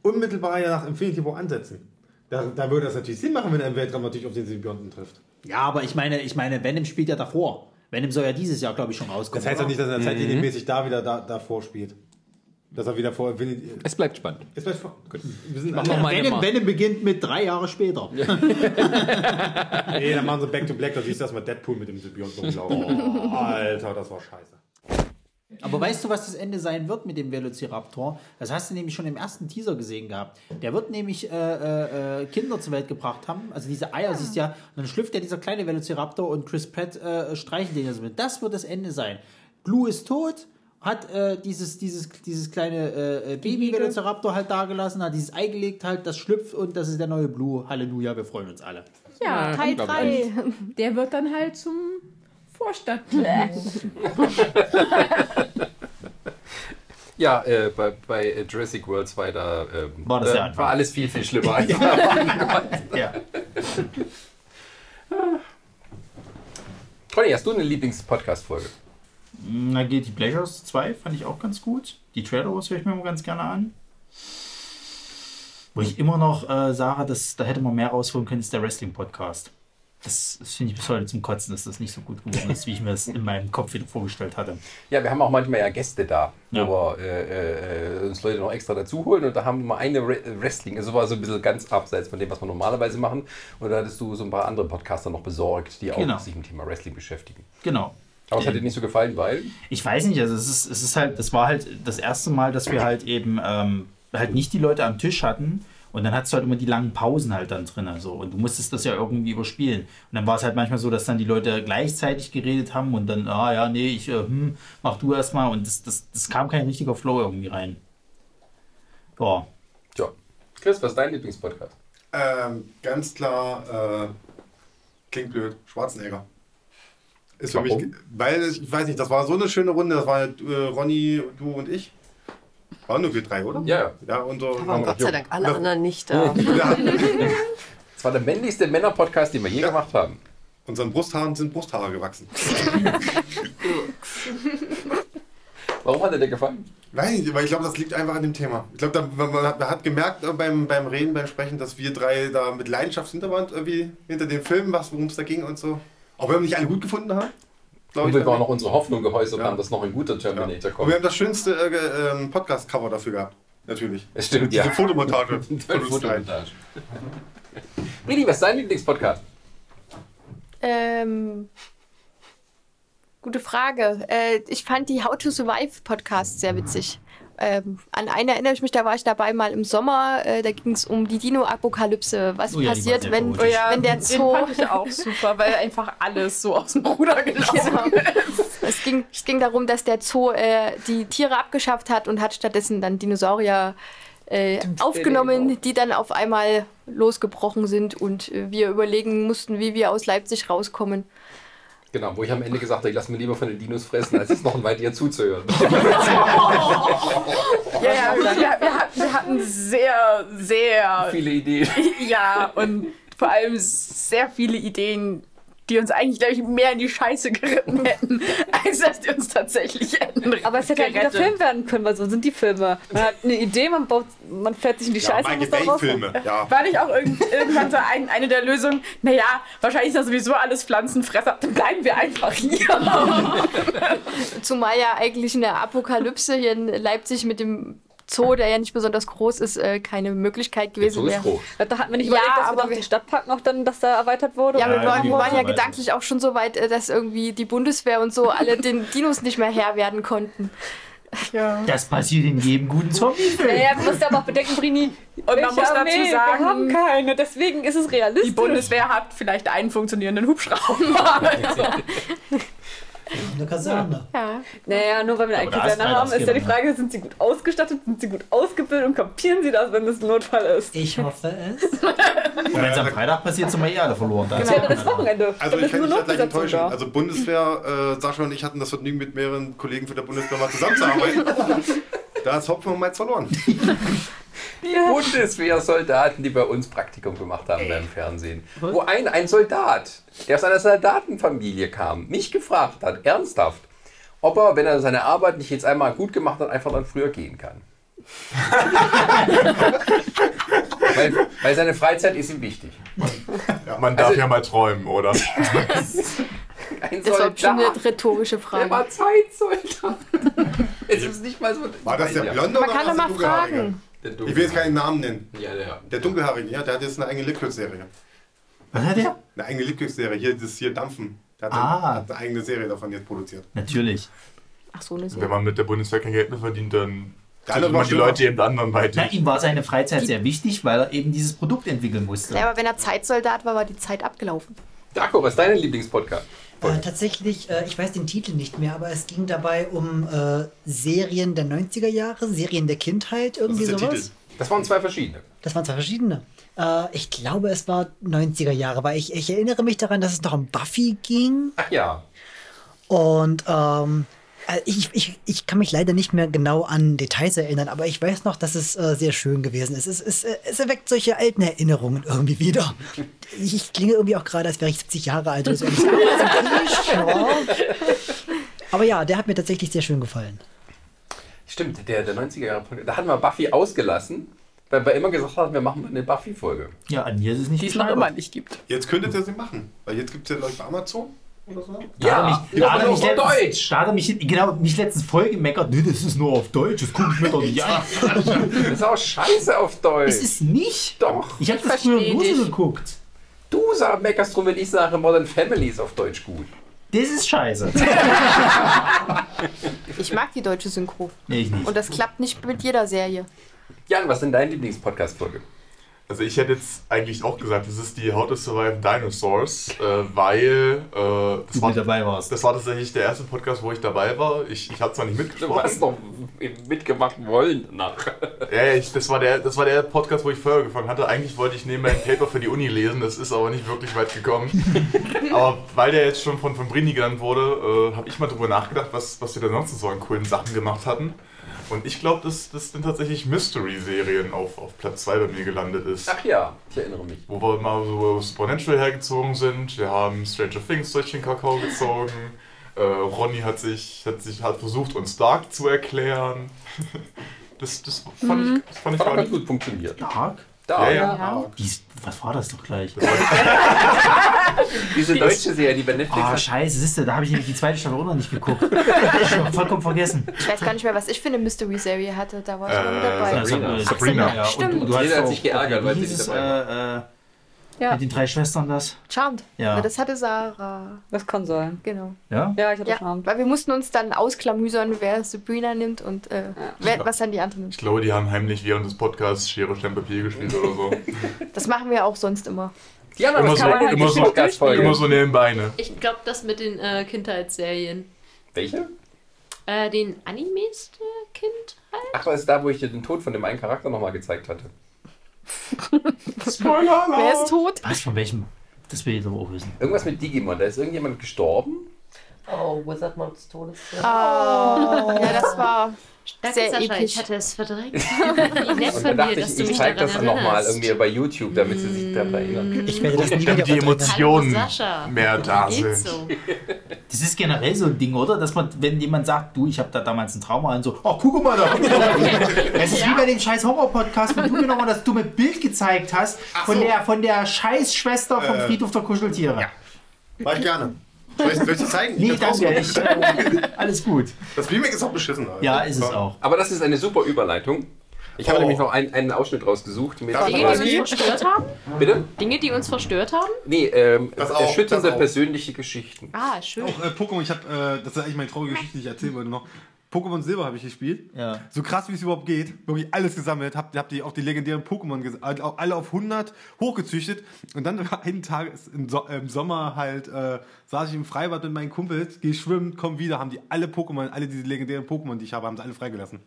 unmittelbar ja nach Infinity War ansetzen. Da, da würde das natürlich Sinn machen, wenn er im Weltraum natürlich auf den Symbionten trifft.
Ja, aber ich meine, ich meine, Venom spielt ja davor. Venom soll ja dieses Jahr, glaube ich, schon rauskommen.
Das heißt
oder?
ja
Mhm.
nicht, dass
Mhm.
er zeitlinienmäßig da wieder da, davor spielt. Dass er wieder vor Infinity.
Es bleibt spannend.
Es bleibt spannend. Wir sind
Mach
alle-
noch mal Venom, Venom beginnt mit drei Jahre später.
Nee, dann machen sie Back to Black, da siehst du erstmal Deadpool mit dem Symbiont rumlaufen.
Oh.
Alter, das war scheiße.
Aber weißt du, was das Ende sein wird mit dem Velociraptor? Das hast du nämlich schon im ersten Teaser gesehen gehabt. Der wird nämlich äh, äh, äh, Kinder zur Welt gebracht haben, also diese Eier siehst du ja, und dann schlüpft ja dieser kleine Velociraptor und Chris Pratt äh, streichen den also mit. Das wird das Ende sein. Blue ist tot, hat äh, dieses, dieses, dieses kleine äh, äh, Baby-Velociraptor halt dagelassen, hat dieses Ei gelegt halt, das schlüpft und das ist der neue Blue. Halleluja, wir freuen uns alle.
Ja,
Teil drei.
Und Der wird dann halt zum Vorstand.
Ja, äh, bei, bei Jurassic World 2 da, ähm,
War das
äh,
der Anfang.
war alles viel, viel schlimmer. als-
ja.
Conny, hast du eine Lieblings-Podcast-Folge?
Na, Guilty Pleasures 2 fand ich auch ganz gut. Die Trailer Wars höre ich mir immer ganz gerne an. Wo ich immer noch äh, sage, dass, da hätte man mehr rausholen können, ist der Wrestling-Podcast. Das, das finde ich bis heute zum Kotzen, dass das nicht so gut geworden ist, wie ich mir das in meinem Kopf wieder vorgestellt hatte.
Ja, wir haben auch manchmal ja Gäste da, wo wir äh, äh, uns Leute noch extra dazu holen. Und da haben wir mal eine Re Wrestling, also war so ein bisschen ganz abseits von dem, was wir normalerweise machen. Und da hattest du so ein paar andere Podcaster noch besorgt, die auch
Genau.
sich mit dem Thema Wrestling beschäftigen.
Genau.
Aber es hat dir nicht so gefallen, weil?
Ich weiß nicht, also es ist, es ist halt, das war halt das erste Mal, dass wir halt eben ähm, halt nicht die Leute am Tisch hatten und dann hattest du halt immer die langen Pausen halt dann drin. So. Und du musstest das ja irgendwie überspielen. Und dann war es halt manchmal so, dass dann die Leute gleichzeitig geredet haben und dann, ah ja, nee, ich, äh, hm, mach du erst mal und das, das, das kam kein richtiger Flow irgendwie rein. Ja.
Ja. Chris, was ist dein Lieblingspodcast?
Ähm, ganz klar, äh, klingt blöd, Schwarzenegger. Ist für
Warum?
mich, weil ich ich weiß nicht, das war so eine schöne Runde, das war halt, äh, Ronny, du und ich. Waren nur wir drei, oder?
Ja.
Ja, und so.
Da waren Gott sei Dank alle
Ja.
anderen nicht da.
Es war der männlichste Männer-Podcast, den wir je gemacht haben.
Unseren Brusthaaren sind Brusthaare gewachsen.
Warum hat er dir gefallen?
Weiß nicht, aber ich glaube, das liegt einfach an dem Thema. Ich glaube, da, man, man, hat, man hat gemerkt äh, beim, beim Reden, beim Sprechen, dass wir drei da mit Leidenschaft hinter waren, irgendwie hinter den Filmen, was, worum es da ging und so. Auch wenn wir nicht alle gut gefunden haben. glaub
Und wir
bei
waren
mir.
noch unsere Hoffnung geäußert haben, dass noch ein guter Terminator
Und wir
kommt.
haben das schönste äh, ge- ähm, Podcast-Cover dafür gehabt. Natürlich.
Es stimmt,
Diese
ja.
Fotomontage.
Die
von uns dreien.
Fotomontage. Bridi, was ist dein Lieblingspodcast?
Ähm, gute Frage. Äh, ich fand die How to Survive Podcast sehr witzig. Ähm, an einen erinnere ich mich, da war ich dabei mal im Sommer. Äh, da ging es um die Dino-Apokalypse. Was
Oh ja, die war
passiert,
sehr
wenn,
chaotisch. Oh ja,
wenn der
den
Zoo.
fand ich auch super, weil einfach alles so aus dem Ruder gelaufen
Es ging, es ging darum, dass der Zoo äh, die Tiere abgeschafft hat und hat stattdessen dann Dinosaurier äh, aufgenommen, die dann auf einmal losgebrochen sind und äh, wir überlegen mussten, wie wir aus Leipzig rauskommen.
Genau, wo ich am Ende gesagt habe, ich lasse mir lieber von den Dinos fressen, als jetzt noch ein weiter zuzuhören.
Ja, ja, wir, wir, hatten, wir hatten sehr, sehr
Viele Ideen.
Ja, und vor allem sehr viele Ideen, die uns eigentlich, glaube ich, mehr in die Scheiße geritten hätten, als dass die uns tatsächlich hätten.
Aber es hätte halt wieder
gerettet.
Film werden können, weil so sind die Filme. Man hat eine Idee, man, baut, man fährt sich in die
Ja,
Scheiße. und
Michael
muss da
Bay
raus.
Filme, War nicht auch irgend, irgendwann so ein, eine der Lösungen, naja, wahrscheinlich ist das sowieso alles Pflanzenfresser, dann bleiben wir einfach hier.
Zumal ja eigentlich eine Apokalypse hier in Leipzig mit dem Zoo, der ja nicht besonders groß ist, äh, keine Möglichkeit gewesen wäre.
Da hat man nicht
Ja,
überlegt, dass
aber
aber wir noch den Stadtpark noch dann, dass da erweitert wurde.
Ja, wir waren, wir waren ja gedanklich auch schon so weit, äh, dass irgendwie die Bundeswehr und so alle den Dinos nicht mehr Herr werden konnten.
Ja.
Das passiert in jedem guten Zombie.
Naja, du musst aber auch bedenken, Brini.
Und man muss dazu sagen,
wir haben keine, deswegen ist es realistisch.
Die Bundeswehr hat vielleicht einen funktionierenden Hubschrauber. Also.
Eine Kaserne.
Ja.
Naja, nur weil wir eine
Aber da ist
Eikaserne haben, ist ja die
Freitagsgebung,
Frage, sind sie gut ausgestattet, sind sie gut ausgebildet und kapieren sie das, wenn es ein Notfall ist?
Ich hoffe es.
Und wenn es am Freitag passiert, sind wir eh alle verloren. Da
Genau. Das Wochenende.
Also
Da
ich
müssen nur
kann dich ja gleich
Notbesetzung
enttäuschen.
da.
Also Bundeswehr, äh, Sascha und ich hatten das Vergnügen, mit mehreren Kollegen von der Bundeswehr mal zusammenzuarbeiten. da ist Hopfen und Malz verloren.
Die Bundeswehrsoldaten, die bei uns Praktikum gemacht haben beim Fernsehen. Wo ein, ein Soldat, der aus einer Soldatenfamilie kam, mich gefragt hat, ernsthaft, ob er, wenn er seine Arbeit nicht jetzt einmal gut gemacht hat, einfach dann früher gehen kann. weil, weil seine Freizeit ist ihm wichtig. Also
Man darf ja mal träumen, oder?
Ein
Das war schon
Soldat.
eine rhetorische Frage.
Der war Zeitsoldat. Es ist nicht mal so.
War das der
Ja.
Blonde
Man
oder
kann doch
war das
mal
der
fragen.
Dunkelhaarige? Ich will jetzt keinen Namen nennen.
Ja, der.
Der Dunkelhaarige, ja, der hat jetzt eine eigene Liquid-Serie.
Was hat der?
Eine eigene Liquid-Serie, hier, das hier Dampfen. Der hat,
Ah.
eine, hat eine eigene Serie davon jetzt produziert.
Natürlich.
Ach so, eine
Wenn man mit der Bundeswehr kein Geld mehr verdient, dann tut
Der andere
man
war
die
schlimmer.
Leute eben anderen bei
Na, ihm war seine Freizeit sehr wichtig, weil er eben dieses Produkt entwickeln musste.
Ja, aber wenn er Zeitsoldat war, war die Zeit abgelaufen.
Darko, was ist dein Lieblingspodcast?
Äh, tatsächlich, äh, ich weiß den Titel nicht mehr, aber es ging dabei um äh, Serien der 90er Jahre, Serien der Kindheit, irgendwie sowas.
Das waren zwei verschiedene.
Das waren zwei verschiedene. Äh, ich glaube, es war 90er Jahre, weil ich, ich erinnere mich daran, dass es noch um Buffy ging.
Ach ja.
Und ähm, Also ich, ich, ich kann mich leider nicht mehr genau an Details erinnern, aber ich weiß noch, dass es äh, sehr schön gewesen ist. Es, es, es erweckt solche alten Erinnerungen irgendwie wieder. Ich, ich klinge irgendwie auch gerade, als wäre ich 70 Jahre alt oder so. Aber ja, der hat mir tatsächlich sehr schön gefallen.
Stimmt, der, der 90er Jahre Podcast. Da hatten wir Buffy ausgelassen, weil wir immer gesagt haben, wir machen eine Buffy-Folge.
Ja, an mir ist es nicht
Die es noch
gescheitert.
immer nicht gibt.
Jetzt könntet ihr sie machen, weil jetzt gibt es ja, glaube ich, bei Amazon oder so.
Da hat er mich, da hat er mich
Deutsch.
letztens, Da hat er mich, genau, mich letztens voll gemeckert. Nee, das ist nur auf Deutsch, das gucke ich mir doch nicht an.
das ist auch scheiße auf Deutsch.
Es ist nicht.
Doch.
Ich habe das früher
versteh
nur so
dich.
geguckt.
Du sag, meckerst drum, wenn ich sage, Modern Family ist auf Deutsch gut.
Das ist scheiße.
Ich mag die deutsche Synchro.
Nee, ich
Und das klappt nicht mit jeder Serie.
Jan, was ist denn dein Lieblingspodcast-Folge?
Also ich hätte jetzt eigentlich auch gesagt, das ist die How to Survive Dinosaurs, äh, weil äh, das, war,
dabei warst.
das war tatsächlich der erste Podcast, wo ich dabei war. Ich, ich habe zwar nicht mitgesprochen.
Du hast noch mitgemacht wollen nach.
Ja, ja, ich, das, war der, das war der Podcast, wo ich Feuer gefangen hatte. Eigentlich wollte ich nebenbei ein Paper für die Uni lesen, das ist aber nicht wirklich weit gekommen. aber weil der jetzt schon von, von Brini genannt wurde, äh, habe ich mal drüber nachgedacht, was, was wir da sonst so an coolen Sachen gemacht hatten. Und ich glaube, dass das sind tatsächlich Mystery-Serien auf, auf Platz 2 bei mir gelandet ist.
Ach ja, ich erinnere mich.
Wo wir mal so Supernatural hergezogen sind. Wir haben Stranger Things durch den Kakao gezogen. Äh, Ronny hat sich, hat sich hat versucht, uns Dark zu erklären. Das, das fand
Mhm.
ich, das fand ich
Hat auch
gar
ganz
nicht
gut funktioniert.
Dark?
Dark.
Ja, ja.
Dark.
Dies- was war das doch gleich?
Diese deutsche Serie, die bei Netflix
Ah,
hat.
scheiße, siehst du, da habe ich nämlich die zweite Staffel auch noch nicht geguckt. Ich hab vollkommen vergessen.
Ich weiß gar nicht mehr, was ich für eine Mystery-Serie hatte. Da war ich noch mit
Sabrina.
dabei.
Sabrina.
Sabrina.
Ja,
Stimmt.
Und du, du hast
Jeder hat
auch-
sich geärgert,
wie
weil sie
hieß
nicht
es,
dabei
äh, äh,
Ja.
Mit den drei Schwestern das?
Charmed.
Ja.
Aber Das hatte Sarah.
Das kann sein.
Genau.
Ja?
Ja, ich hatte
Ja, weil wir mussten uns dann ausklamüsern, wer Sabrina nimmt und äh, wer, was dann die andere
Ich
nimmt.
glaube, die haben heimlich während des Podcasts Schere, Stein, Papier gespielt oder so.
Das machen wir auch sonst immer.
Ja,
immer, so immer, so, immer so nebenbei, ne?
Ich glaube, das mit den äh, Kindheitsserien.
Welche?
Äh, den äh, Animes der Kindheit?
Ach, das ist da, wo ich dir den Tod von dem einen Charakter nochmal gezeigt hatte.
Spoiler
alarm! Wer ist tot?
Was, von welchem? Das will ich aber auch wissen.
Irgendwas mit Digimon, da ist irgendjemand gestorben.
Oh, Wizard Mods Todes.
Oh.
Oh.
Ah, ja, das war
Danke,
sehr
Sascha,
episch.
ich hatte es verdrängt. Wie nett
Und da
von dir,
dachte
dass
ich,
du
ich
mich
zeige
daran
das dann nochmal
erinnerst.
irgendwie bei YouTube, damit sie sich daran erinnern.
Ich werde das nie
Damit
wieder
die Emotionen
Hallo, Sascha.
mehr da
Wie
sind.
geht's so?
Das ist generell so ein Ding, oder? Dass man, wenn jemand sagt, du, ich habe da damals ein Trauma und so, oh, guck mal da. Es ist wie bei dem scheiß Horror-Podcast, wenn du mir nochmal das dumme Bild gezeigt hast von
so.
der von der scheiß Schwester vom
Äh.
Friedhof der Kuscheltiere.
Mach ich gerne. Soll ich, soll ich das zeigen?
Nee,
Ich hab's
danke.
rausgeholt.
Alles gut.
Das Remake ist auch beschissen. Alter.
Aber das ist eine super Überleitung. Ich
Oh.
habe nämlich noch einen, einen Ausschnitt rausgesucht. Mit
Dinge, die uns verstört haben?
Bitte?
Dinge, die uns verstört haben?
Nee, ähm,
Das auch,
erschütternde
das auch.
persönliche Geschichten.
Ah, schön.
Auch äh, Pokémon, ich habe, äh, das ist eigentlich meine traurige Geschichte, die ich erzählen wollte noch. Pokémon Silber habe ich gespielt.
Ja.
So krass, wie es überhaupt geht. Wirklich alles gesammelt. Hab, hab die, auch die legendären Pokémon, ges- all- auch alle auf 100 hochgezüchtet. Und dann war einen Tag ist im, so im Sommer halt, äh, saß ich im Freibad mit meinen Kumpels, geh schwimmen, komm wieder, haben die alle Pokémon, alle diese legendären Pokémon, die ich habe, haben sie alle freigelassen.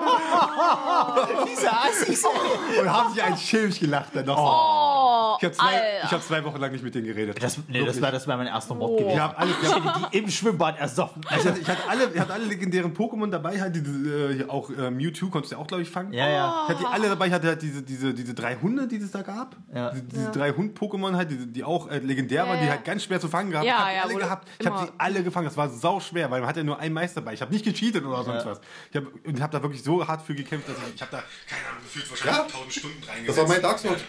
Diese Assis.
Und haben sich ein Schäbig gelacht dann noch.
Oh,
Oh. ich habe zwei,
Alter.
ich hab zwei Wochen lang nicht mit denen geredet.
Das, nee, das war, das war mein erster Mord gewesen.
Wir haben alle, wir haben,
die im Schwimmbad ersoffen.
Ich hatte, Oh. Also, ich hatte alle, ich hatte alle legendären Pokémon dabei, halt diese, äh, hier auch äh, Mewtwo konntest du ja auch, glaube ich, fangen.
Ja, ja.
Ich hatte die alle dabei, ich hatte halt diese, diese, diese drei Hunde, die es da gab.
Ja.
Die- Diese
Ja.
drei Hund-Pokémon halt, die, die auch äh, legendär
Ja,
waren, die
ja.
halt ganz schwer zu fangen gehabt.
Ja,
ich
ja, wo
habe die alle
du
gehabt. Ich habe
immer-
die alle gefangen. Das war sau schwer, weil man hat ja nur einen Meister dabei. Ich habe nicht gecheatet oder sonst was. Ich habe ich hab da wirklich so hart für gekämpft, dass ich, ich habe da, keine Ahnung, gefühlt wahrscheinlich 1000 Stunden reingesetzt.
Das war mein Dark Souls.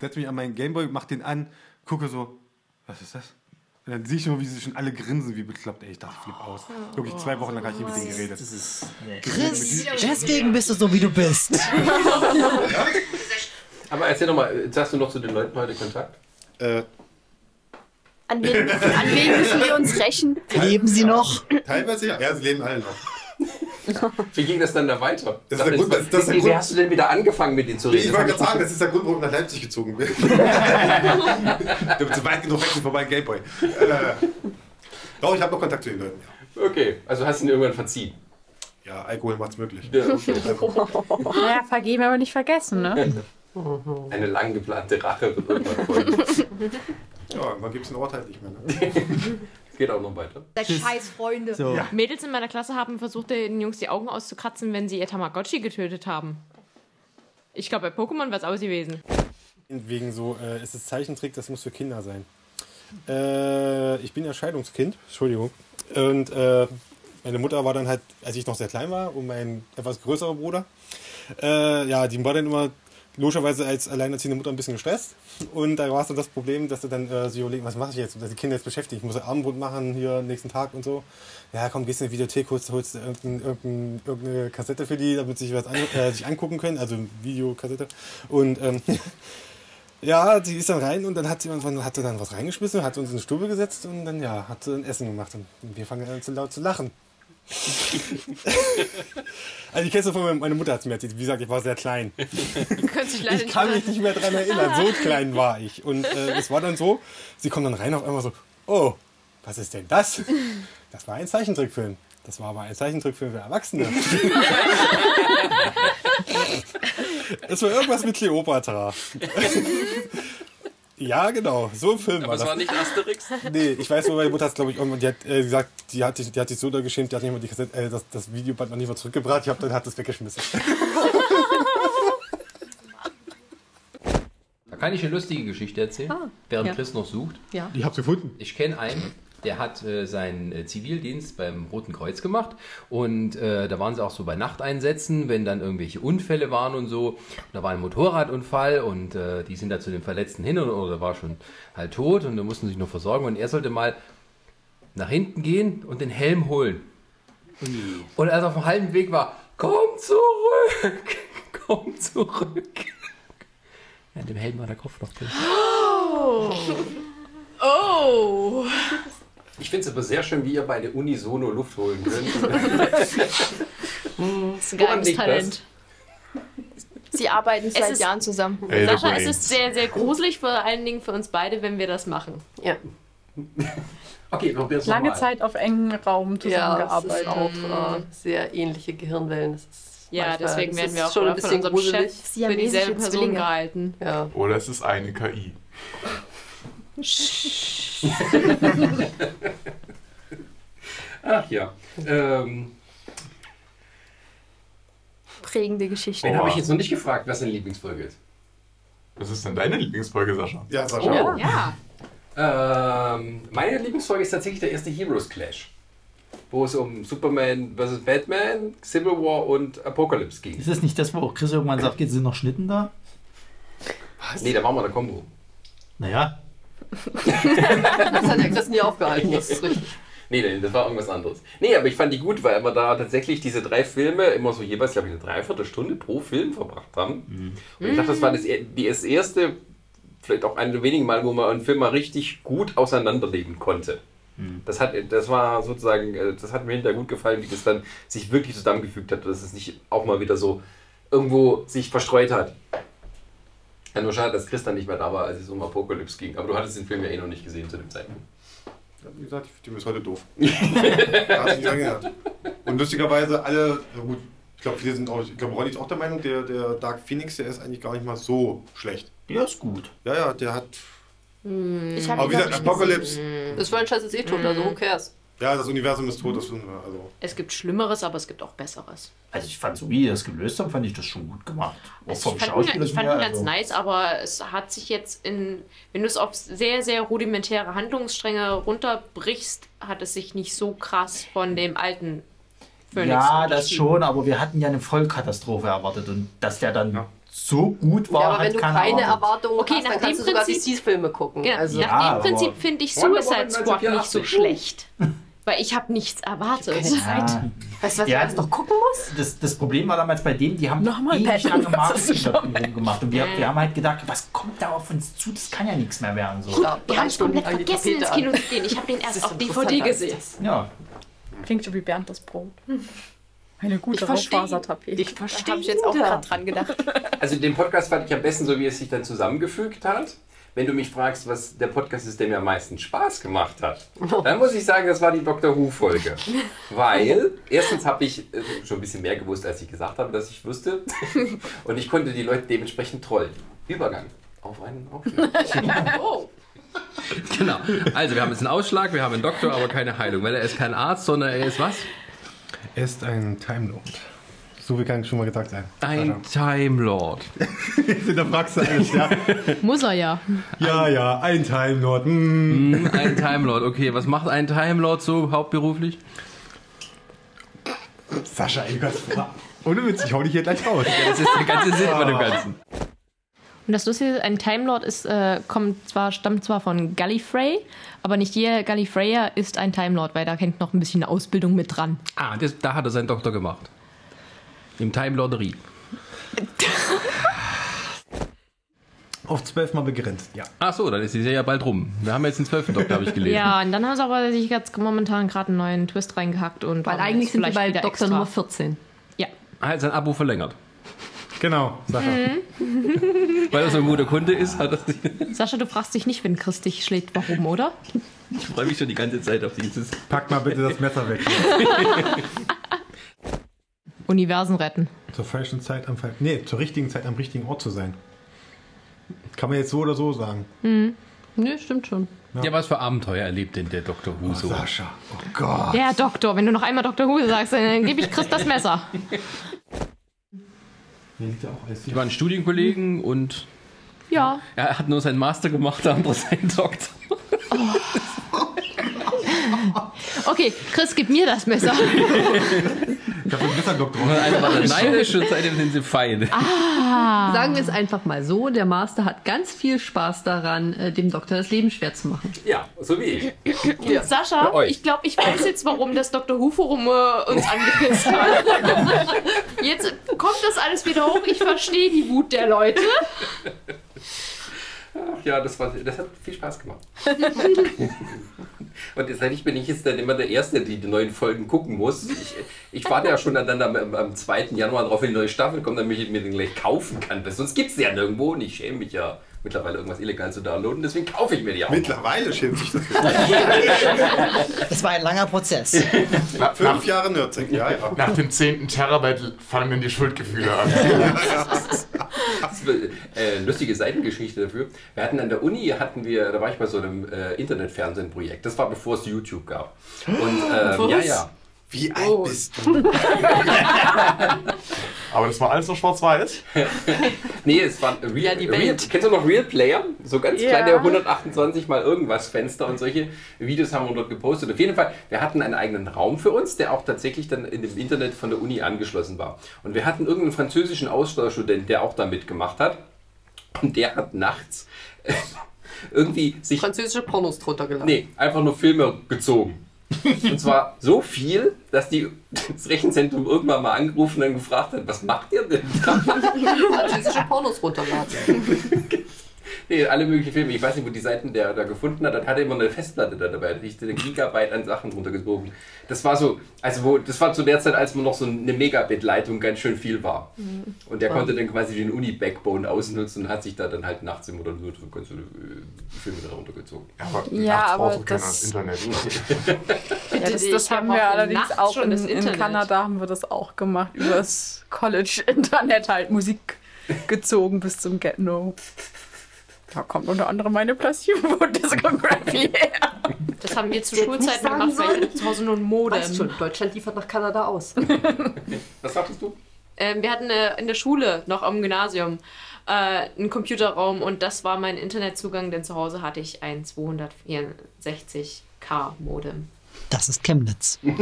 setze mich an meinen Gameboy, mach den an, gucke so, was ist das? Und dann sehe ich nur, wie sie schon alle grinsen, wie bekloppt. Ey, ich dachte, ich flipp aus. Wirklich zwei Wochen lang habe ich nicht mit denen geredet.
Das ist,
Chris, deswegen bist du so, wie du bist.
Aber erzähl doch mal, jetzt hast du noch zu den Leuten heute Kontakt?
Äh,
An wen, an wen müssen wir uns rächen?
Leben sie noch?
Teilweise ja. Ja, sie leben alle noch.
Wie ging das dann da weiter?
Das ist der Grund, das ist- das ist der
wie, wie
Grund.
hast du denn wieder angefangen, mit denen zu reden?
Ich wollte gerade sagen, das ist der Grund, warum ich nach Leipzig gezogen bin. du bist weit genug weg von meinem Gameboy. Äh, doch, ich habe noch Kontakt zu den Leuten.
Okay, also hast du ihn irgendwann verziehen.
Ja, ja Alkohol macht's möglich.
Ja, okay.
Naja, vergeben, aber nicht vergessen, ne?
Eine lang geplante Rache wird irgendwann folgen.
Ja, irgendwann gibt es einen Ort halt nicht mehr. Ne?
Geht auch noch weiter.
Seid scheiß Freunde.
So. Ja.
Mädels in meiner Klasse haben versucht, den Jungs die Augen auszukratzen, wenn sie ihr Tamagotchi getötet haben. Ich glaube, bei Pokémon wäre es aus gewesen.
Wegen so, äh, es ist Zeichentrick, das muss für Kinder sein. Äh, ich bin ja Scheidungskind, Entschuldigung. Und äh, meine Mutter war dann halt, als ich noch sehr klein war, und mein etwas größerer Bruder. Äh, ja, die war dann immer logischerweise als alleinerziehende Mutter ein bisschen gestresst. Und da war es dann das Problem, dass sie dann äh, sich überlegen, was mache ich jetzt? Und dass die Kinder jetzt beschäftigt. Ich muss Abendbrot machen hier nächsten Tag und so. Ja, komm, gehst in die Videothek, holst, holst dir irgendein, irgendein, irgendeine Kassette für die, damit sie sich was an, äh, sich angucken können. Also Videokassette. Und ähm, ja, die ist dann rein und dann hat sie irgendwann hat sie dann was reingeschmissen, hat uns in die Stube gesetzt und dann ja, hat sie ein Essen gemacht. Und wir fangen an zu laut zu lachen. also ich kenne es von meiner meine Mutter hat es mir erzählt. Wie gesagt, ich war sehr klein. ich kann mich nicht mehr daran erinnern. So klein war ich. Und äh, es war dann so, sie kommt dann rein auf einmal so, oh, was ist denn das? Das war ein Zeichentrickfilm. Das war aber ein Zeichentrickfilm für Erwachsene. Es war irgendwas mit Cleopatra. Ja, genau. So ein Film
Aber es
das.
war nicht Asterix.
Nee, ich weiß nur, meine Mutter hat glaube ich irgendwann, die hat äh, gesagt, die hat, sich, die hat sich so da geschämt, die hat nicht mal die Kassette, äh, das, das Videoband noch nicht mal zurückgebracht, ich habe dann hat das weggeschmissen.
Da kann ich eine lustige Geschichte erzählen,
Ah,
während
ja.
Chris noch sucht.
Ja.
Ich habe gefunden. Ich kenne einen, der hat äh, seinen äh, Zivildienst beim Roten Kreuz gemacht und äh, da waren sie auch so bei Nachteinsätzen, wenn dann irgendwelche Unfälle waren und so. Und da war ein Motorradunfall und äh, die sind da zu den Verletzten hin oder, oder war schon halt tot und da mussten sich nur versorgen und er sollte mal nach hinten gehen und den Helm holen. Und als er auf dem halben Weg war, komm zurück, komm zurück. An dem Helm war der Kopf noch drin.
Oh! Oh!
Ich finde es aber sehr schön, wie ihr beide unisono Luft holen könnt.
Das ist ein
Woran
geheimes
liegt das?
Talent.
Sie arbeiten seit
ist-
Jahren zusammen.
Ey, der
Sascha, es
Brain.
ist sehr, sehr gruselig, vor allen Dingen für uns beide, wenn wir das machen. Ja.
Okay, probier's
Lange
nochmal.
Zeit auf engem Raum
Ja, es
zusammengearbeitet.
ist auch äh, sehr ähnliche Gehirnwellen. Das ist
Ja,
manchmal-
deswegen
es
werden wir
ist
auch
schon
immer
ein
von
bisschen
unserem
gruselig.
Chef für dieselbe Person gehalten.
Ja.
Oder es ist eine KI.
Ach ja. Ähm,
Prägende Geschichte.
den habe ich jetzt noch nicht gefragt, was seine Lieblingsfolge ist.
Was ist denn deine Lieblingsfolge, Sascha?
Ja,
Sascha. Oh. Ähm, meine Lieblingsfolge ist tatsächlich der erste Heroes Clash. Wo es um Superman vs. Batman, Civil War und Apocalypse ging.
Ist das nicht das, wo auch Chris irgendwann sagt, jetzt sind noch Schnitten da?
Nee, da waren wir der Kombo.
Naja.
Das hat der Chris nie aufgehalten, das ist richtig.
Nee, nee, das war irgendwas anderes. Nee, aber ich fand die gut, weil wir da tatsächlich diese drei Filme immer so jeweils, glaube ich, eine Dreiviertelstunde pro Film verbracht haben. Und ich dachte, das war das, e- die das erste, vielleicht auch eine der wenigen Mal, wo man einen Film mal richtig gut auseinanderlegen konnte. Das, hat, das war sozusagen, äh, das hat mir hinterher gut gefallen, wie das dann sich wirklich zusammengefügt hat, dass es nicht auch mal wieder so irgendwo sich verstreut hat. Ja, nur schade, dass Chris dann nicht mehr da war, als es um Apokalypse ging. Aber du hattest den Film ja eh noch nicht gesehen zu dem Zeitpunkt.
Wie gesagt, ich finde die bis heute doof. Da hat sich nicht dran geändert. Und lustigerweise alle, na gut, ich glaube, viele sind auch, ich glaube, Ronny ist auch der Meinung, der, der Dark Phoenix, der ist eigentlich gar nicht mal so schlecht.
Der ist gut.
Ja, ja, der hat.
Hm.
Ich
Aber wie gesagt, Apocalypse.
Das Franchise ist eh tot, also who cares?
Ja, das Universum ist tot, das wissen wir. Also.
Es gibt Schlimmeres, aber es gibt auch Besseres.
Also ich fand so, wie die das gelöst haben, fand ich das schon gut gemacht. Auch
Also ich fand, ihn, ich fand ihn
also.
ganz nice, aber es hat sich jetzt in, wenn du es auf sehr, sehr rudimentäre Handlungsstränge runterbrichst, hat es sich nicht so krass von dem alten Phoenix
ja, das
unterschieden.
schon, aber wir hatten ja eine Vollkatastrophe erwartet und dass der dann so gut war,
Ja, aber
hat
wenn du
keiner
keine
erwartet.
Erwartungen
Okay,
hast,
nach
dann kannst
dem
du sogar
Prinzip-
DC-Filme gucken.
Genau,
also,
nach
Ja,
dem
aber-
Prinzip finde ich
Wonder Woman
Suicide Squad nicht so
1984.
schlecht. Weil ich habe nichts erwartet.
Ich hab keine Zeit.
Weißt du, was
Ja.
ich alles noch gucken muss?
das, das Problem war damals bei dem, die haben
Nochmal
ewig
Batman,
lange
was hast du
Marketing gemacht. Und wir,
Mhm.
wir haben halt gedacht, was kommt da auf uns zu? Das kann ja nichts mehr werden. So.
Gut, wir haben es komplett
also
vergessen, ins Kino zu gehen. Ich habe den erst auf DVD gesehen.
Ja.
Klingt schon wie Bernd das Brot. Eine
Ich
gute
verstehe.
Raufasertapete. Ich
verstehe.
Da habe ich jetzt auch gerade dran gedacht.
Also den Podcast fand ich am besten so, wie es sich dann zusammengefügt hat. Wenn du mich fragst, was der Podcast ist, der mir am meisten Spaß gemacht hat, dann muss ich sagen, das war die Dr. Who-Folge. Weil, erstens habe ich äh, schon ein bisschen mehr gewusst, als ich gesagt habe, dass ich wusste. Und ich konnte die Leute dementsprechend trollen. Übergang. Auf einen Aufschlag. Genau. Also, wir haben jetzt einen Ausschlag, wir haben einen Doktor, aber keine Heilung. Weil er ist kein Arzt, sondern er ist was?
Er ist ein Time Lord. So wie kann schon mal gesagt sein.
Ein Time Lord.
In der Praxis eines
Muss er ja.
Ja, ja, ein Time Lord. Mm.
Hm, Ein Time Lord. Okay, was macht ein Time Lord so hauptberuflich?
Sascha, ey Gott. Ohne Witz, ich hau dich hier gleich raus.
Das ist der ganze Sinn von dem Ganzen.
Und das Lustige, ein Time Lord ist, äh, kommt zwar, stammt zwar von Gallifrey, aber nicht jeder Gallifreyer ist ein Time Lord, weil da hängt noch ein bisschen Ausbildung mit dran.
Ah, das, da hat er seinen Doktor gemacht. Im Time Lorderie.
Auf zwölfmal begrenzt, ja.
Ach so, dann ist die Serie ja bald rum. Wir haben jetzt den zwölften Doktor, habe ich gelesen.
Ja, und dann haben sie aber sich jetzt momentan gerade einen neuen Twist reingehackt und
Weil
haben
eigentlich
jetzt
sind wir
vielleicht
bei
wieder
Doktor
extra.
Nummer 14.
Er hat sein Abo verlängert.
Genau,
Mhm.
Weil er so ein guter Kunde ist, hat er sich.
Sascha, du fragst dich nicht, wenn Chris dich schlägt, warum, oder?
Ich freue mich schon die ganze Zeit auf dieses.
Pack mal bitte das Messer weg.
Universen retten.
Zur falschen Zeit am falschen. Nee, zur richtigen Zeit am richtigen Ort zu sein. Kann man jetzt so oder so sagen.
Mhm. Nö, stimmt schon.
Ja. was für Abenteuer erlebt denn der Dr. Who so?
Sascha, oh Gott.
Der Doktor, wenn du noch einmal Dr. Who sagst, dann gebe ich Chris das Messer.
Ich war ein Studienkollegen und
Ja.
er hat nur seinen Master gemacht, der andere seinen Doktor.
Okay, Chris, gib mir das Messer.
Ich hab den Messerdoktor.
Einer war der neidische und seitdem sind sie Feinde.
Ah.
Sagen wir es einfach mal so, der Master hat ganz viel Spaß daran, äh, dem Doktor das Leben schwer zu machen.
Ja, so wie ich.
Und Sascha,
Bei euch.
ich glaube, ich weiß jetzt, warum das Dr. Who-Forum äh, uns angepisst hat. Jetzt kommt das alles wieder hoch. Ich verstehe die Wut der Leute.
Ja, das, war, das hat viel Spaß gemacht. Und deshalb bin ich jetzt dann immer der Erste, der die neuen Folgen gucken muss. Ich, ich warte ja schon dann am, am- am 2. Januar drauf, wenn die neue Staffel kommt, damit ich mir den gleich kaufen kann. Weil sonst gibt es ja nirgendwo und ich schäme mich ja mittlerweile irgendwas illegal zu downloaden, deswegen kaufe ich mir die auch.
Mittlerweile schämt sich das.
Das war ein langer Prozess.
Fünf Jahre Nürzig, ja, ja.
Nach dem 10. Terabyte fangen dann die Schuldgefühle an.
Das ist eine, äh, lustige Seitengeschichte dafür. Wir hatten an der Uni, hatten wir, da war ich bei so einem äh, Internetfernsehen-Projekt. Das war bevor es YouTube gab. Und ähm, ja,
Was?
ja.
Wie alt
Oh.
bist du?
Aber das war alles noch schwarz-weiß.
nee, es war Real,
die
Real,
Welt.
kennst du noch Real Player? So ganz
Ja.
kleine 128 mal irgendwas Fenster und solche Videos haben wir dort gepostet. Auf jeden Fall, wir hatten einen eigenen Raum für uns, der auch tatsächlich dann in dem Internet von der Uni angeschlossen war. Und wir hatten irgendeinen französischen Austauschstudenten, der auch da mitgemacht hat. Und der hat nachts irgendwie sich...
Französische Pornos drunter geladen.
Nee, einfach nur Filme gezogen. Und zwar so viel, dass die, das Rechenzentrum irgendwann mal angerufen und gefragt hat, was macht ihr denn da?
Französische Pornos runterladen.
Nee, alle möglichen Filme. Ich weiß nicht, wo die Seiten der da gefunden hat. Dann hat er immer eine Festplatte da dabei. Da hat richtig eine Gigabyte an Sachen runtergezogen. Das war so, also wo, das war zu der Zeit, als man noch so eine Megabit-Leitung ganz schön viel war.
Mhm.
Und der
Wow.
konnte dann quasi den Uni-Backbone ausnutzen und hat sich da dann halt nachts immer dann so ganz schöne äh, Filme da runtergezogen.
Aber
Ja, nachts aber braucht doch keiner das- das Ja, das, das haben wir allerdings auch in, in Kanada haben wir das auch gemacht übers College Internet halt Musik gezogen bis zum Get No. Da kommt unter anderem meine Placebo-Diskografie her.
Das haben wir zu
Jetzt
Schulzeiten
nicht sagen
gemacht, weil wir
sollen.
zu Hause nur ein Modem.
Weißt schon, Deutschland liefert nach Kanada aus.
Was sagtest du?
Ähm, wir hatten äh, in der Schule, noch am Gymnasium, äh, einen Computerraum und das war mein Internetzugang, denn zu Hause hatte ich ein 264k Modem.
Das ist Chemnitz.
Ja.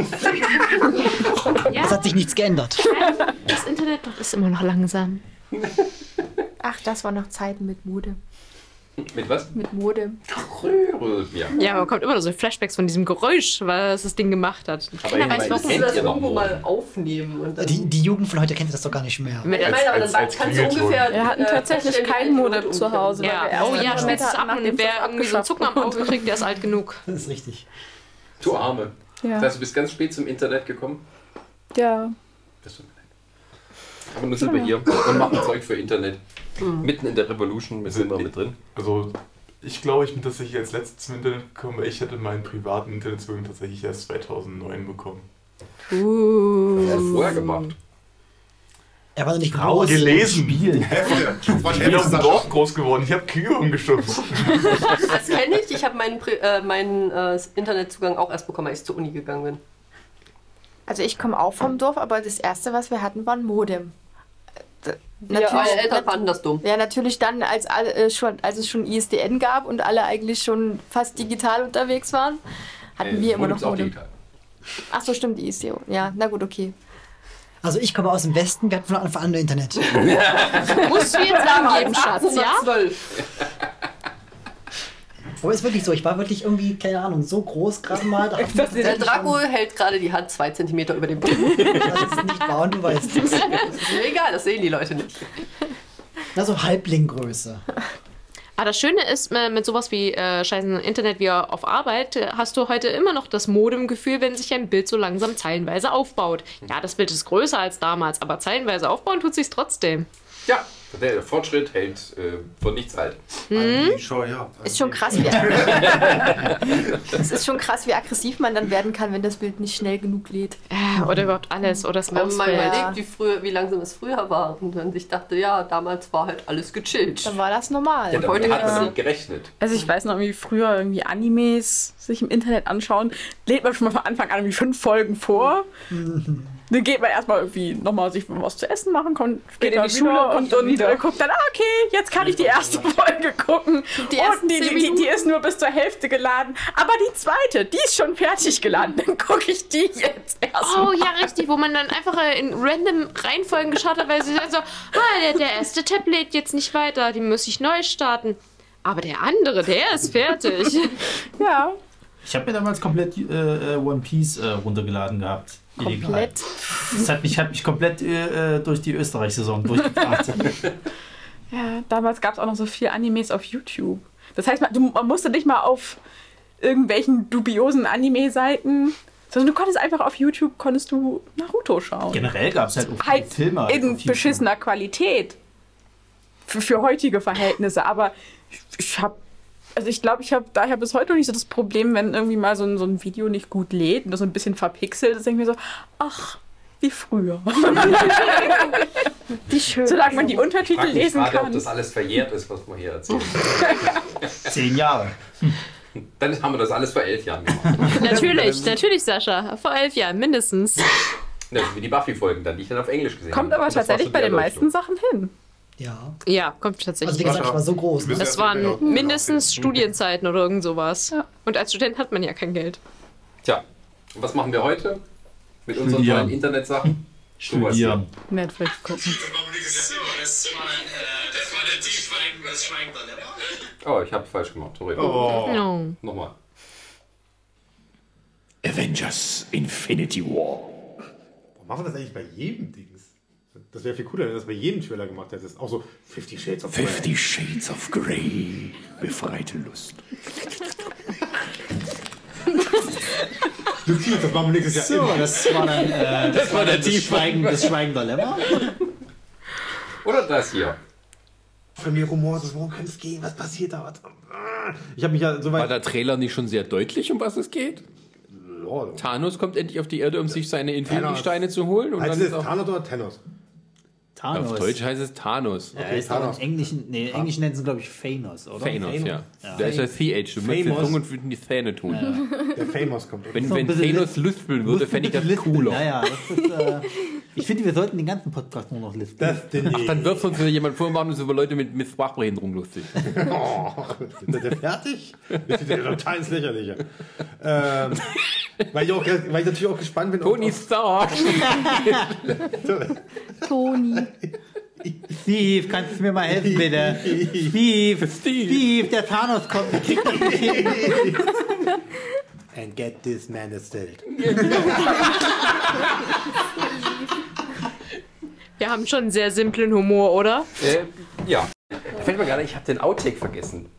Es hat sich nichts geändert.
Das Internet dort ist immer noch langsam.
Ach, das waren noch Zeiten mit Mode.
Mit was?
Mit Mode.
Ja.
Ja, man kommt immer noch so Flashbacks von diesem Geräusch, was das Ding gemacht hat.
ich meine,
warum.
kennt ihr noch Modem?
aufnehmen und dann.
Die, die Jugend von heute kennt das doch gar nicht mehr.
Mit-
Nein, aber dann kannst du ungefähr.
Wir hatten
äh,
tatsächlich kein
feststellen,
Modem zu Hause. weil wir
Ja,
erst
oh ja,
dann
schmeißt es ab und
nachdem
wer
es
irgendwie so einen Zucken am Auge kriegt, der ist alt genug.
Das ist richtig.
Du Arme.
Ja.
Das heißt, du bist ganz spät zum Internet gekommen.
Ja.
Das tut mir leid. Aber nun sind wir
Genau.
hier und machen Zeug für Internet.
Mhm.
Mitten in der Revolution mit sind wir mit drin.
Also, ich glaube, ich bin tatsächlich als letztes zum Internet gekommen, weil ich hätte meinen privaten Internetzugang tatsächlich erst 2009 bekommen.
Das hast du vorher gemacht.
Er war noch nicht
Raus.
raus.
Gelesen. Ich bin auf dem
Hefte,
Dorf groß geworden. Ich habe Kühe umgeschubst.
Das kenne ich. Ich habe meinen, Pri- äh, meinen äh, Internetzugang auch erst bekommen, als ich zur Uni gegangen bin.
Also ich komme auch vom Dorf, aber das erste, was wir hatten, war ein Modem. D-
Wir- meine Eltern fanden das dumm.
Ja, natürlich dann, als, alle, äh, schon, als es schon ISDN gab und alle eigentlich schon fast digital unterwegs waren,
Äh,
hatten wir immer noch Modem. Ach so, stimmt, ISDN. Ja, na gut, okay.
Also ich komme aus dem Westen, wir hatten von Anfang an nur Internet.
Musst du jetzt angeben, Schatz, ja?
1812.
Aber ist wirklich so, ich war wirklich irgendwie, keine Ahnung, so groß gerade mal. Da
Der Draco hält gerade die Hand zwei Zentimeter über dem Boden.
nicht war und du weißt es.
Ist mir egal, das sehen die Leute nicht.
Na, so Halblinggröße.
Aber das Schöne ist, äh, mit sowas wie äh, scheißen Internet wie auf Arbeit, äh, hast du heute immer noch das Modem-Gefühl, wenn sich ein Bild so langsam zeilenweise aufbaut. Ja, das Bild ist größer als damals, aber zeilenweise aufbauen tut sich's trotzdem.
Ja, der Fortschritt hält äh, von nichts halt.
Mhm.
Hm?
ja.
Also
Ist schon krass, wie, es ist schon krass, wie aggressiv man dann werden kann, wenn das Bild nicht schnell genug lädt.
Äh, Oder überhaupt alles, oder das
Wenn man
Auswählen.
überlegt, wie, früher, wie langsam es früher war und dann sich dachte, ja, damals war halt alles gechillt. Dann
war das normal.
Ja,
Und
damit
heute
hat man
ja.
nicht gerechnet.
Also ich weiß noch, wie früher irgendwie Animes sich im Internet anschauen, lädt man schon mal von Anfang an irgendwie fünf Folgen vor.
Mhm.
Dann geht man erstmal irgendwie nochmal sich was zu essen machen, kommt, geht in die Schule und, und, äh, guckt dann, ah, okay, jetzt kann ich die erste Folge gucken.
Die ersten
und die,
zehn
die, die, die
Minuten.
ist nur bis zur Hälfte geladen. Aber die zweite, die ist schon fertig geladen. Dann gucke ich die jetzt erst.
Oh
mal.
ja, richtig, wo man dann einfach äh, in random Reihenfolgen geschaut hat, weil sie dann so, ah, der, der erste Tab lädt jetzt nicht weiter, den muss ich neu starten. Aber der andere, der ist fertig.
ja.
Ich habe mir damals komplett äh, äh, One Piece äh, runtergeladen gehabt. Illegal.
Komplett.
Das hat mich, hat mich komplett äh, äh, durch die Österreich-Saison durchgebracht.
Ja, damals gab es auch noch so viel Animes auf YouTube. Das heißt, man, du, man musste nicht mal auf irgendwelchen dubiosen Anime-Seiten, sondern du konntest einfach auf YouTube konntest du Naruto schauen.
Generell gab es halt auch
Halt
Filme. halt
in
auf YouTube.
beschissener Qualität. Für, für heutige Verhältnisse. Aber ich, ich habe, also ich glaube, ich habe daher bis heute noch nicht so das Problem, wenn irgendwie mal so ein, so ein Video nicht gut lädt und das so ein bisschen verpixelt ist, denke ich mir so, ach, wie früher.
Die schön.
Solange man die Untertitel
Frag mich
lesen
gerade,
kann.
ob das alles verjährt ist, was wir hier erzählen.
Zehn Jahre.
Dann haben wir das alles vor elf Jahren gemacht.
natürlich, natürlich, Sascha. Vor elf Jahren mindestens.
Das ist wie die Buffy-Folgen dann, die ich dann auf Englisch gesehen
Kommt
habe.
aber
Das war
tatsächlich
so
bei
die
den meisten Sachen
Erleuchtung.
hin.
Ja.
Ja, kommt tatsächlich.
Also wie gesagt, ich war so groß. ne?
Das waren mindestens Studienzeiten oder irgend sowas. Und als Student hat man ja kein Geld.
Tja, und was machen wir heute mit unseren
Studieren.
neuen Internetsachen? Sowas
Studieren.
hier.
Netflix gucken.
So, das war, äh, das war der Tiefschweigen, das schweigt dann immer.
Oh, ich habe falsch gemacht. Sorry.
Oh. No.
Nochmal.
Avengers Infinity War. Warum machen wir das eigentlich bei jedem Dings? Das wäre viel cooler, wenn du das bei jedem Trailer gemacht hättest. Auch so 50 Shades of Grey.
50 Shades of Grey. Befreite Lust.
Du Kiel, das machen wir nächstes
So,
Jahr. immer.
das war dann, äh, das war dann das
Tiefschweigen.
Schweigen, das Schweigen der Lämmer.
Oder das hier.
Von mir rumort, worum kann es gehen? Was passiert da? Was- Ich habe mich ja so
War
weit.
der Trailer nicht schon sehr deutlich, um was es geht? Thanos kommt endlich auf die Erde, um sich seine Infinity-Steine zu holen. Und
Heißt
dann
es
ist
jetzt
auch,
Thanos oder Thanos?
Thanos.
auf Deutsch heißt es Thanos.
Ja, ist aber im Englischen, nee, im Englischen nennen sie, glaube ich, Thanos, oder?
Thanos, ja.
ja.
Da ist das TH. Du musst den
Famous.
Zungen und würden die Zähne tun.
Der Famous kommt.
Wenn,
So ein
wenn
bisschen
Thanos lispeln würde, fände ich das cooler.
Naja, das ist, äh, ich finde, wir sollten den ganzen Podcast nur noch listen.
Ach, dann wirft uns wieder jemand vor und machen uns über Leute mit, mit Sprachbehinderung lustig.
Oh, ist der fertig? Das ist ja total ins Lächerliche. Ähm, weil, ich auch, weil ich natürlich auch gespannt bin. Tony
Stark!
Toni.
Steve, kannst du mir mal helfen, bitte? Steve, Steve, der Thanos kommt. Ich krieg das nicht hin.
And get this man is dead.
Wir haben schon einen sehr simplen Humor, oder?
Äh, ja. Da fällt mir gerade, ich habe den Outtake vergessen.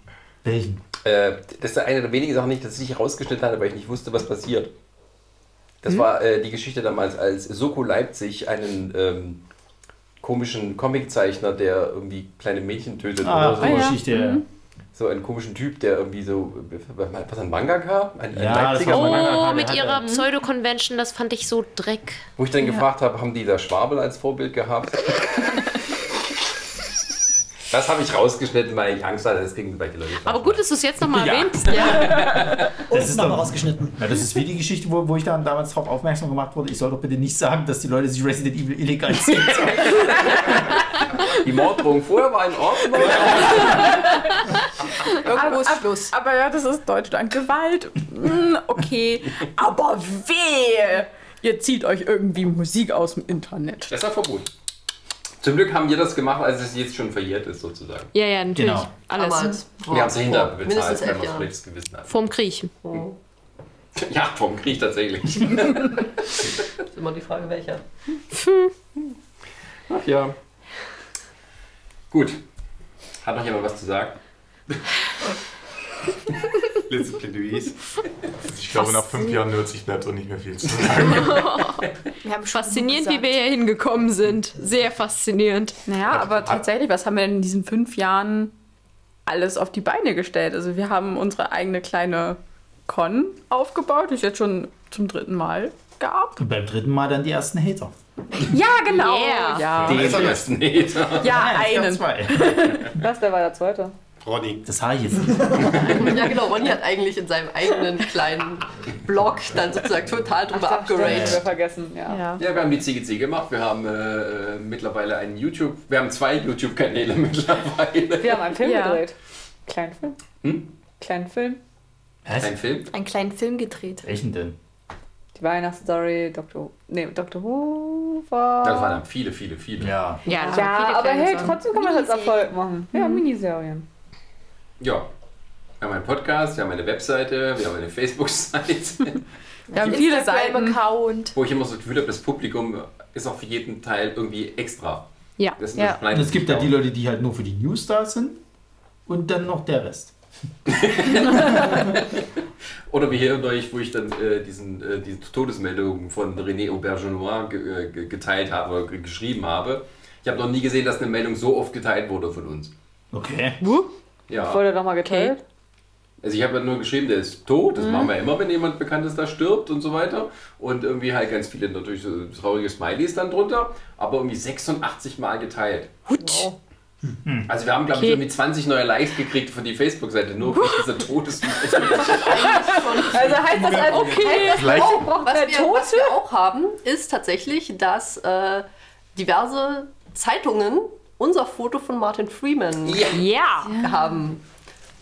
Welchen?
Äh, das ist eine der wenigen Sachen, nicht, dass ich nicht rausgeschnitten hatte, weil ich nicht wusste, was passiert. Das
Hm?
war äh, die Geschichte damals, als Soko Leipzig einen ähm, komischen Comiczeichner, der irgendwie kleine Mädchen tötet
Ah,
oder so.
Mhm.
ah, ja. Geschichte, ja.
so einen komischen Typ, der irgendwie so, was ein Mangaka? Ein, ein
Ja, das war ein Mangaka, Oh, mit ihrer Pseudo-Convention, das fand ich so dreck.
Wo ich dann gefragt habe, haben die da Schwabel als Vorbild gehabt? das habe ich rausgeschnitten, weil ich Angst hatte, deswegen sind bei die Leute.
Aber gut, dass du es jetzt nochmal
Ja.
erwähnst. Ja.
Das ist nochmal rausgeschnitten. Ja, das ist wie die Geschichte, wo, wo ich dann damals darauf aufmerksam gemacht wurde, ich soll doch bitte nicht sagen, dass die Leute sich Resident Evil illegal ziehen.
die Morddrohung vorher war in Ordnung.
Irgendwo ist Schluss. Aber ja, das ist Deutschland. Gewalt, mm, okay. Aber wehe, ihr zieht euch irgendwie Musik aus dem Internet.
Das ist ja verboten. Zum Glück haben wir das gemacht, als es jetzt schon verjährt ist, sozusagen.
ja, ja, natürlich.
Genau.
Alles.
Damals. Wir haben sie hinter bezahlt,
Mindestens
wenn
elf
man es
Jahre.
schlechtes Gewissen hat.
Vorm Krieg.
Hm.
Ja, vom Krieg tatsächlich.
Ist immer die Frage, welcher.
Hm.
Ach ja. Gut. Hat noch jemand was zu sagen?
Letzte Plädoyers.
Ich glaube, nach fünf Jahren nützlich bleibt auch nicht mehr viel zu sagen.
Faszinierend, wie wir hier hingekommen sind. Sehr faszinierend.
Naja, aber tatsächlich, was haben wir denn in diesen fünf Jahren alles auf die Beine gestellt? Also wir haben unsere eigene kleine Con aufgebaut, die es jetzt schon zum dritten Mal gab.
Und beim dritten Mal dann die ersten Hater.
Ja, genau.
Yeah.
Ja.
Die
Also-
Ah. ersten
Ja,
Hater.
einen.
Was, der war der Zweite?
Ronny.
Das war jetzt.
ja, genau. Ronny hat eigentlich in seinem eigenen kleinen Blog dann sozusagen total drüber
stimmt, wir
abgeratet.
vergessen, ja.
Ja, wir haben die CGC gemacht. Wir haben äh, mittlerweile einen YouTube. Wir haben zwei YouTube-Kanäle mittlerweile.
Wir haben einen Film
Ja.
gedreht. Kleinen Film?
Hm?
Kleinen Film?
Ein Film?
Einen kleinen Film gedreht.
Welchen denn?
Die Weihnachtsstory, Dr. Who. Nee, Dr. Who war.
Das waren viele, viele, viele.
Ja.
ja,
waren viele
aber
kleine
hey,
Sachen.
trotzdem kann man das als Erfolg machen. Ja,
Mhm.
Miniserien.
Ja. Wir haben einen Podcast, wir haben eine Webseite, wir haben eine Facebook-Seite.
Wir haben viele Seiten.
Account.
Wo ich immer so das Gefühl habe, das Publikum ist auch für jeden Teil irgendwie extra.
Ja.
Das sind
ja.
kleine-
Und es gibt ja die Leute, die halt nur für die News da sind und dann noch der Rest.
Oder wie hier neulich, wo ich dann äh, diesen, äh, diese Todesmeldung von René Aubergenois ge äh, ge- geteilt habe, ge geschrieben habe. Ich habe noch nie gesehen, dass eine Meldung so oft geteilt wurde von uns.
Okay.
Ja.
Wurde doch mal geteilt.
Also ich habe ja nur geschrieben, der ist tot, das
Mhm.
machen wir immer, wenn jemand Bekanntes da stirbt und so weiter. Und irgendwie halt ganz viele natürlich so traurige Smileys dann drunter, aber irgendwie 86 Mal geteilt. Wow.
Hm.
Also wir haben, glaube ich, irgendwie 20 neue Likes gekriegt von die Facebook-Seite, nur für diese Äh, Todesmeldung.
Also heißt das also,
Okay.
heißt das,
Vielleicht-
oh, braucht
was,
der
wir, was
Tote?
wir auch haben, ist tatsächlich, dass äh, diverse Zeitungen unser Foto von Martin Freeman haben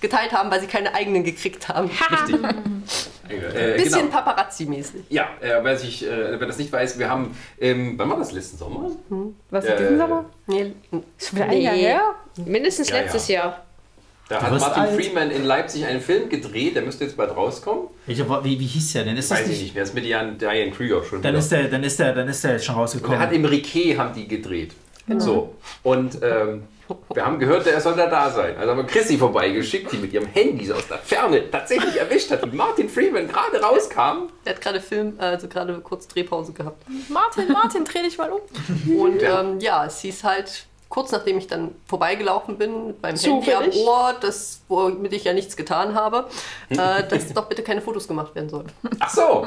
geteilt haben, weil sie keine eigenen gekriegt haben.
Richtig. Äh,
Bisschen
genau.
Paparazzi-mäßig.
Ja, äh, wer, sich, äh, wer das nicht weiß, wir haben, ähm, wann war das letzten Sommer?
Was
Äh,
Nee.
Schon wieder ein Jahr her?
Mindestens
Ja,
letztes
ja.
Jahr.
Da
Du
hat
wirst
Martin
alt.
Freeman in Leipzig einen Film gedreht, der müsste jetzt bald rauskommen.
Welcher, war- wie, wie hieß der denn? Ist das
Weiß ich
nicht?
nicht mehr, ist mit Jan, Diane Krieger schon
Dann
wieder.
ist der, dann ist der, dann ist der jetzt schon
Und er
rausgekommen.
hat im Riquet haben die gedreht.
Genau.
So. Und ähm, wir haben gehört, der soll da da sein. Also haben wir Chrissy vorbeigeschickt, die mit ihrem Handy so aus der Ferne tatsächlich erwischt hat und Martin Freeman gerade rauskam.
Der hat gerade Film, also gerade kurz Drehpause gehabt.
Martin, Martin, dreh dich mal um.
Und ähm, ja, es hieß halt, kurz nachdem ich dann vorbeigelaufen bin, beim
Zufällig?
Handy am Ohr, das, womit ich ja nichts getan habe, äh, dass doch bitte keine Fotos gemacht werden sollen.
Ach so.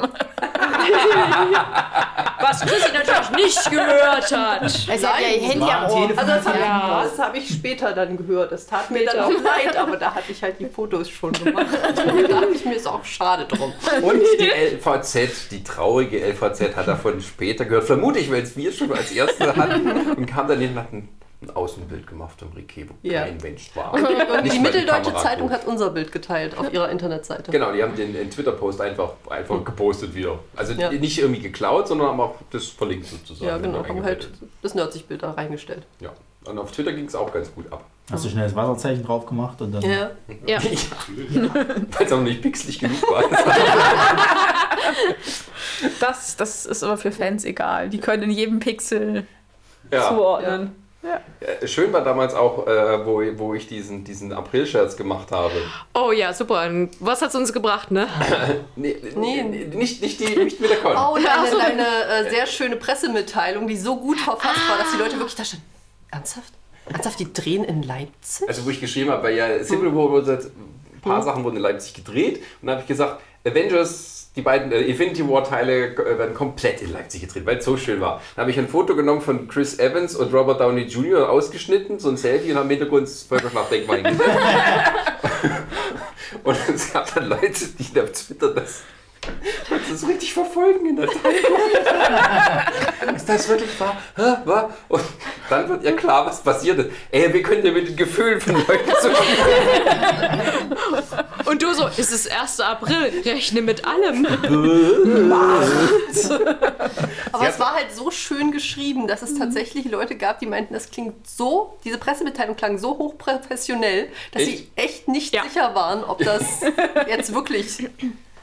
Was Chrissy natürlich nicht gehört hat.
Also, ja, ihr Handy am Ohr.
Also das habe
Ja.
ich, das hab ich später dann gehört. Das tat mir dann
Später.
auch leid, aber da hatte ich halt die Fotos schon gemacht. Und da dachte ich mir, ist auch schade drum.
Und die LVZ, die traurige LVZ, hat davon später gehört. Vermutlich, weil es wir schon als Erste hatten und kam dann hin und hat ein, ein Außenbild gemacht vom Riquet, wo
Ja.
kein Mensch war.
Und die, und
Nicht
die
mal
Mitteldeutsche
Kamera
Zeitung
guckt.
hat unser Bild geteilt auf ihrer Internetseite.
Genau, die haben den, den Twitter-Post einfach, einfach gepostet wieder. Also
Hm. Ja.
nicht irgendwie geklaut, sondern haben auch das verlinkt sozusagen.
Ja, genau. Haben
Eingebettet.
halt das Nerdsich-Bild da reingestellt.
Ja. Und auf Twitter ging es auch ganz gut ab.
Hast du schnell das Wasserzeichen drauf gemacht und dann.
Ja.
Ja.
Weil es auch nicht pixelig genug war.
Das, das ist aber für Fans egal. Die können in jedem Pixel
Ja.
zuordnen.
Äh, Schön war damals auch, äh, wo, wo ich diesen, diesen April-Scherz gemacht habe.
Oh ja, super. Und Was hat's uns gebracht, ne?
nee, nee, nee, nicht, nicht, die, nicht mit der Con.
Ach
Oh, deine,
so. Ah.
deine äh, sehr schöne Pressemitteilung, die so gut verfasst war, dass die Leute wirklich da standen. Ernsthaft? Ernsthaft, die drehen in Leipzig?
Also wo ich geschrieben habe, weil
Hm.
ja Civil War wurde, ein paar Sachen wurden in Leipzig gedreht und da habe ich gesagt, Avengers, die beiden äh, Infinity War Teile äh, werden komplett in Leipzig gedreht, weil es so schön war. Dann habe ich ein Foto genommen von Chris Evans und Robert Downey Jr. ausgeschnitten, so ein Selfie und haben im Hintergrund das Völkerschlachtdenkmal gesetzt. und es gab dann Leute, die auf Twitter das das ist richtig verfolgen in der Timeline. ist das wirklich wahr? Hä? Wahr? Und dann wird ihr klar, was passiert ist. Ey, wir können ja mit den Gefühlen von Leuten so
Und du so, es ist 1. April, rechne mit allem.
Aber es war halt so schön geschrieben, dass
Mhm.
es tatsächlich Leute gab, die meinten, das klingt so, diese Pressemitteilung klang so hochprofessionell, dass
Echt?
sie echt nicht sicher waren, ob das jetzt wirklich.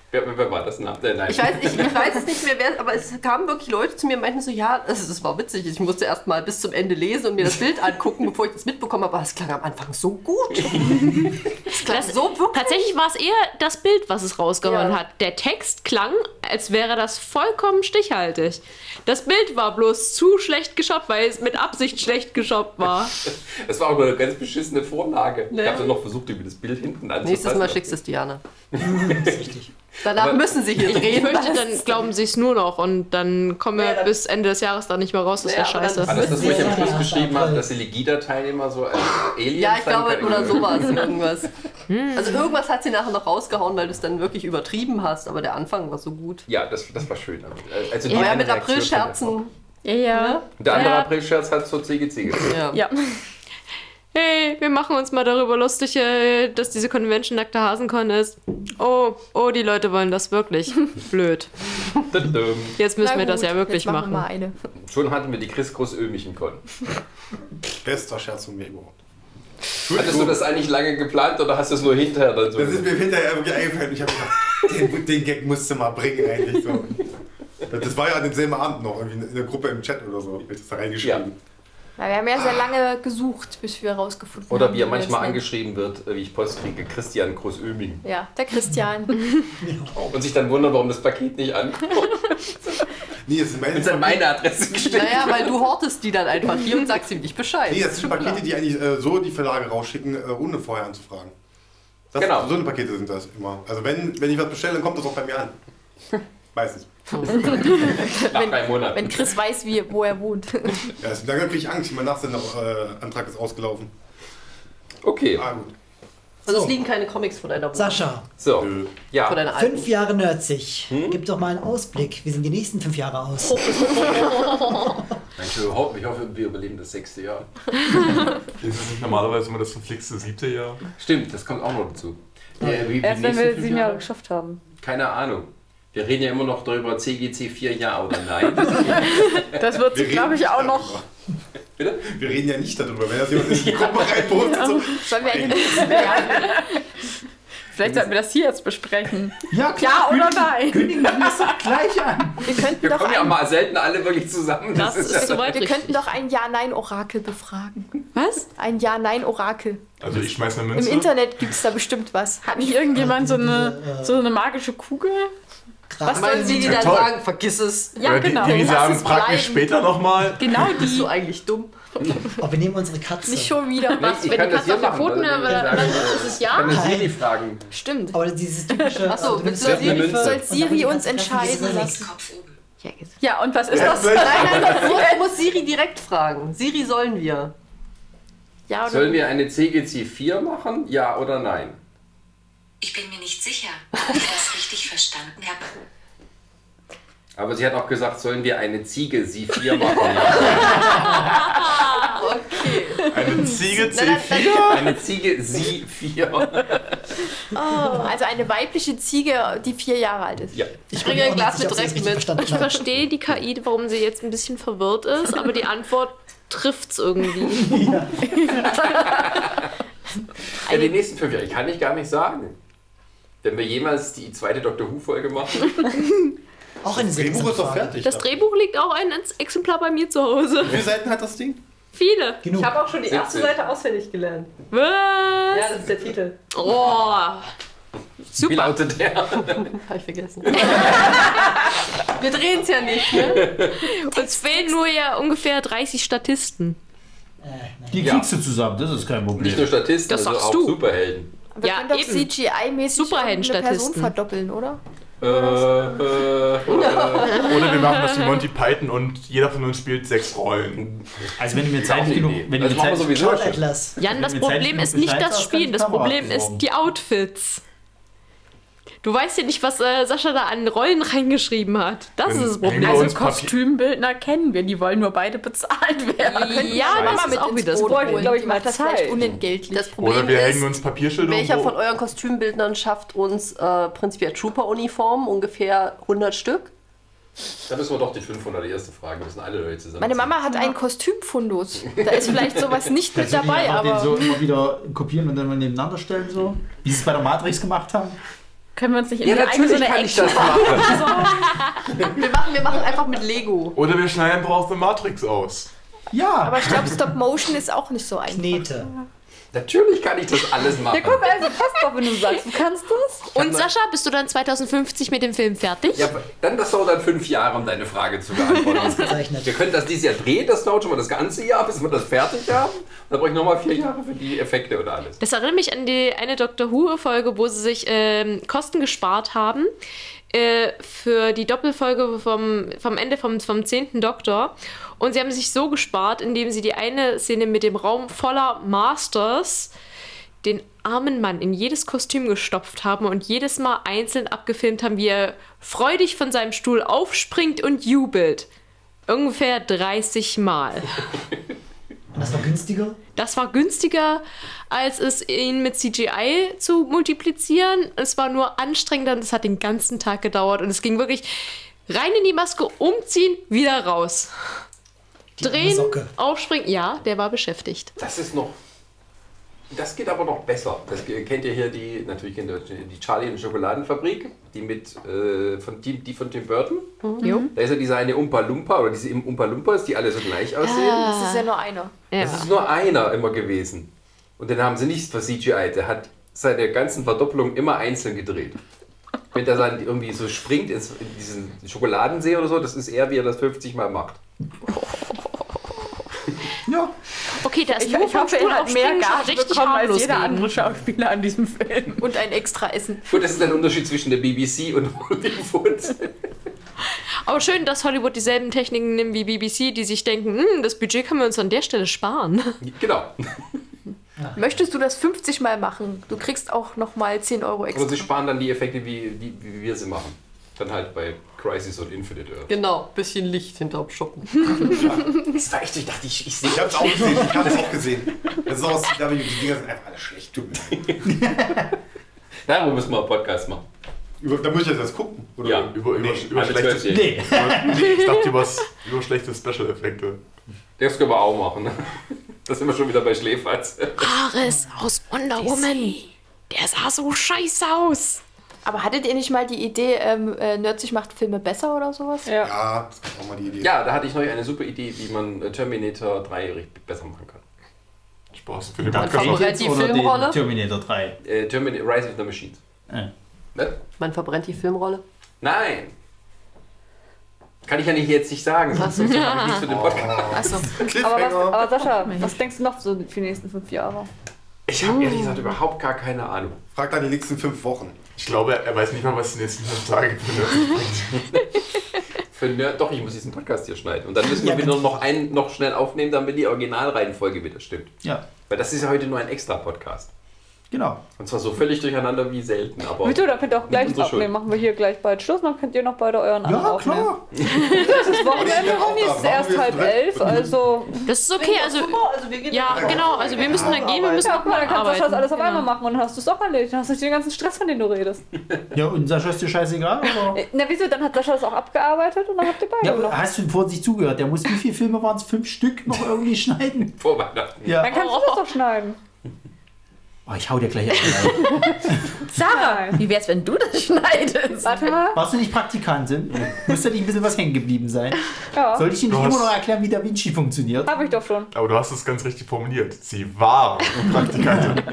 Wer, wer war das? Na, äh, nein.
Ich weiß, ich, ich weiß es nicht mehr, wer aber es kamen wirklich Leute zu mir und meinten so, ja, es, es war witzig, ich musste erst mal bis zum Ende lesen und mir das Bild angucken, bevor ich das mitbekommen habe, aber es klang am Anfang so gut.
Das, tatsächlich war es eher das Bild, was es rausgehauen hat. Der Text klang, als wäre das vollkommen stichhaltig. Das Bild war bloß zu schlecht geshoppt, weil es mit Absicht schlecht geshoppt war.
Es war auch eine ganz beschissene Vorlage. Ich
Ne?
Ja.
habe dann noch versucht, über das Bild hinten anzupassen.
Nächstes Mal schickst du es Diana.
Danach
Aber- müssen sie hier
Ich
drehen,
fürchte,
weil
dann glauben sie es nur noch und dann kommen wir bis Ende des Jahres da nicht mehr raus. Das ist ja, scheiße.
War das das, wo ich am Schluss geschrieben habe, dass die Legida-Teilnehmer so als Aliens
Ja, ich
dann-
glaube, oder sowas, irgendwas. Also irgendwas hat sie nachher noch rausgehauen, weil du es dann wirklich übertrieben hast, aber der Anfang war so gut.
Ja, das, das war schön. Also die
ja,
eine
mit
Reaktion von der-
April-Scherzen.
Ja,
ne?
ja.
Der andere
Ja.
April-Scherz hat zur CGC geführt.
Ja. Hey, wir machen uns mal darüber lustig, äh, dass diese Convention nackter Hasenkon ist. Oh, oh, die Leute wollen das wirklich. Blöd. Jetzt müssen
Na
wir das
gut,
ja wirklich
jetzt machen.
machen.
Wir mal eine.
Schon hatten wir die Chris groß ömichen können.
Bester Scherz von mir überhaupt.
Hattest du das eigentlich lange geplant oder hast du es nur hinterher dann so?
Das ist mir hinterher irgendwie eingefallen. Ich habe gedacht, den, den Gag musst du mal bringen eigentlich. So. Das war ja an demselben Abend noch, irgendwie in der Gruppe im Chat oder so. hab Ich das da reingeschrieben.
Weil wir haben ja sehr lange gesucht, bis wir rausgefunden haben.
Oder wie er
wir
manchmal
es nennen.
angeschrieben wird, äh, wie ich Post kriege, Christian groß öming
Ja, der Christian.
Und sich dann wundern, warum das Paket nicht ankommt.
nee, es ist meine,
an meine Adresse gestellt.
Naja, weil du hortest die dann einfach hier und sagst ihm nicht Bescheid.
Nee, das sind Pakete, die eigentlich äh, so die Verlage rausschicken, äh, ohne vorher anzufragen. Das, genau. So eine Pakete sind das immer. Also wenn, wenn ich was bestelle, dann kommt das auch bei mir an. Meistens.
Nach
drei Monaten.
Wenn Chris weiß, wie, wo er wohnt.
Ja, das- dann kriege ich Angst. Mein Nachsenderantrag äh, ist ausgelaufen.
Okay.
Ah, gut.
Also es liegen keine Comics vor deiner Wohnung.
Sascha.
So. Ja.
Vor deiner alten.
Fünf Jahre nerdsig. Gib doch mal einen Ausblick. Wie sehen die nächsten fünf Jahre aus?
Ich, überhaupt, ich hoffe, wir überleben das sechste Jahr.
Ist es nicht normalerweise immer das verflixte siebte Jahr?
Stimmt, das kommt auch noch dazu. Äh, wie- wie
Erst wenn
nächsten
wir
fünf
sieben
Jahre?
Jahre geschafft haben.
Keine Ahnung. Wir reden ja immer noch darüber, CGC 4 ja oder nein.
Das wird sich,
Wir
glaube
reden
ich, auch noch.
Bitte?
Wir reden ja nicht darüber. Wenn das jemand in die Gruppe reinpostet, so,
Sollen wir eigentlich Vielleicht sollten wir das hier jetzt besprechen.
Ja,
klar, oder nein?
Kündigen wir das doch gleich an.
Wir könnten
Wir
doch
kommen ja
ein,
mal selten alle wirklich zusammen.
das ist
ja-
soweit wir könnten doch ein Ja-Nein-Orakel befragen. Was? Ein Ja-Nein-Orakel.
Also ich schmeiß eine
Im
Münze.
Internet gibt es da bestimmt was.
Hat nicht irgendjemand so eine, so eine magische Kugel?
Was sollen
die, die dann
Toll.
sagen, vergiss es.
Ja,
Oder
genau.
Die, die, die
Lass
sagen,
es
frag mich
bleiben.
später nochmal.
Genau die.
Bist du eigentlich dumm?
Aber Oh, wir nehmen unsere Katze.
Nicht schon wieder.
Was,
ich
wenn
kann
die
das
Katze
hier
auf den
machen,
Pfoten
also
wäre,
wenn
dann
ich sage,
ist es ja?
Kann eine
Nein.
Siri fragen.
Stimmt.
Aber dieses typische.
Ach so,
also du nimmst
willst du
die
Siri-
Hilfe
soll
und dann
Siri
wird die
uns
Katze-
entscheiden lassen?
Ja, und was ist das?
Nein, nein, nein, das muss- muss Siri direkt fragen. Siri sollen wir.
Ja
Sollen wir eine CGC 4 machen? Ja oder nein?
Ich bin mir nicht sicher, ob ich das richtig verstanden habe.
Aber sie hat auch gesagt, sollen wir eine Ziege sie 4 machen? Ja.
Hm.
Eine Ziege
C4? Eine Ziege sie 4.
Also eine weibliche Ziege, die vier Jahre alt ist.
Ja.
Ich
bringe ein Glas mit
direkt mit. Ich verstehe die KI, warum sie jetzt ein bisschen verwirrt ist, aber die Antwort trifft's irgendwie.
In den nächsten fünf Jahren, kann ich gar nicht sagen. Wenn wir jemals die zweite Doctor Who-Folge machen.
Auch eine
Drehbuch ist doch fertig.
Das Drehbuch liegt auch ein Exemplar bei mir zu Hause.
Wie viele Seiten hat das Ding?
Viele.
Genug.
Ich habe auch schon die erste
17.
Seite auswendig gelernt.
Was?
Ja, das ist der Titel.
Oh. Super.
Wie lautet der?
Habe ich vergessen. wir drehen es ja nicht, ne?
Uns fehlen nur ja ungefähr 30 Statisten.
Die
Ja.
kriegst du zusammen, das ist kein Problem.
Nicht nur Statisten,
Das
also
sagst
auch
du.
Superhelden.
Wir
Ja,
können doch
eben.
CGI-mäßig eine Person
Superheldenstatisten.
verdoppeln, oder?
Äh, äh,
Oder wir machen das wie Monty Python und jeder von uns spielt sechs Rollen.
Also wenn ihr mir Zeit genug... Wenn ihr mir Zeit
Jan, das Problem ist nicht das Spiel, das Problem ist die Outfits.
Du weißt ja nicht, was äh, Sascha da an Rollen reingeschrieben hat. Das
Dann
ist das Problem.
hängen wir
Also
uns
Kostüm.
Kostümbildner kennen wir, die wollen nur beide bezahlt werden.
Ja,
das ist
auch wieder
das Problem.
glaube ich,
Die macht
das vielleicht unentgeltlich. Das Problem
Oder wir
ist,
hängen uns Papierschilder
welcher
irgendwo-
von euren Kostümbildnern schafft uns äh, prinzipiell Trooper-Uniformen, ungefähr 100 Stück?
Da müssen wir doch die 500 erste Frage, müssen alle Leute zusammen.
Meine Mama hat einen Kostümfundus. Da ist vielleicht sowas nicht mit
Kannst du die
dabei,
einfach
aber.
Den so immer wieder kopieren und dann mal nebeneinander stellen, so? Wie sie es bei der Matrix gemacht haben?
Können wir uns nicht
Ja,
in eine so
natürlich
eine
kann ich das
Wir machen, wir machen einfach mit Lego.
Oder wir schneiden einfach aus The Matrix aus.
Ja.
Aber ich glaube, Stop Motion ist auch nicht so einfach. Knete.
Natürlich kann ich das alles machen.
also passt doch, wenn du sagst, du kannst das.
Und Sascha, bist du dann 2050 mit dem Film fertig?
Ja, aber dann das dauert dann fünf Jahre, um deine Frage zu beantworten. Wir können das dieses Jahr drehen, das dauert schon mal das ganze Jahr, bis wir das fertig haben. Und dann brauche ich nochmal vier Jahre für die Effekte und alles.
Das erinnert mich an die eine Doctor Who-Folge, wo sie sich ähm, Kosten gespart haben äh, für die Doppelfolge vom, vom Ende vom, vom 10. Doktor. Und sie haben sich so gespart, indem sie die eine Szene mit dem Raum voller Masters den armen Mann in jedes Kostüm gestopft haben und jedes Mal einzeln abgefilmt haben, wie er freudig von seinem Stuhl aufspringt und jubelt. Ungefähr 30 Mal.
Das war günstiger.
Das war günstiger, als es ihn mit CGI zu multiplizieren. Es war nur anstrengender und es hat den ganzen Tag gedauert. Und es ging wirklich rein in die Maske, umziehen, wieder raus. Drehen, aufspringen. Ja, der war beschäftigt.
Das ist noch. Das geht aber noch besser. Das ge- kennt ihr hier die, natürlich kennt ihr die Charlie und die Schokoladenfabrik, die mit äh, von Tim, die von Tim Burton.
Mhm. Jo.
Da ist ja diese eine Umpa Lumpa oder diese Umpa Lumpas, die alle so gleich aussehen.
Das ist ja nur einer.
Es ist nur einer immer gewesen. Und den haben sie nicht für CGI. Der hat seine ganzen Verdoppelungen immer einzeln gedreht. Wenn der dann irgendwie so springt ins, in diesen Schokoladensee oder so, das ist eher, wie er das 50 Mal macht.
Okay, da ist
Ich,
nur
ich
vom
hoffe,
Stuhl
er hat mehr
aufspringen schon
Gage
richtig
bekommen als
harmlos
jeder
gegen.
andere Schauspieler an diesem Film.
Und ein extra Essen.
Gut, das ist ein Unterschied zwischen der BBC und Hollywood.
Aber schön, dass Hollywood dieselben Techniken nimmt wie BBC, die sich denken, "Hm, das Budget können wir uns an der Stelle sparen.
Genau.
Möchtest du das 50 Mal machen? Du kriegst auch nochmal 10 Euro
Aber
extra.
sie sparen dann die Effekte, wie, wie, wie wir sie machen. Dann halt bei Crisis und Infinite Earth.
Genau, bisschen Licht hinterm Schuppen.
Das war echt, ich dachte, ich, sehe
Ich hab's auch gesehen, ich hab's auch gesehen. Das ist auch, was- aber die Dinger sind einfach alle schlecht. tut mir leid.
Darüber müssen wir einen Podcast machen.
Über, da muss ich jetzt erst gucken. Oder?
Ja,
über, über, über
alle
schlechtes.
Zwölfjährigen.
Über- nee, ich dachte über, über schlechte Special-Effekte.
Das können wir auch machen. Das sind wir schon wieder bei Schläferz.
Ares aus Wonder Woman. Der sah so scheiße aus.
Aber hattet ihr nicht mal die Idee, ähm, äh, Nerdsich macht Filme besser oder sowas?
Ja, das ist auch mal die Idee.
Ja, da hatte ich neulich eine super Idee, wie man äh, Terminator 3 richtig besser machen kann.
Spaß
für den Dann Podcast. verbrennt die
Oder den
Filmrolle?
Terminator 3.
Äh, Terminator Rise of the Machines. Ne?
Man verbrennt die Filmrolle.
Nein! Kann ich ja nicht, jetzt nicht sagen, sonst
Ach so.
habe ich nichts für den
Oh.
Podcast.
Aber, was, aber Sascha, was denkst du noch so für die nächsten fünf Jahre?
Ich habe ehrlich gesagt überhaupt gar keine Ahnung.
Frag dann die nächsten fünf Wochen.
Ich glaube, er weiß nicht mal, was die nächsten fünf Tage benötigt.
Für Nerd, doch, ich muss diesen Podcast hier schneiden. Und dann müssen wir wieder noch einen noch schnell aufnehmen, damit die Originalreihenfolge wieder stimmt.
Ja,
Weil das ist ja heute nur ein extra Podcast.
genau.
Und zwar so völlig durcheinander wie selten. Aber
Bitte, da könnt ihr auch
nicht
gleich
unsere
aufnehmen.
Schuld.
Machen wir hier gleich bald Schluss, dann könnt ihr noch beide euren anderen
Ja,
aufnehmen.
klar.
Das ist Wochenende,
Ja,
Ronny, es
machen
ist
wir
erst
jetzt
halb
direkt.
elf, also...
Das ist okay, also... Ja, genau, also wir müssen dann gehen, wir müssen
ja, guck mal, dann kannst du das
arbeiten. Genau.
alles auf einmal machen und dann hast du es doch erledigt. Dann hast du nicht den ganzen Stress, von dem du redest. Äh,
Ja, und Sascha ist dir scheißegal, oder?
Na wieso, dann hat Sascha das auch abgearbeitet und dann habt ihr beide
Ja,
noch.
aber hast du vor sich zugehört? Der muss, wie viele Filme waren es? Fünf Stück noch irgendwie schneiden?
Vor Weihnachten.
Ja.
Dann kannst du das doch schneiden.
Oh, ich hau dir gleich ein.
Sarah, wie wär's, wenn du das schneidest?
Warte mal.
Warst du nicht Praktikantin? Müsste nicht ein bisschen was hängen geblieben sein?
Ja.
Soll ich Ihnen nicht
Was?
immer noch erklären, wie Da Vinci funktioniert?
Hab ich doch schon.
Aber du hast es ganz richtig formuliert. Sie war Praktikantin.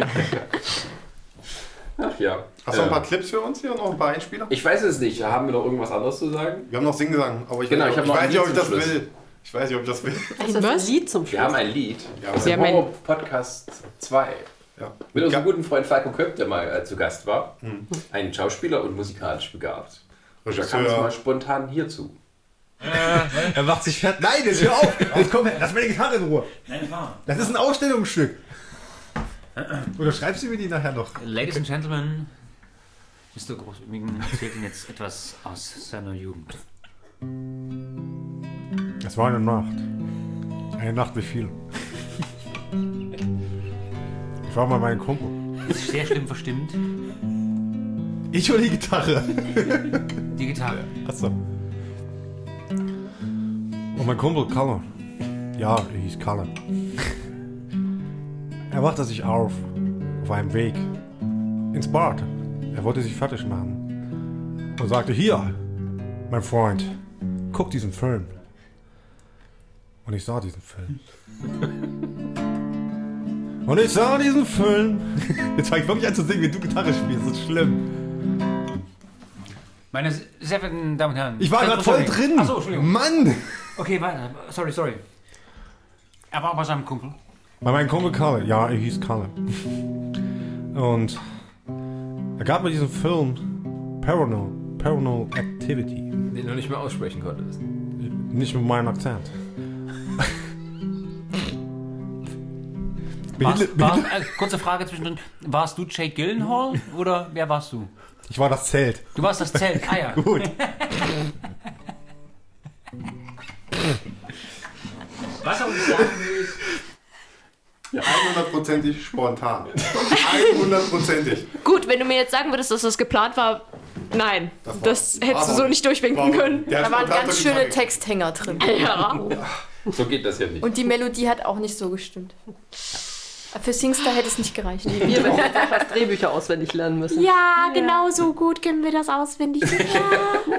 Ach ja.
Hast du noch ein paar
Ähm,
Clips für uns hier und noch ein paar Einspieler?
Ich weiß es nicht. Haben wir noch irgendwas anderes zu sagen?
Wir haben noch Singen, aber ich,
Genau, ich
ich
hab noch
weiß
ein
nicht, ob
Lied
ich
zum
das
Schluss.
will.
Ich weiß nicht, ob ich das will.
Ist das ein Lied zum
Wir haben ein Lied.
Ja,
Das ist
wir
ein
haben ein-
Horror Podcast 2. Mit unserem guten Freund Falco Köpp, der mal äh, zu Gast war.
Hm.
Ein Schauspieler und musikalisch begabt. Und da kam
Regisseur.
es mal spontan hierzu.
er macht sich fertig. Nein, jetzt hör auf! Jetzt komm her, lass meine Gitarre in Ruhe. Nein, wahr. Das ist ein Ausstellungsstück. Oder schreibst du mir die nachher noch? Ladies and Gentlemen, Mr. Großübigen erzählt Ihnen jetzt etwas aus seiner Jugend.
Es war eine Nacht. Eine Nacht wie viel. Ich war mal mein Kumpel.
Ist sehr schlimm verstimmt.
Ich hole die Gitarre.
Die Gitarre.
Achso. Und mein Kumpel Kalle. Ja, er hieß Kalle. Er wachte sich auf, auf einem Weg, ins Bad. Er wollte sich fertig machen. Und sagte, hier, mein Freund, guck diesen Film. Und ich sah diesen Film. Und ich sah diesen Film.
Jetzt fang ich wirklich an zu singen, wie du Gitarre spielst. Das ist schlimm.
Meine
Sehr verehrten Damen und Herren.
Ich war
Ganz
grad voll
kurz
drin.
Achso, Entschuldigung.
Mann!
Okay, weiter. Sorry, sorry. Er war bei seinem Kumpel.
Bei meinem Kumpel Kalle, ja, er hieß Kalle. Und er gab mir diesen Film Paranormal, Paranormal Activity.
Den du nicht mehr aussprechen konntest.
Nicht mit meinem Akzent.
Warst, warst, äh, kurze Frage zwischendrin. Warst du Jake Gyllenhaal oder wer warst du?
Ich war das Zelt.
Du warst das Zelt. Ah ja.
Gut.
Was aber nicht sagen willst.
100%ig spontan. 100%ig.
Gut, wenn du mir jetzt sagen würdest, dass das geplant war, nein. Das, hättest du so nicht durchwinken
warum?
können.
Der hat
Da waren
spontan
ganz
so
schöne
getan.
Texthänger drin.
So geht das ja nicht.
Und die Melodie hat auch nicht so gestimmt. Für Singstar hätte es nicht gereicht.
Wir, wenn wir einfach das Drehbücher auswendig lernen müssen.
Ja, genau so gut können wir das auswendig. Ja.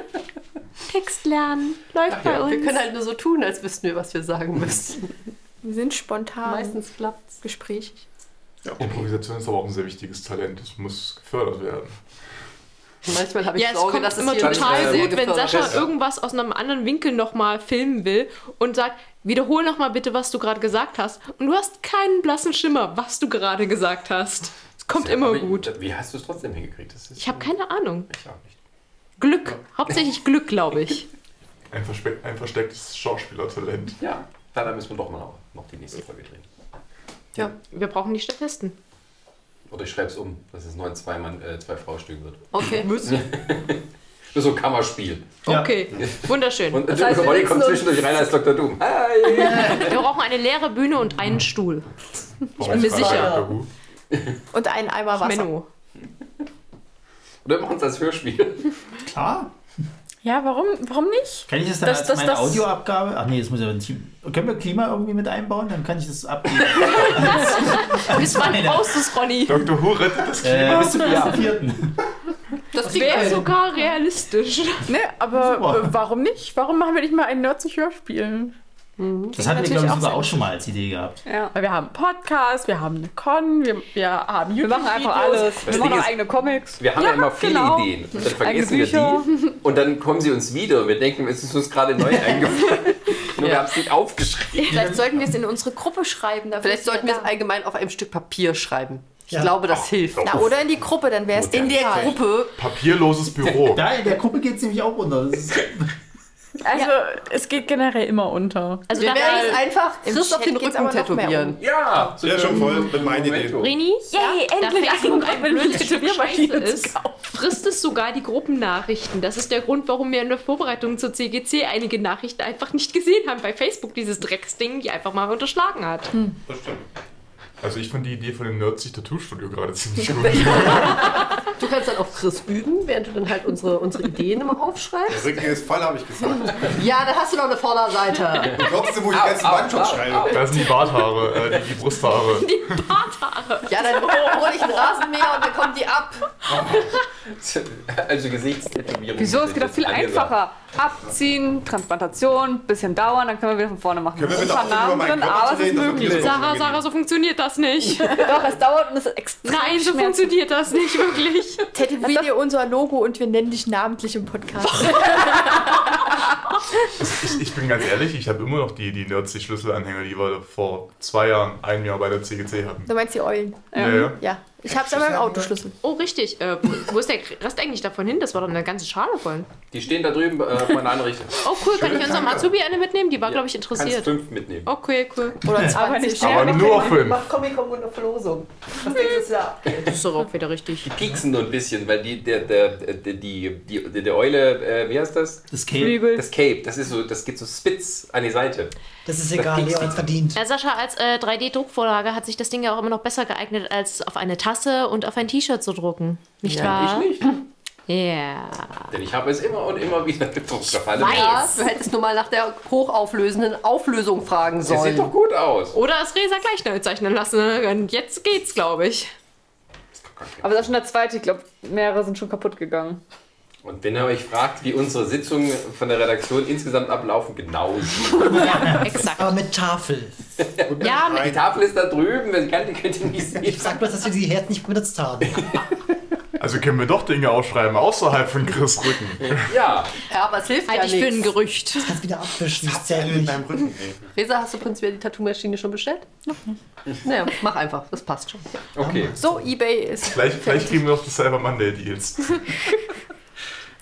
Text lernen. Läuft bei uns.
Wir können halt nur so tun, als wüssten wir, was wir sagen müssen.
Wir sind spontan.
Meistens klappt's.
Gesprächig.
Ja, Äh, Improvisation ist aber auch ein sehr wichtiges Talent. Das muss gefördert werden.
Manchmal habe ich
Ja, es
Sorge,
kommt
dass es
immer
hier
total
nicht
gut, wenn
gefördert
Sascha
ist.
irgendwas aus einem anderen Winkel nochmal filmen will und sagt, wiederhol nochmal bitte, was du gerade gesagt hast. Und du hast keinen blassen Schimmer, was du gerade gesagt hast. Es kommt immer gut.
Wie hast du es trotzdem hingekriegt? Das ist
Ich habe keine Ahnung.
Ich auch nicht.
Glück. Hauptsächlich Glück, glaube ich.
Ein, verspe- ein verstecktes Schauspielertalent.
Ja, dann müssen wir doch mal noch die nächste Folge drehen.
Ja, wir brauchen die Statisten.
Oder ich schreibe es um, dass es nur ein Zwei-Mann, äh, Zwei-Frau-Stück wird.
Okay.
Müssen. Nur so ein Kammerspiel.
Okay, wunderschön.
Und
Das heißt, wir
Ronny kommt
setzen uns-
zwischendurch rein als Dr. Doom.
Wir brauchen eine leere Bühne und einen Stuhl. Ich bin mir sicher.
Und einen Eimer Wasser.
Menno.
Oder wir machen es als Hörspiel.
Klar.
Ja, warum, warum nicht?
Kann ich das dann als meine Audioabgabe? Ach nee, das muss ja ein Team. Können wir Klima irgendwie mit einbauen? Dann kann ich das abgeben.
Bis wann brauchst du es, Ronny?
Dr. Who rettet das
Äh, bis zum
Ja.
1.4.
Das
klingt
wäre
geil.
sogar realistisch.
Ne, aber
Super.
äh, warum nicht? Warum machen wir nicht mal ein Nerd zu Hörspielen?
Das hatten wir, glaube ich, sogar auch schon mal als Idee gehabt.
Ja. Weil wir haben einen Podcast, wir haben eine Con, wir, wir haben
Wir machen einfach
YouTube-Videos.
alles. Wir
Das
machen
Ding
auch
ist-
eigene Comics.
Wir haben ja, immer viele
genau.
Ideen. Und dann
Eigene
vergessen wir
Bücher.
die. Und dann kommen sie uns wieder. Wir denken, es ist uns gerade neu eingefallen. Nur wir haben es nicht aufgeschrieben.
Vielleicht sollten wir es in unsere Gruppe schreiben. dafür
Vielleicht
sind
sollten wir es allgemein auf einem Stück Papier schreiben. Ich glaube, das hilft.
Na, oder in die Gruppe, dann wäre es
In der
digital.
Gruppe.
Papierloses Büro.
Da in der Gruppe geht es nämlich auch runter. Das ist
Also, es geht generell immer unter.
Also Wir da- werden es einfach Im Chris auf Chat den geht's Rücken aber noch mehr tätowieren. um.
Ja,
Sehr schon voll mit meinen Ideen.
Rini,
Yay,
da
endlich
Facebook
ein
ein blödes
Blödsinn.
Stück Scheiße ist, frisst es sogar die Gruppennachrichten. Das ist der Grund, warum wir in der Vorbereitung zur CGC einige Nachrichten einfach nicht gesehen haben. Bei Facebook dieses Drecksding, die einfach mal unterschlagen hat.
Hm.
Das stimmt. Also ich fand die Idee von dem Nerdsich Tattoo Studio gerade ziemlich gut.
Du kannst dann auf Chris üben, während du dann halt unsere, unsere Ideen immer aufschreibst.
Der Rücken ist voll, habe ich gesagt.
Ja, dann hast du noch eine Vorderseite.
Glaubst du, wo ich die ganzen Band schon schreibe?
Da sind die Barthaare, äh, die, die Brusthaare.
Ja, dann hol ich einen Rasenmäher und dann kommt die ab.
Also Gesichtstätowierung.
Wieso? Es geht doch viel einfacher. Abziehen, Transplantation, bisschen dauern, dann können wir wieder von vorne machen.
Können wir
Ein
bitte
paar
aufhören, über
Namen drin,
meinen Körper zu
aber es ist
reden? Das wird mir
möglich.
so
Sarah, Sarah, so Also funktioniert das nicht.
Doch, es dauert und es ist extrem
Nein, so funktioniert das nicht wirklich.
Tätowier dir unser Logo und wir nennen dich namentlich im Podcast.
Also Ich, ich bin ganz ehrlich, ich habe immer noch die, die Nerdsy-Schlüsselanhänger, die wir vor zwei Jahren, einem Jahr bei der CGC hatten.
Du meinst die Eulen?
Ja, ja.
ja. Ich hab's aber im Autoschlüssel.
Ähm, Oh, richtig. Äh, wo ist der Rest eigentlich davon hin? Das war doch eine ganze Schale voll.
Die stehen da drüben äh, auf meiner Anrichtung.
Oh, cool. Kann
Schöne
ich unserem
Tanke.
Azubi eine mitnehmen? Die war, glaube ich,
Kannst
interessiert.
fünf mitnehmen.
Okay, cool.
Oder 20. Aber nicht mehr. Aber nur fünf.
Mach Comic Con eine Verlosung. Was denkst du da?
Das ist doch auch wieder richtig.
Die pieksen nur ein bisschen, weil die, der, der, der, die, die, der, der Eule, äh, wie heißt das?
Das
Cape. Flügel.
Das Cape, das, ist so, das geht so spitz an die Seite.
Das ist
Da
egal,
piekst
Leon
die.
hat verdient.
Ja, Sascha, als äh, 3D-Druckvorlage hat sich das Ding ja auch immer noch besser geeignet, als auf eine Tasse und auf ein T-Shirt zu drucken. Nicht
Ja,
wahr?
ich
Ja.
Denn ich habe es immer und immer wieder gedruckt. Auf alle
Ja,
Fälle.
du hättest nur mal nach der hochauflösenden Auflösung fragen
Das sieht
sollen.
doch gut aus.
Oder es Resa gleich neu zeichnen lassen. Und jetzt geht's, glaube ich.
Aber das ist schon der zweite, ich glaube, mehrere sind schon kaputt gegangen.
Und wenn ihr euch fragt, wie unsere Sitzungen von der Redaktion insgesamt ablaufen, genau so.
Aber mit Tafel.
Ja,
Die Tafel ist da drüben, wenn ich kann, die könnt ihr nicht sehen.
Ich sag bloß, dass wir die Herz nicht benutzt haben.
Also können wir doch Dinge ausschreiben, außerhalb von Chris Rücken.
Ja.
Ja, aber es hilft
Halt
ja
dich
nichts.
für ein Gerücht.
Das kannst wieder abwischen. Das ist ja nicht.
Resa, hast du prinzipiell die Tattoo-Maschine schon bestellt? Noch nicht. Naja, mach einfach, das passt schon.
Okay.
So, Ebay ist.
Vielleicht, vielleicht kriegen wir noch die Cyber Monday Deals.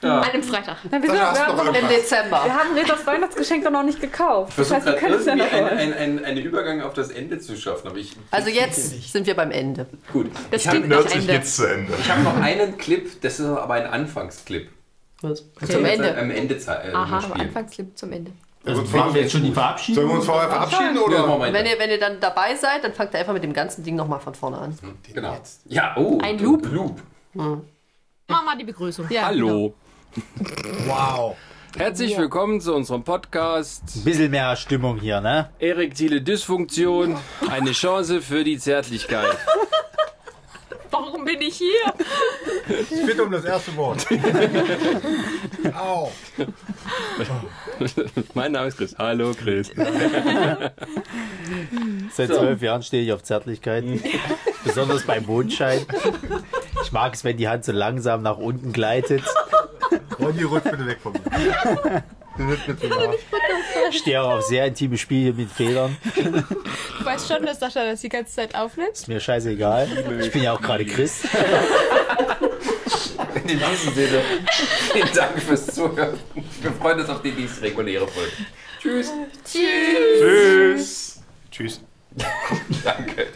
Ja. An einem Freitag.
wir
Sascha, hast du
doch-
noch irgendwas? Im Dezember.
Wir haben Resas Weihnachtsgeschenk doch noch nicht gekauft.
Ich
Das
versuche
Also
heißt, wir
gerade
können es
irgendwie
ja noch
einen
holen.
ein, ein, einen Übergang auf das Ende zu schaffen. Aber ich,
Also jetzt sind wir beim Ende.
Gut.
Das
Ich hab-
klingt nach Nerdsich Ende.
geht's zu Ende.
Ich habe noch einen Clip, das ist aber ein Anfangsclip.
Was?
Okay.
Zum
Am
Ende.
Am Ende zei- äh,
Aha, am
spielen.
Anfangslip zum Ende.
Also
machen wir jetzt schon die Verabschiedung?
Sollen wir uns vorher verabschieden oder?
Wenn ihr, wenn ihr dann dabei seid, dann fangt ihr einfach mit dem ganzen Ding nochmal von vorne an. Hm.
Genau. Ja, oh.
Ein
Loop. Loop.
Mach mal die Begrüßung.
genau.
Hallo.
Wow.
genau. Herzlich willkommen zu unserem Podcast
Ein bisschen mehr Stimmung hier, ne?
Erektile Dysfunktion, eine Chance für die Zärtlichkeit.
Warum bin ich hier?
Ich bitte um das erste Wort. Au.
mein Name ist Chris. Hallo Chris.
Seit
So.
zwölf Jahren stehe ich auf Zärtlichkeit. Besonders beim Mondschein. Ich mag es, wenn die Hand so langsam nach unten gleitet.
Ronny, rutsch bitte weg von mir. Du wirst mir zu nah.
Ich stehe auch auf sehr intime Spiele mit Federn.
Du weißt schon, dass Sascha das die ganze Zeit aufnimmt?
Ist mir scheißegal. Ich bin ja auch gerade Chris.
In dem nächsten Sinne, vielen Dank fürs Zuhören. Wir freuen uns auf die nächste reguläre Folge. Tschüss.
Tschüss.
Tschüss. Tschüss. Danke.